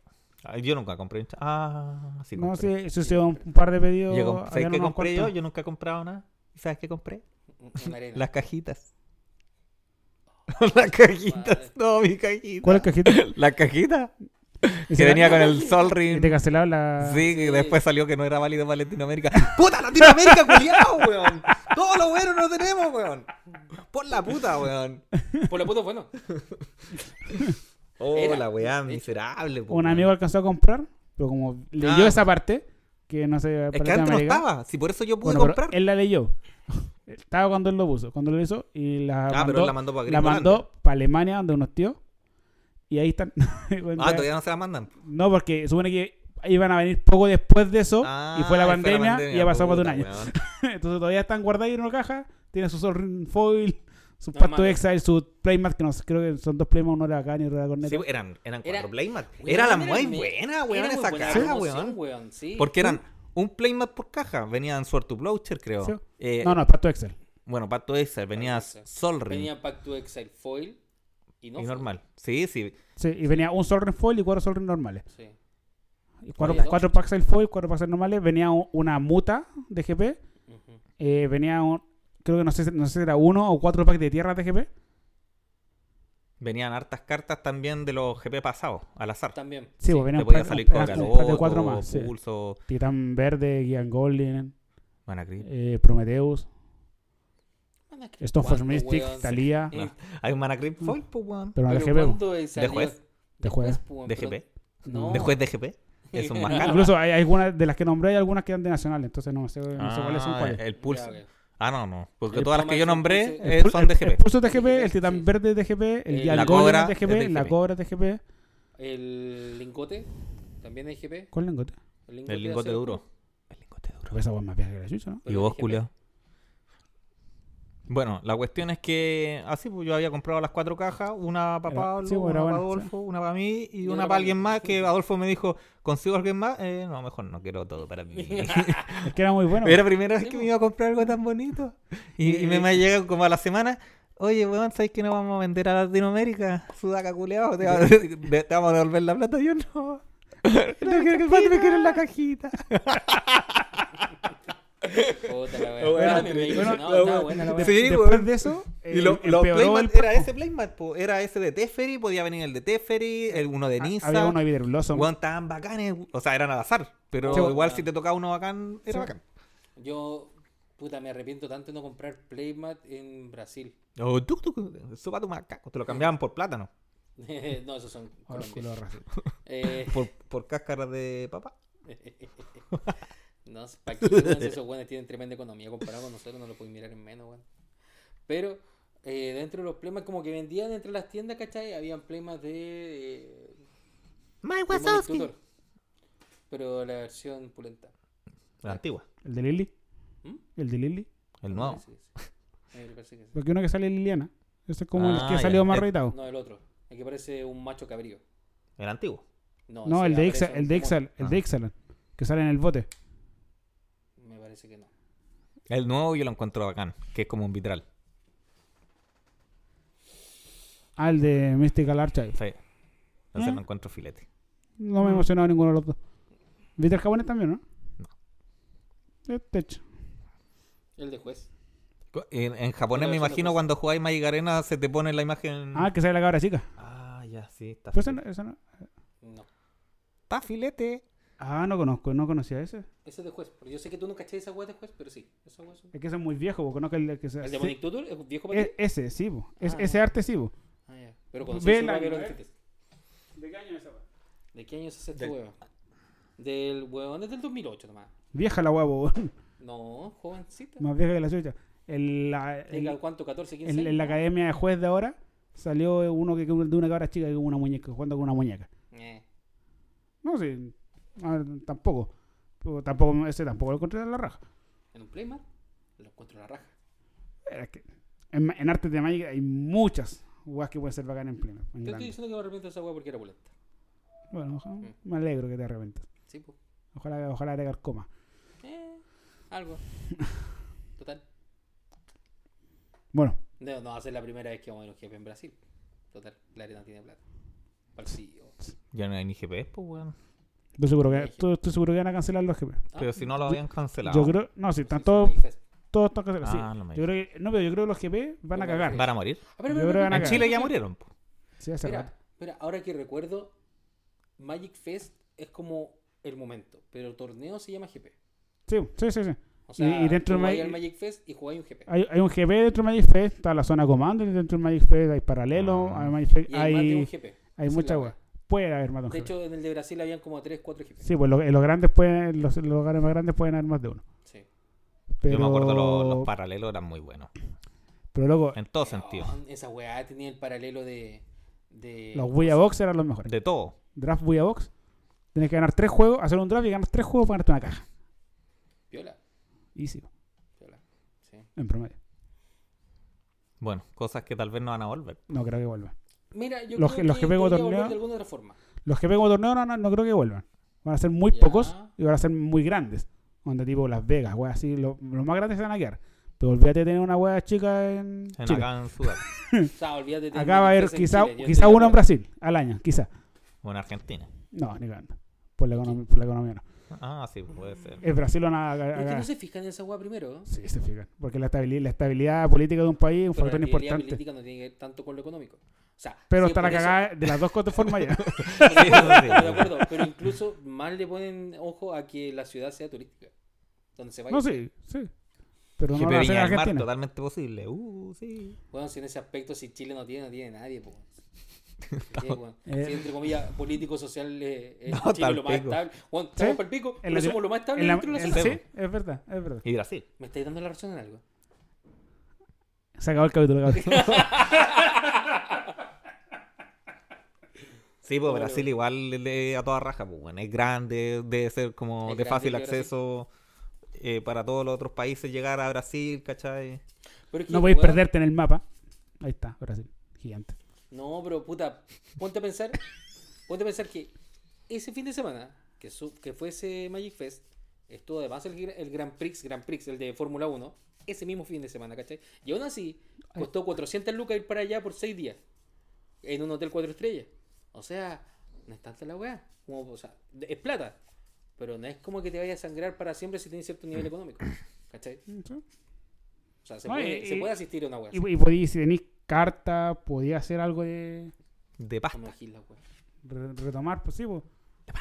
A: Ay, yo nunca compré. un cha- Ah, sí
B: No,
A: compré.
B: sí, eso ha sido un par de pedidos.
A: Yo comp- ¿Sabes
B: habían
A: qué
B: unos
A: compré yo?
B: cuantos.
A: Yo nunca he comprado nada. ¿Y sabes qué compré?
C: Una arena.
A: Las cajitas. Las cajitas.
C: Madre.
A: No, mi cajita.
B: ¿Cuál es el cajito?
A: La cajita
B: ¿Y
A: que
B: se-
A: venía con el Sol
B: y
A: Ring.
B: te cancelaron este la.
A: Sí, que
C: Sí.
A: después salió que no era válido para Latinoamérica. ¡Puta Latinoamérica, culiao, weón! Todos los buenos no tenemos, weón. Por la puta, weón.
C: Por lo puto, bueno.
A: Oh,
C: Era,
A: la weá
C: de hecho.
A: miserable, po,
B: Un
A: weón.
B: amigo alcanzó a comprar, pero como leyó
A: Ah.
B: esa parte, que no se.
A: Es que antes no estaba. Si por eso yo pude
B: Bueno, pero eh,
A: comprar.
B: él la leyó. Estaba cuando él lo puso, cuando lo hizo y la
A: Ah,
B: mandó,
A: pero él la mandó para
B: la mandó para Alemania donde unos tíos y ahí están. Bueno,
A: Ah,
B: ya-
A: todavía no se la mandan.
B: No, porque supone que iban a venir poco después de eso
A: Ah,
B: y fue la pandemia, y ya pasó más de un
A: puta,
B: año.
A: weón.
B: Entonces todavía están guardados en una caja, tienen su Sol foil, su
C: No,
B: pacto
C: mano.
B: exile, su playmat que no sé, creo que son dos playmat, uno era acá y otro era corneta.
A: Sí, pues, eran, eran
C: Era-
A: cuatro Playmat.
C: Weón,
A: Era la
C: era
A: muy
C: me-
A: buena, weón,
C: Era muy
A: esa
C: buena
A: caja,
C: promoción,
A: weón.
C: weón, sí.
A: Porque eran un Playmat por caja. Venían Suertu Bloucher, creo.
B: Sí.
A: Eh,
B: No, no, pacto exile.
A: Bueno, Pacto Excel, venía
C: Pacto Excel.
A: Solring
C: Venía Pack to Exile Foil y no.
A: y
C: foil.
A: normal. Sí, sí.
B: Sí, y venía un Sol foil y cuatro Sol normales.
C: Sí.
B: Y Cuatro,
C: Oye,
B: cuatro packs del foil, cuatro packs del normales, venía u- una muta de GP.
C: Ujú.
B: Eh, venía un- creo que no sé, no sé si era uno o cuatro packs de tierra TGP.
A: Venían hartas cartas también de los GP pasados, al azar.
C: También.
B: Sí, pues
A: Te
B: venían
A: podía
B: un
A: salir
B: pack- un
A: con
B: pack- un pack de
A: Galoto,
B: cuatro más. sí.
A: Pulso,
B: Titán Verde, Gian Golden,
A: Manacryl.
B: eh, Prometheus, Stone
C: ¿Cuánto,
B: for Mystic,
C: weón?
B: Thalia.
C: Eh,
A: Hay un Manacryl foil, pues, weón.
B: Mm. Pero no
C: pero
B: DGP.
C: ¿cuándo salió?
A: De juez.
B: De juez.
C: pues, weón,
A: De
C: pero-
A: GP.
C: No.
A: De juez de GP. Es un más caro.
B: Incluso hay algunas de las que nombré, hay algunas que eran de Nacional, entonces no sé, no sé cuáles son
A: Ah,
B: cuáles.
A: El
C: Ya,
A: pulso.
C: ok.
A: Ah, no, no. Porque
C: El
A: todas las que yo
C: Puma
A: nombré
C: Express
A: eh,
B: pul-
A: son de
B: El
A: GP.
B: pulso de GP, el titán
C: Sí.
B: verde de GP, el
C: Eh,
B: Gian
C: la
B: Golden
A: cobra
B: de
A: es
B: GP,
A: de
B: la
A: GP.
B: cobra de GP.
C: El lingote. También es GP.
B: ¿Cuál lingote?
A: El lingote
C: azul.
A: duro. El lingote duro.
B: Pero esa weón más vieja que la chucha, ¿no?
A: Y
C: Pero
A: vos,
C: dije,
A: culiao. Bueno, la cuestión es que así pues yo había comprado las cuatro cajas, una para
B: Era-
A: Pablo,
B: sí, pues,
A: una
B: era
A: para
B: buena, sí.
A: Adolfo, una para mí y,
C: Y
A: una
C: otra
A: para
C: para
A: alguien
C: mí.
A: más que Adolfo me dijo, ¿consigo alguien más? Eh, no, mejor no quiero todo para mí.
B: Es que era muy bueno.
A: Era la primera vez
C: Ah, Sí,
A: que me
C: pues.
A: iba a comprar algo tan bonito. Y, y me,
C: Eh.
A: me llega como a la semana, oye, weón, ¿sabes que no vamos a vender a Latinoamérica? Sudaca culeado, te, va- te vamos a devolver la plata. Yo no. No quiero que me quiero la cajita.
C: Puta la wea.
A: Bueno,
C: Ah, me- me
A: bueno,
C: ilusionaba,
B: la
C: estaba
B: wea-
C: buena la
A: Sí,
C: wea.
B: Después
A: weón.
B: de eso, eh,
A: Y lo, los
B: empeoró
A: playmat
B: el
A: era
B: pack.
A: ese playmat, po. era ese de Teferi, podía venir el de Teferi, el uno de Nisa.
B: Ah, Había uno de Bitter Blossom.
A: Weón, estaban bacanes, o sea, eran al azar, pero
C: Sí, weón.
A: igual si te tocaba uno bacán, era bacán.
C: Yo, puta, me arrepiento tanto de no comprar Playmat en Brasil.
A: O tuk tuk, sopa tu macaco, te lo cambiaban por plátano,
C: no, esos son
B: Oh,
C: colombianos.
B: culo racista.
C: Eh,
A: por, por cáscaras de papá.
C: no, para que vean si esos buenos tienen tremenda economía comparado con nosotros, no lo pueden mirar en menos, weón. Pero eh, dentro de los Playmat, como que vendían entre las tiendas, ¿cachai? Habían Playmat de. eh,
A: My
C: Demonic
A: Wazowski.
C: Tutor, pero la versión pulenta.
A: La antigua,
B: ¿El de Lily?
C: ¿Mm?
B: ¿El de Lily?
A: el
C: Me
A: nuevo.
C: parece que sí. Me parece que sí.
B: Porque uno que sale Liliana. Este es como
A: Ah,
B: el que
A: ya.
B: salió más
A: El-
B: reeditado.
C: No, el otro. El que parece un macho cabrío.
A: El antiguo.
C: No, ah,
B: No,
C: ese
B: el de
C: aparece
B: Ixalan,
C: un
B: el de
C: mono.
B: Ixalan, el de
A: Ah.
B: Ixalan, que sale en el bote.
C: Me parece que no.
A: El nuevo yo lo encuentro bacán, que es como un vitral.
B: Ah, el de Mystical Archive.
A: Sí. Entonces
B: ¿Eh?
A: lo encuentro filete.
B: No me emocionaba ninguno de los dos. ¿Viste el japonés también, no?
A: No.
B: Eh, techo.
C: El de juez.
A: Co- En, en japonés
C: Pero
A: me
C: eso no
A: imagino
C: pasa.
A: cuando jugáis Magic Arena se te pone la imagen.
B: Ah, que sale la cabra chica.
A: Mm. Ah, ya, sí, está
B: Pero ese
A: filete.
B: no- ese no-
C: No.
A: Está filete.
B: Ah, no conozco, no conocía ese.
C: Ese es de juez. Porque yo sé que tú no caché esa weá de juez, pero sí. Esa weá es un-
B: Es que ese es muy viejo, porque conozco el que se.
C: El
B: sí.
C: de Monic Tutor es viejo para ti.
B: E- ese, sí, bo. Es-
C: Ah,
B: ese
C: ya.
B: arte, sí, bo.
C: Ah, ya. Pero cuando
B: Ve
C: se hizo
B: la-
C: rápido lo
B: a ver.
C: dijiste.
B: ¿De qué año esa
C: ¿De qué año es ese
A: Del-
C: weón? Del weón es del 2008 nomás.
B: Vieja la huevo,
C: No, jovencita.
B: Más vieja que la suya. El, la, el-
C: Tenga, ¿Cuánto? ¿14, 15
B: en, en la
C: años?
B: academia de juez de ahora salió uno que, que de una cabra chica que con una muñeca, jugando con una muñeca.
C: Eh.
B: No sé, tampoco. Pero tampoco ese tampoco lo encontré en la raja.
C: En un Playmat lo encuentro en la raja.
B: Era que en, en artes de Magic hay muchas jugadas que pueden ser bacanas en pleno. en
C: Yo estoy Mm.
B: grande.
C: diciendo que me arrepiento de esa weá porque era pulenta.
B: Bueno, ojalá- me alegro que te arrepentas.
C: Sí, pues.
B: Ojalá, ojalá te coma.
C: Eh, algo. Total.
B: Bueno,
C: No, no va a ser la primera vez que vamos a ir a un GP en Brasil. Total, la arena tiene plata. Bolsillo.
A: Ya no hay ni GPS, pues, weón.
B: estoy seguro que, estoy, estoy seguro que van a cancelar los GP.
C: Ah,
A: Pero si no lo habían cancelado.
B: Yo creo, no, sí,
C: pues
B: están
C: sí,
B: todos,
C: son manifest-
B: todos están cancelados. sí.
A: Ah, lo mismo.
B: yo creo que, no, pero yo creo que los GP van a
C: Yo creo
B: cagar.
C: que-
A: ¿Van a morir?
C: Ah, pero,
B: Yo
C: pero,
B: creo que van a
A: En
B: cagar.
A: Chile ya murieron, po.
B: Sí, hace rato.
C: Mira, mira, ahora que recuerdo, Magic Fest es como el momento, pero el torneo se llama GP.
B: Sí, sí, sí. sí.
C: O sea,
B: y dentro
C: tú
B: de
C: vas
B: Magic-
C: al Magic Fest y jugáis un GP.
B: Hay, hay un GP dentro de Magic Fest, está la zona Commander dentro de Magic Fest, hay paralelo,
A: Ah.
B: hay Magic Fest,
C: Y hay, más de un
B: hay,
C: GP. Esa
B: hay
C: es
B: mucha
C: la
B: agua. Puede haber más de un
C: De
B: GP.
C: hecho, en el de Brasil habían como 3, 4 GP.
B: Sí, pues lo- en los grandes pueden, los, los lugares más grandes pueden haber más de uno.
C: Sí.
B: Pero,
A: Yo me acuerdo lo- los paralelos eran muy buenos.
B: pero luego,
A: En todo sentido.
C: Weón, Ah, Esa weá tenía el paralelo de. de
B: los Buya Box eran los mejores.
A: De todo.
B: Draft Buya Box, tienes que ganar tres juegos, hacer un draft y ganar tres juegos para ganarte una caja.
C: Viola.
B: Easy,
C: Viola. Sí.
B: en promedio.
A: Bueno, cosas que tal vez no van a volver.
B: No creo que vuelvan.
C: Mira, yo
B: Los
C: creo
B: que- los
C: que,
B: que pegó
C: debería volver
B: torneo-
C: de alguna otra forma.
B: Los GP como torneo no, no, no creo que vuelvan. Van a ser muy
C: Ya.
B: pocos y van a ser muy grandes. Donde tipo Las Vegas, weas así, lo- los más grandes se van a quedar. Pero olvídate de tener una wea chica en,
A: En
B: Chile.
A: acá en Sudáfrica
C: O sea, olvídate de
B: Acá va a haber
C: Manifest en
B: quizá,
C: Chile, yo
B: quizá
C: estoy
B: uno en
C: de acuerdo.
B: Brasil al año, quizá.
A: o en Argentina.
B: No, ni cagando. Por la economía, por la economía no.
A: Ah, sí, puede ser.
B: El Brasil lo van a- a-
C: ¿Por qué
B: a-
C: no se fijan en esa weá primero? ¿eh?
B: Sí, se fijan. Porque la estabilidad, la estabilidad política de un país es un
C: Pero
B: factor
C: la estabilidad
B: importante.
C: política no tiene que ver tanto con lo económico. O sea,
B: Pero
C: sí,
B: está la
C: por eso-
B: cagada de las dos cosas formas ya.
C: Estoy de acuerdo,
A: Sí,
C: estoy de
A: sí.
C: acuerdo, pero incluso más le ponen ojo a que la ciudad sea turística. Donde se vaya.
B: No, sí, sí. Pero
A: Jepe
B: no lo hacen
A: Viña
B: en
A: del Mar,
B: Argentina.
A: totalmente posible. Uh, sí.
C: Bueno, si en ese aspecto, si Chile no tiene, no tiene nadie, po. Sí, bueno.
B: Eh.
C: Si entre comillas, político, social, eh, eh,
A: No,
C: Chile es lo más
A: tampico.
C: estable. Bueno, estamos
B: Sí.
C: para el pico,
B: la-
C: pero somos lo más estable
B: en la-
C: dentro de la
B: en-
C: sociedad.
A: sociedad.
B: Sí, es verdad, es verdad.
A: Y Brasil.
C: ¿Me estáis dando la razón en algo?
B: Se acabó el capítulo, cabrón.
A: Sí, pues
C: Bueno.
A: Brasil igual le- le- a toda raja, pues bueno, es grande, debe ser como
C: Es
A: de
C: grande
A: fácil
C: que Brasil.
A: acceso eh, para todos los otros países llegar a Brasil, ¿cachai?
C: Pero es que,
B: No podéis
C: weón,
B: perderte en el mapa. Ahí está, Brasil. Gigante.
C: No, pero puta, ponte a pensar, ponte a pensar que ese fin de semana, que, su- que fue ese Magic Fest, estuvo además el, gra- el Grand Prix, Grand Prix, el de Fórmula 1, ese mismo fin de semana, ¿cachai? Y aún así, costó 400 lucas ir para allá por 6 días, en un hotel 4 estrellas. O sea, no es tanta la weá, como, o sea, de- es plata, pero no es como que te vaya a sangrar para siempre si tienes cierto nivel económico, ¿cachai? O sea, se,
B: Mm. No,
C: puede,
B: y-
C: se
B: y-
C: puede asistir a una weá. así.
B: Y, y podí- si tenéis carta, podía hacer algo de
A: De
C: Como
A: pasta.
C: Gil, la weá.
B: re- retomar, pues sí, pues.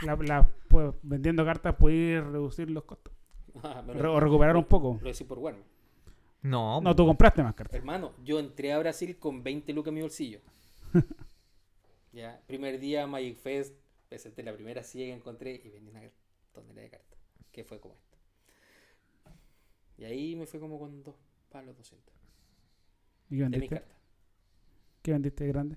B: La- la- pues, vendiendo cartas podí reducir los costos.
C: Ah, Me
B: Re- o recuperar un poco.
C: Lo Eh, decís por Warner.
A: No, pues,
B: No, tú compraste más cartas.
C: Hermano, yo entré a Brasil con 20 lucas en mi bolsillo. ya, primer día Magic Fest, presenté la primera silla que encontré y vendí una tonelada de cartas, que fue como esta. Y ahí me fue como con dos palos 200
B: ¿Y qué
C: de mis
B: vendiste?
C: cartas,
B: ¿Qué vendiste de grande?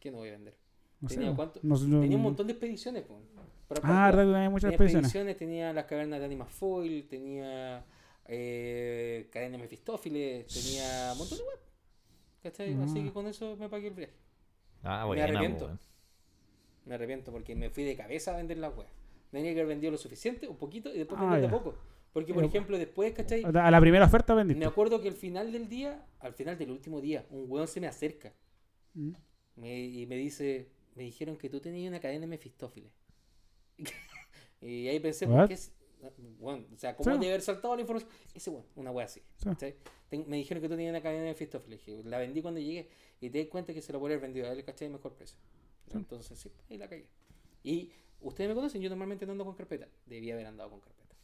C: que no voy a vender.
B: No sé.
C: Tenía
B: no-
C: cuánto-
B: no sé, no-
C: Tenía un montón de expediciones, po. Pero
B: Mm. Ah, verdad
C: aparte,
B: que tenía muchas
C: tenía
B: expediciones.
C: expediciones, tenía las cavernas de Anima Foil, tenía eh, cadenas Mefistófiles, tenía un montón de web. ¿Cachai? Así
B: Ah.
C: que con eso me pagué el viaje.
A: ah,
C: me
A: bueno,
C: arrepiento. Me arrepiento porque me fui de cabeza a vender las weas. Tenía que haber vendido lo suficiente, un poquito, y después
B: Ah,
C: vender de a
B: ya.
C: poco. Porque, por
B: Pero- ah,
C: ejemplo, después, ¿cachai?
B: O sea, A la primera oferta
C: Me
B: vendiste.
C: acuerdo que al final del día, al final del último día, un weón se me acerca
B: Mm.
C: me- y me dice, me dijeron que tú tenías una cadena de Mefistófiles. y ahí pensé, ¿por
B: What?
C: qué es- Weón, o sea, ¿cómo
B: Sí.
C: debe haber saltado la información? Ese weón, una wea así.
B: Sí.
C: ¿cachai? Ten- me dijeron que tú tenías una cadena de Mefistófiles. Dije, La vendí cuando llegué y te di cuenta que se la podía haber vendido a él, ¿cachai? Mejor precio. Entonces, sí, ahí la cagué. Y ustedes me conocen, yo normalmente no ando con carpeta. Debía haber andado con carpeta.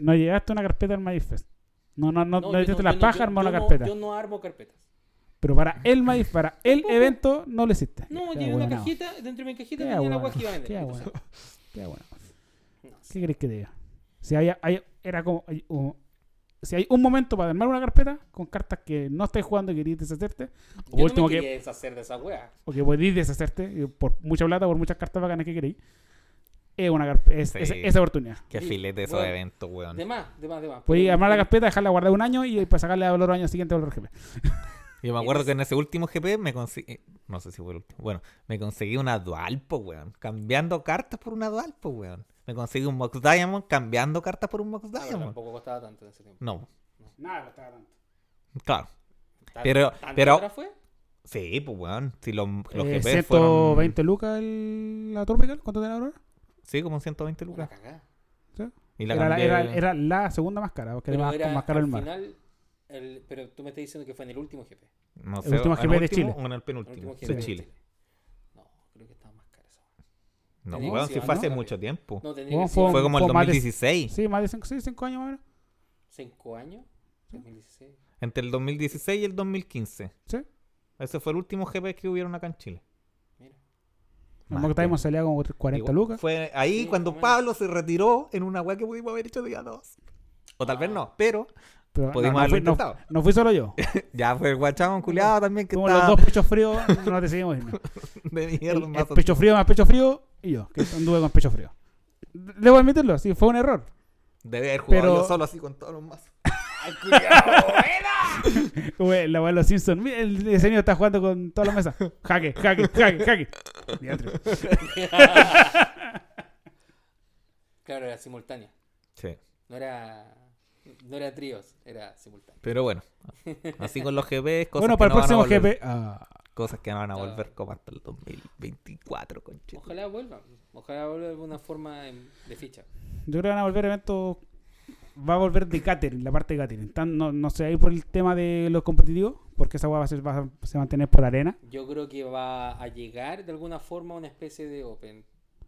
B: No llegaste a una carpeta al Manifest. No, no, no, no,
C: yo
B: le hiciste la
C: yo
B: paja,
C: yo
B: armó una
C: no-
B: carpeta.
C: yo no armo carpetas.
B: Pero para el maíz, para el
C: Tampoco.
B: evento, no lo hiciste.
C: No,
B: Qué
C: llevé una
B: ahueonao.
C: cajita, dentro de mi cajita
B: Qué
C: tenía la agua que iba
B: ahueonao,
C: a vender.
B: Qué
C: entonces,
B: ahueonao, qué ahueonao.
C: no sé.
B: ¿Qué crees que te diga? Si hay, hay- era como, hay un- si hay un momento para armar una carpeta con cartas que no estáis jugando y queréis deshacerte,
C: Yo
B: o por
C: no
B: último
C: me quería
B: que,
C: deshacer de esa wea.
B: o que podéis deshacerte eh, por mucha plata, por muchas cartas bacanas que queréis, es una carpe- es-
A: Sí.
B: es- esa oportunidad.
A: Qué
C: Sí,
A: filete esos
C: bueno.
A: eventos, weón.
C: De más, de más, de más.
B: Podéis
C: Pero-
B: armar Pues, la carpeta, dejarla guardada un año y eh, para sacarle a valor año siguiente valor jefe.
A: Yo me acuerdo que en ese último GP me conseguí. No sé si fue el último. Bueno, me conseguí una dual, po, weón. Cambiando cartas por una dual, po, weón. Me conseguí un Mox Diamond cambiando cartas por un Mox
C: Ah, pero
A: Diamond.
C: tampoco costaba tanto en ese tiempo.
A: No,
B: Nada, estaba tanto.
A: claro.
C: Tan-
A: Pero-
C: ¿tanto
A: pero-
C: atrás fue?
A: Sí, pues, weón. Si los, los
B: Eh,
A: GP
B: 120
A: fueron.
B: lucas el- la Tropical, ¿cuánto tenía ahora?
A: Sí, como 120
C: Una
A: lucas.
C: cagada.
B: ¿Sí?
A: Y la
B: Era, la,
A: cambié-
B: era, era la segunda más cara, porque
C: Pero
B: era más,
C: era
B: más cara
C: al
B: el mar.
C: final, el- pero tú me estás diciendo que fue en el último GP. en
A: No
B: El
A: sé,
B: último
A: ¿en
B: GP de Chile.
A: O en el
C: el último
A: penúltimo.
C: GP
B: de
A: de Chile.
C: No, creo que estaba más cara esa wea.
A: No,
C: Tenía que
A: weón,
C: ser
A: si fue hace
C: antes.
A: mucho tiempo.
C: No, tendría
B: Bueno,
C: que ser
A: Fue como el
B: fue más de-
A: 2016.
B: Sí, más de 5 años más o menos.
C: 5 años, 2016.
A: Entre el 2016 y el 2015.
B: Sí.
A: Ese fue el último GP que hubieron acá en Chile.
C: Mira.
B: El
A: Más
B: Mock
A: tiempo.
B: Diamond salía como 40
A: Igual-
B: lucas.
A: Fue ahí
C: Sí,
A: cuando
C: más o menos.
A: Pablo se retiró en una weá que pudimos haber hecho día 2. O tal vez
C: Ah.
A: no, pero
B: Pero
A: podíamos
B: no, no,
A: haberlo
B: fui, no,
A: intentado.
B: no fui solo yo.
A: ya fue el guachamo culiado también que
B: Como
A: estaba
B: los dos pechos fríos, no decidimos irnos.
A: de
B: El,
A: mierda
B: el
A: más
B: pecho frío más pecho frío y yo, que anduve con pecho frío. Debo admitirlo, sí, fue un error.
A: Debe haber jugado
B: pero-
A: yo solo así con todos los mazos.
C: ¡Ay, culiao, buena!
B: Como el- la weá de los Simpsons, mira, el diseño está jugando con toda la mesa. Jaque, jaque, jaque, jaque. Diantre.
C: Claro, era simultánea.
A: Sí.
C: No era, no era tríos, era simultáneo.
A: Pero bueno, así con los GPs, cosas
B: Bueno,
A: que
B: para
A: no
B: el próximo
A: van a volver,
B: GP. ah,
A: Cosas que no van a
C: No.
A: volver como hasta el 2024, conchito.
C: Ojalá vuelva. Ojalá vuelva de alguna forma en- de ficha.
B: Yo creo que van a volver eventos. Va a volver de catering, la parte de catering. Tan- no, no sé, ahí por el tema de los competitivos. porque esa hueá va a ser- va a- se va a mantener por arena.
C: Yo creo que va a llegar de alguna forma a una especie de Open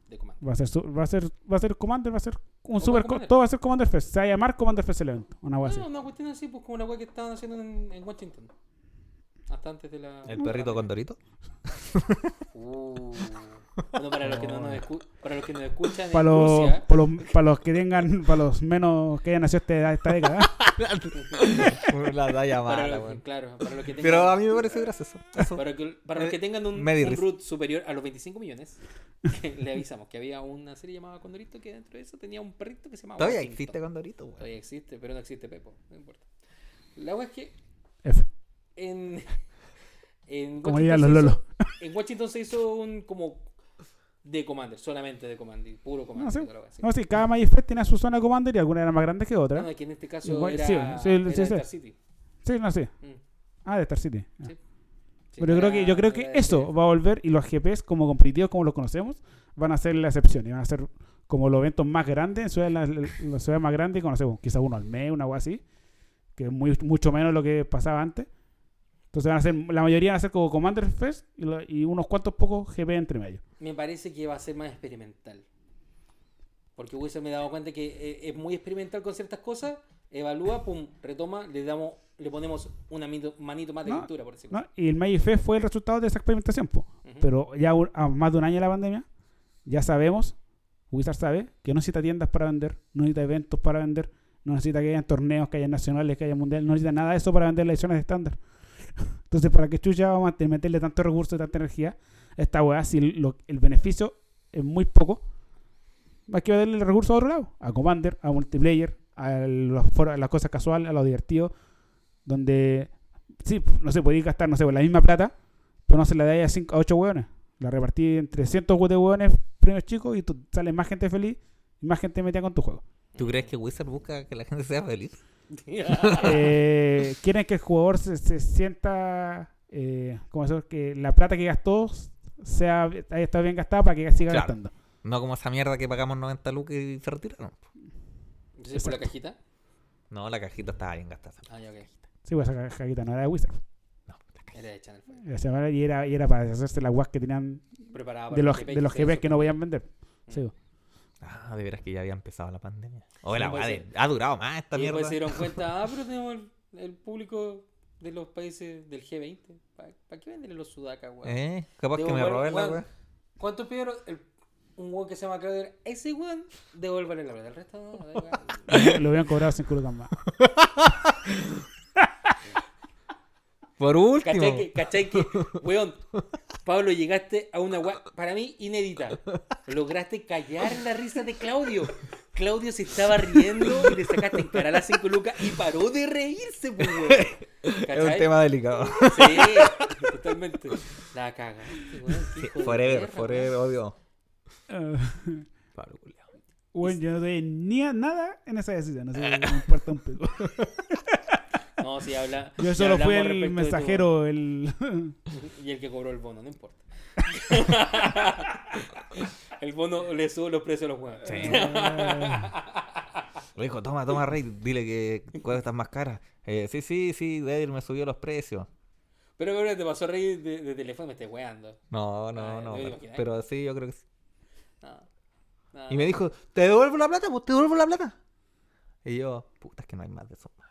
C: de comando.
B: Va a ser, su- va a ser, va a ser Commander, va a ser un
C: Open
B: super. co-
C: Commander.
B: Todo va a ser Commander Fest. Se va a llamar Commander Fest Event. Una hueá así.
C: No, una cuestión así, pues como la weá que estaban haciendo en, en Washington. Hasta antes de la.
A: El perrito con Dorito.
C: Uh. Bueno, para los que no nos, escu- para los que nos escuchan,
B: Para
C: en
B: los,
A: Ah,
C: Rusia,
B: para, los, para los que tengan, para los menos que hayan nacido esta, esta década.
A: La talla
C: para
A: mala,
C: los-
A: weón.
C: claro, para los que tengan,
A: Pero a mí me parece gracioso. Eso.
C: para que- para los que tengan un,
A: Me di
C: un
A: risa.
C: root superior a los 25 millones, le avisamos que había una serie llamada Condorito que dentro de eso tenía un perrito que se llamaba.
A: Todavía
C: Washington.
A: existe con Dorito, weón.
C: Todavía existe, pero no existe Pepo, no importa. La wea es que
B: F.
C: en. en
B: Como
C: Washington
B: dirían los
C: se hizo-
B: lolos.
C: En Washington se hizo un como de Commander, solamente de Commander, puro Commander.
B: Ah, sí.
C: toda la wea, sí.
B: No, sí, cada Magic Fest tenía su zona Commander y algunas eran más grandes que
C: No,
B: otras.
C: es que en este caso
B: Igual-
C: era,
B: sí, sí,
C: era
B: sí, sí.
C: Star City.
B: Sí, no sé.
C: Mm, sí,
B: Ah, de Star City. Ah. Pero yo
C: era-
B: creo que, yo creo
C: era
B: que
C: de
B: eso
C: Star
B: va a volver y los GPs como competitivos como los conocemos van a ser la excepción y van a ser como los eventos más grandes en ciudades, las, las ciudades más grandes que conocemos, quizás uno al mes, una cosa así, que es muy, mucho menos lo que pasaba antes. Entonces van a ser, la mayoría van a ser como Commander Fest y, lo- y unos cuantos pocos GP entre medio.
C: City. Me parece que va a ser más experimental. Porque Wilson me he dado cuenta que eh, es muy experimental con ciertas cosas, evalúa, pum, retoma, le damos le ponemos una mito- manito más de
B: No,
C: pintura, por decirlo
B: ¿no? Y el Magic Fest fue el resultado de esa experimentación. po.
C: así. Ujú.
B: Pero ya un- a más de un año de la pandemia, ya sabemos, Wizard sabe, que no necesita tiendas para vender, no necesita eventos para vender, no necesita que hayan torneos, que hayan nacionales, que haya mundiales, no necesita nada de eso para vender las ediciones estándar. Entonces, ¿para qué chucha vamos a te- meterle tanto recurso y tanta energía a esta weá si lo- el beneficio es muy poco? Hay que darle el recurso a otro lado, a Commander, a Multiplayer, a, los foros- a las cosas casuales, a lo divertido, donde, sí, no sé, podéis gastar, no sé, la misma plata, pero no se la da a 5 a 8 hueones. La repartí entre cientos de hueones premios chicos y tú sales más gente feliz y más gente metida con tu juego.
A: ¿Tú crees que Wizard busca que la gente sea feliz?
B: Eh, quieren que el jugador se, se sienta, eh, como eso, que la plata que gastó sea haya estado bien gastada para que siga
A: Claro.
B: gastando.
A: No como esa mierda que pagamos 90 lucas y se retiraron.
C: Entonces, por la cajita.
A: No, la cajita estaba bien gastada.
C: Ah, ya, ok.
B: Sí, pues esa ca- cajita no era de Wizard.
C: Era de Channel Five.
B: Era semanal Y era, y era para deshacerse las guas que tenían
C: Preparada Ah, para
B: de los,
C: GP,
B: de los
C: ustedes
B: GPs que no
C: son-
B: podían vender. Sí, pues.
A: Ah, de veras que ya había empezado la pandemia. O
C: Sí, pues
A: la
C: puede
A: madre,
C: ser.
A: ha durado más esta
C: Y
A: mierda.
C: después se dieron cuenta, ah, pero tenemos el, el público de los países del G20. ¿Para qué venderle los sudacas, weón?
A: ¿Eh? Capaz
C: Digo,
A: que me
C: bueno,
A: robé la
C: bueno,
A: weá.
C: ¿Cuánto pidieron? El- un weón que se llama Claudio, ese weón, devuélvale la plata. El resto no, da igual.
B: pues. Lo habían cobrado sin culo más.
A: Por último.
C: ¿Cachai que, cachai que, weón, Pablo, llegaste a una weá, para mí, inédita. Lograste callar la risa de Claudio. Claudio se estaba riendo y le sacaste en cara las cinco lucas y paró de reírse, pues, weón.
A: Es un tema delicado.
C: Sí, totalmente. La cagaste, weón. qué hijo de
A: Forever,
C: perra,
A: forever,
C: pues, weón.
A: odio.
B: Eh,
A: Pablo culiao.
B: bueno, yo no doy ni a nada en esa decisión. Así que me importa un pico.
C: pues. No, si habla.
B: Yo
C: si
B: solo fui
C: hablamos respecto de
B: el
C: tu-
B: mensajero, el...
C: Y el que cobró el bono, no importa. el bono le sube los precios a los juegos. Eh.
A: Le dijo, toma, toma, Rey, dile que cuestas más caras. Eh, sí, sí, sí, Dale me subió los precios.
C: Pero ahora te pasó a reír de, de teléfono, me estás weando.
A: No, no,
C: Ah,
A: no.
C: no
A: pero-
C: imagináis.
A: Pero sí, yo creo que sí.
C: No, Ah, no.
A: Y me dijo, te devuelvo la plata, pues te devuelvo la plata. Y yo, puta, es que no hay más de esos más.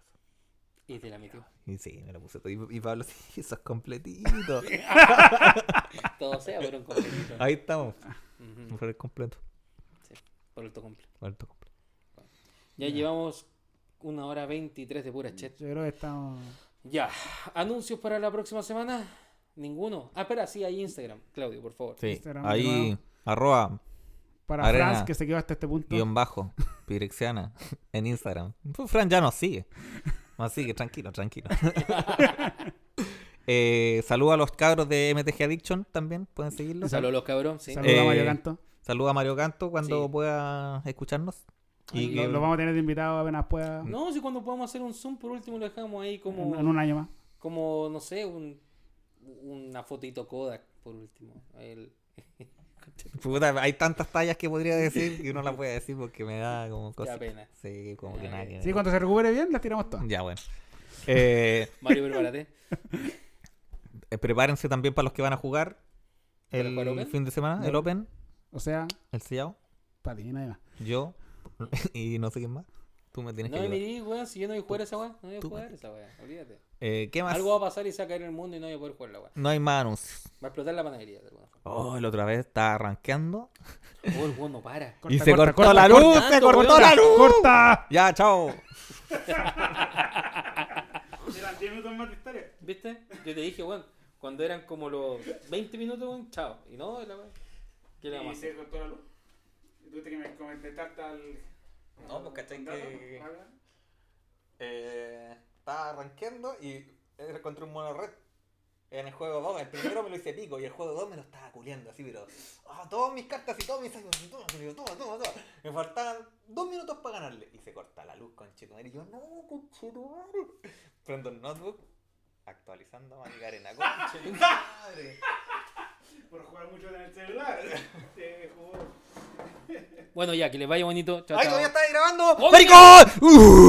C: Y te la metió.
A: Y sí, me lo puse todo. Y, y Pablo, sí, eso es completito.
C: Todo sea por un completito.
A: Ahí estamos.
C: Ujú,
A: Por el completo.
C: Por el completo.
A: Por el completo.
C: Ya llevamos una hora 23 de pura chat.
B: Yo creo que estamos...
C: Ya. ¿Anuncios para la próxima semana? Ninguno. Ah, espera, sí, hay Instagram. Claudio, por favor.
A: Sí,
B: Instagram de
A: ahí,
B: nuevo.
A: arroba,
B: Para
A: Arena.
B: Franz, que se quedó hasta este punto.
A: guión bajo, pirexiana, en Instagram. Pues Fran ya nos sigue. Nos sigue, tranquilo, tranquilo. eh, saludo a los cabros de MTG Addiction también, pueden seguirlos.
C: Saludos los cabrón, sí.
B: Saludos a
A: Eh,
B: Mario Canto.
A: Saludo a Mario Canto cuando
C: Sí.
A: pueda escucharnos.
B: Lo,
A: Y que-
B: lo vamos a tener de invitado apenas pueda.
C: No, si cuando podamos hacer un Zoom, por último lo dejamos ahí como,
B: En, en un año más.
C: como no sé, un, una fotito Kodak, por último. El-
A: Puta, hay tantas tallas que podría decir y no las voy a decir porque me da como cosas.
C: pena.
A: Sí, como que
C: Ya,
A: nada
C: ya.
A: que
B: Sí, cuando se recupere bien, las tiramos todas.
A: Ya, bueno. Eh,
C: Mario, prepárate.
A: eh, prepárense también para los que van a jugar
C: ¿Para jugar
A: el
C: Open?
A: fin de semana, el
B: Ya.
A: Open,
B: O sea,
A: el sellado,
B: para ti, nada más.
A: yo y no sé quién más. Tú me tienes
C: No
A: que
C: me
A: ayudar.
C: mirís, weón, si yo no voy a jugar esa weá, no voy a
A: tú-
C: jugar esa weá, olvídate.
A: Eh, ¿Qué más?
C: Algo va a pasar y se va a caer el mundo y no voy a poder jugar la weá.
A: No hay más anuncios.
C: Va a explotar la panadería de alguna forma.
A: Oh, la otra vez estaba arranqueando
C: Oh, el weón no para.
B: Corta,
A: y se
B: corta,
A: cortó
B: corta,
A: la luz,
B: corta,
A: se
C: tanto,
A: cortó
C: weón.
A: la luz.
B: ¡Corta!
A: Ya, chao.
C: ¿Viste? Yo te dije, weón, cuando eran como los 20 minutos, weón, chao. Y no, la weá. ¿Qué le vamos a hacer?
B: cortó la luz? ¿Tuviste que me comentarte al.?
A: No, pues, cachai que- Eh, estaba arranqueando y encontré un mono red en el juego 2. El primero me lo hice pico y el juego 2 me lo estaba culeando así, pero. ah, todas mis cartas y todos mis sacos, y todo, y todo, todo, todo. Me faltaban dos minutos para ganarle. Y se corta la luz, conchetumare. Y yo, no, conchetumare. Prendo el notebook, actualizando a mi arena, conchetumare.
B: Por jugar mucho en el celular. Te jugó.
C: Bueno, ya, que les vaya bonito. Chao,
A: ¡Ay,
C: chao.
A: todavía estaba grabando!
C: ¡Oh,
A: ¡Maricón! ¡Uh!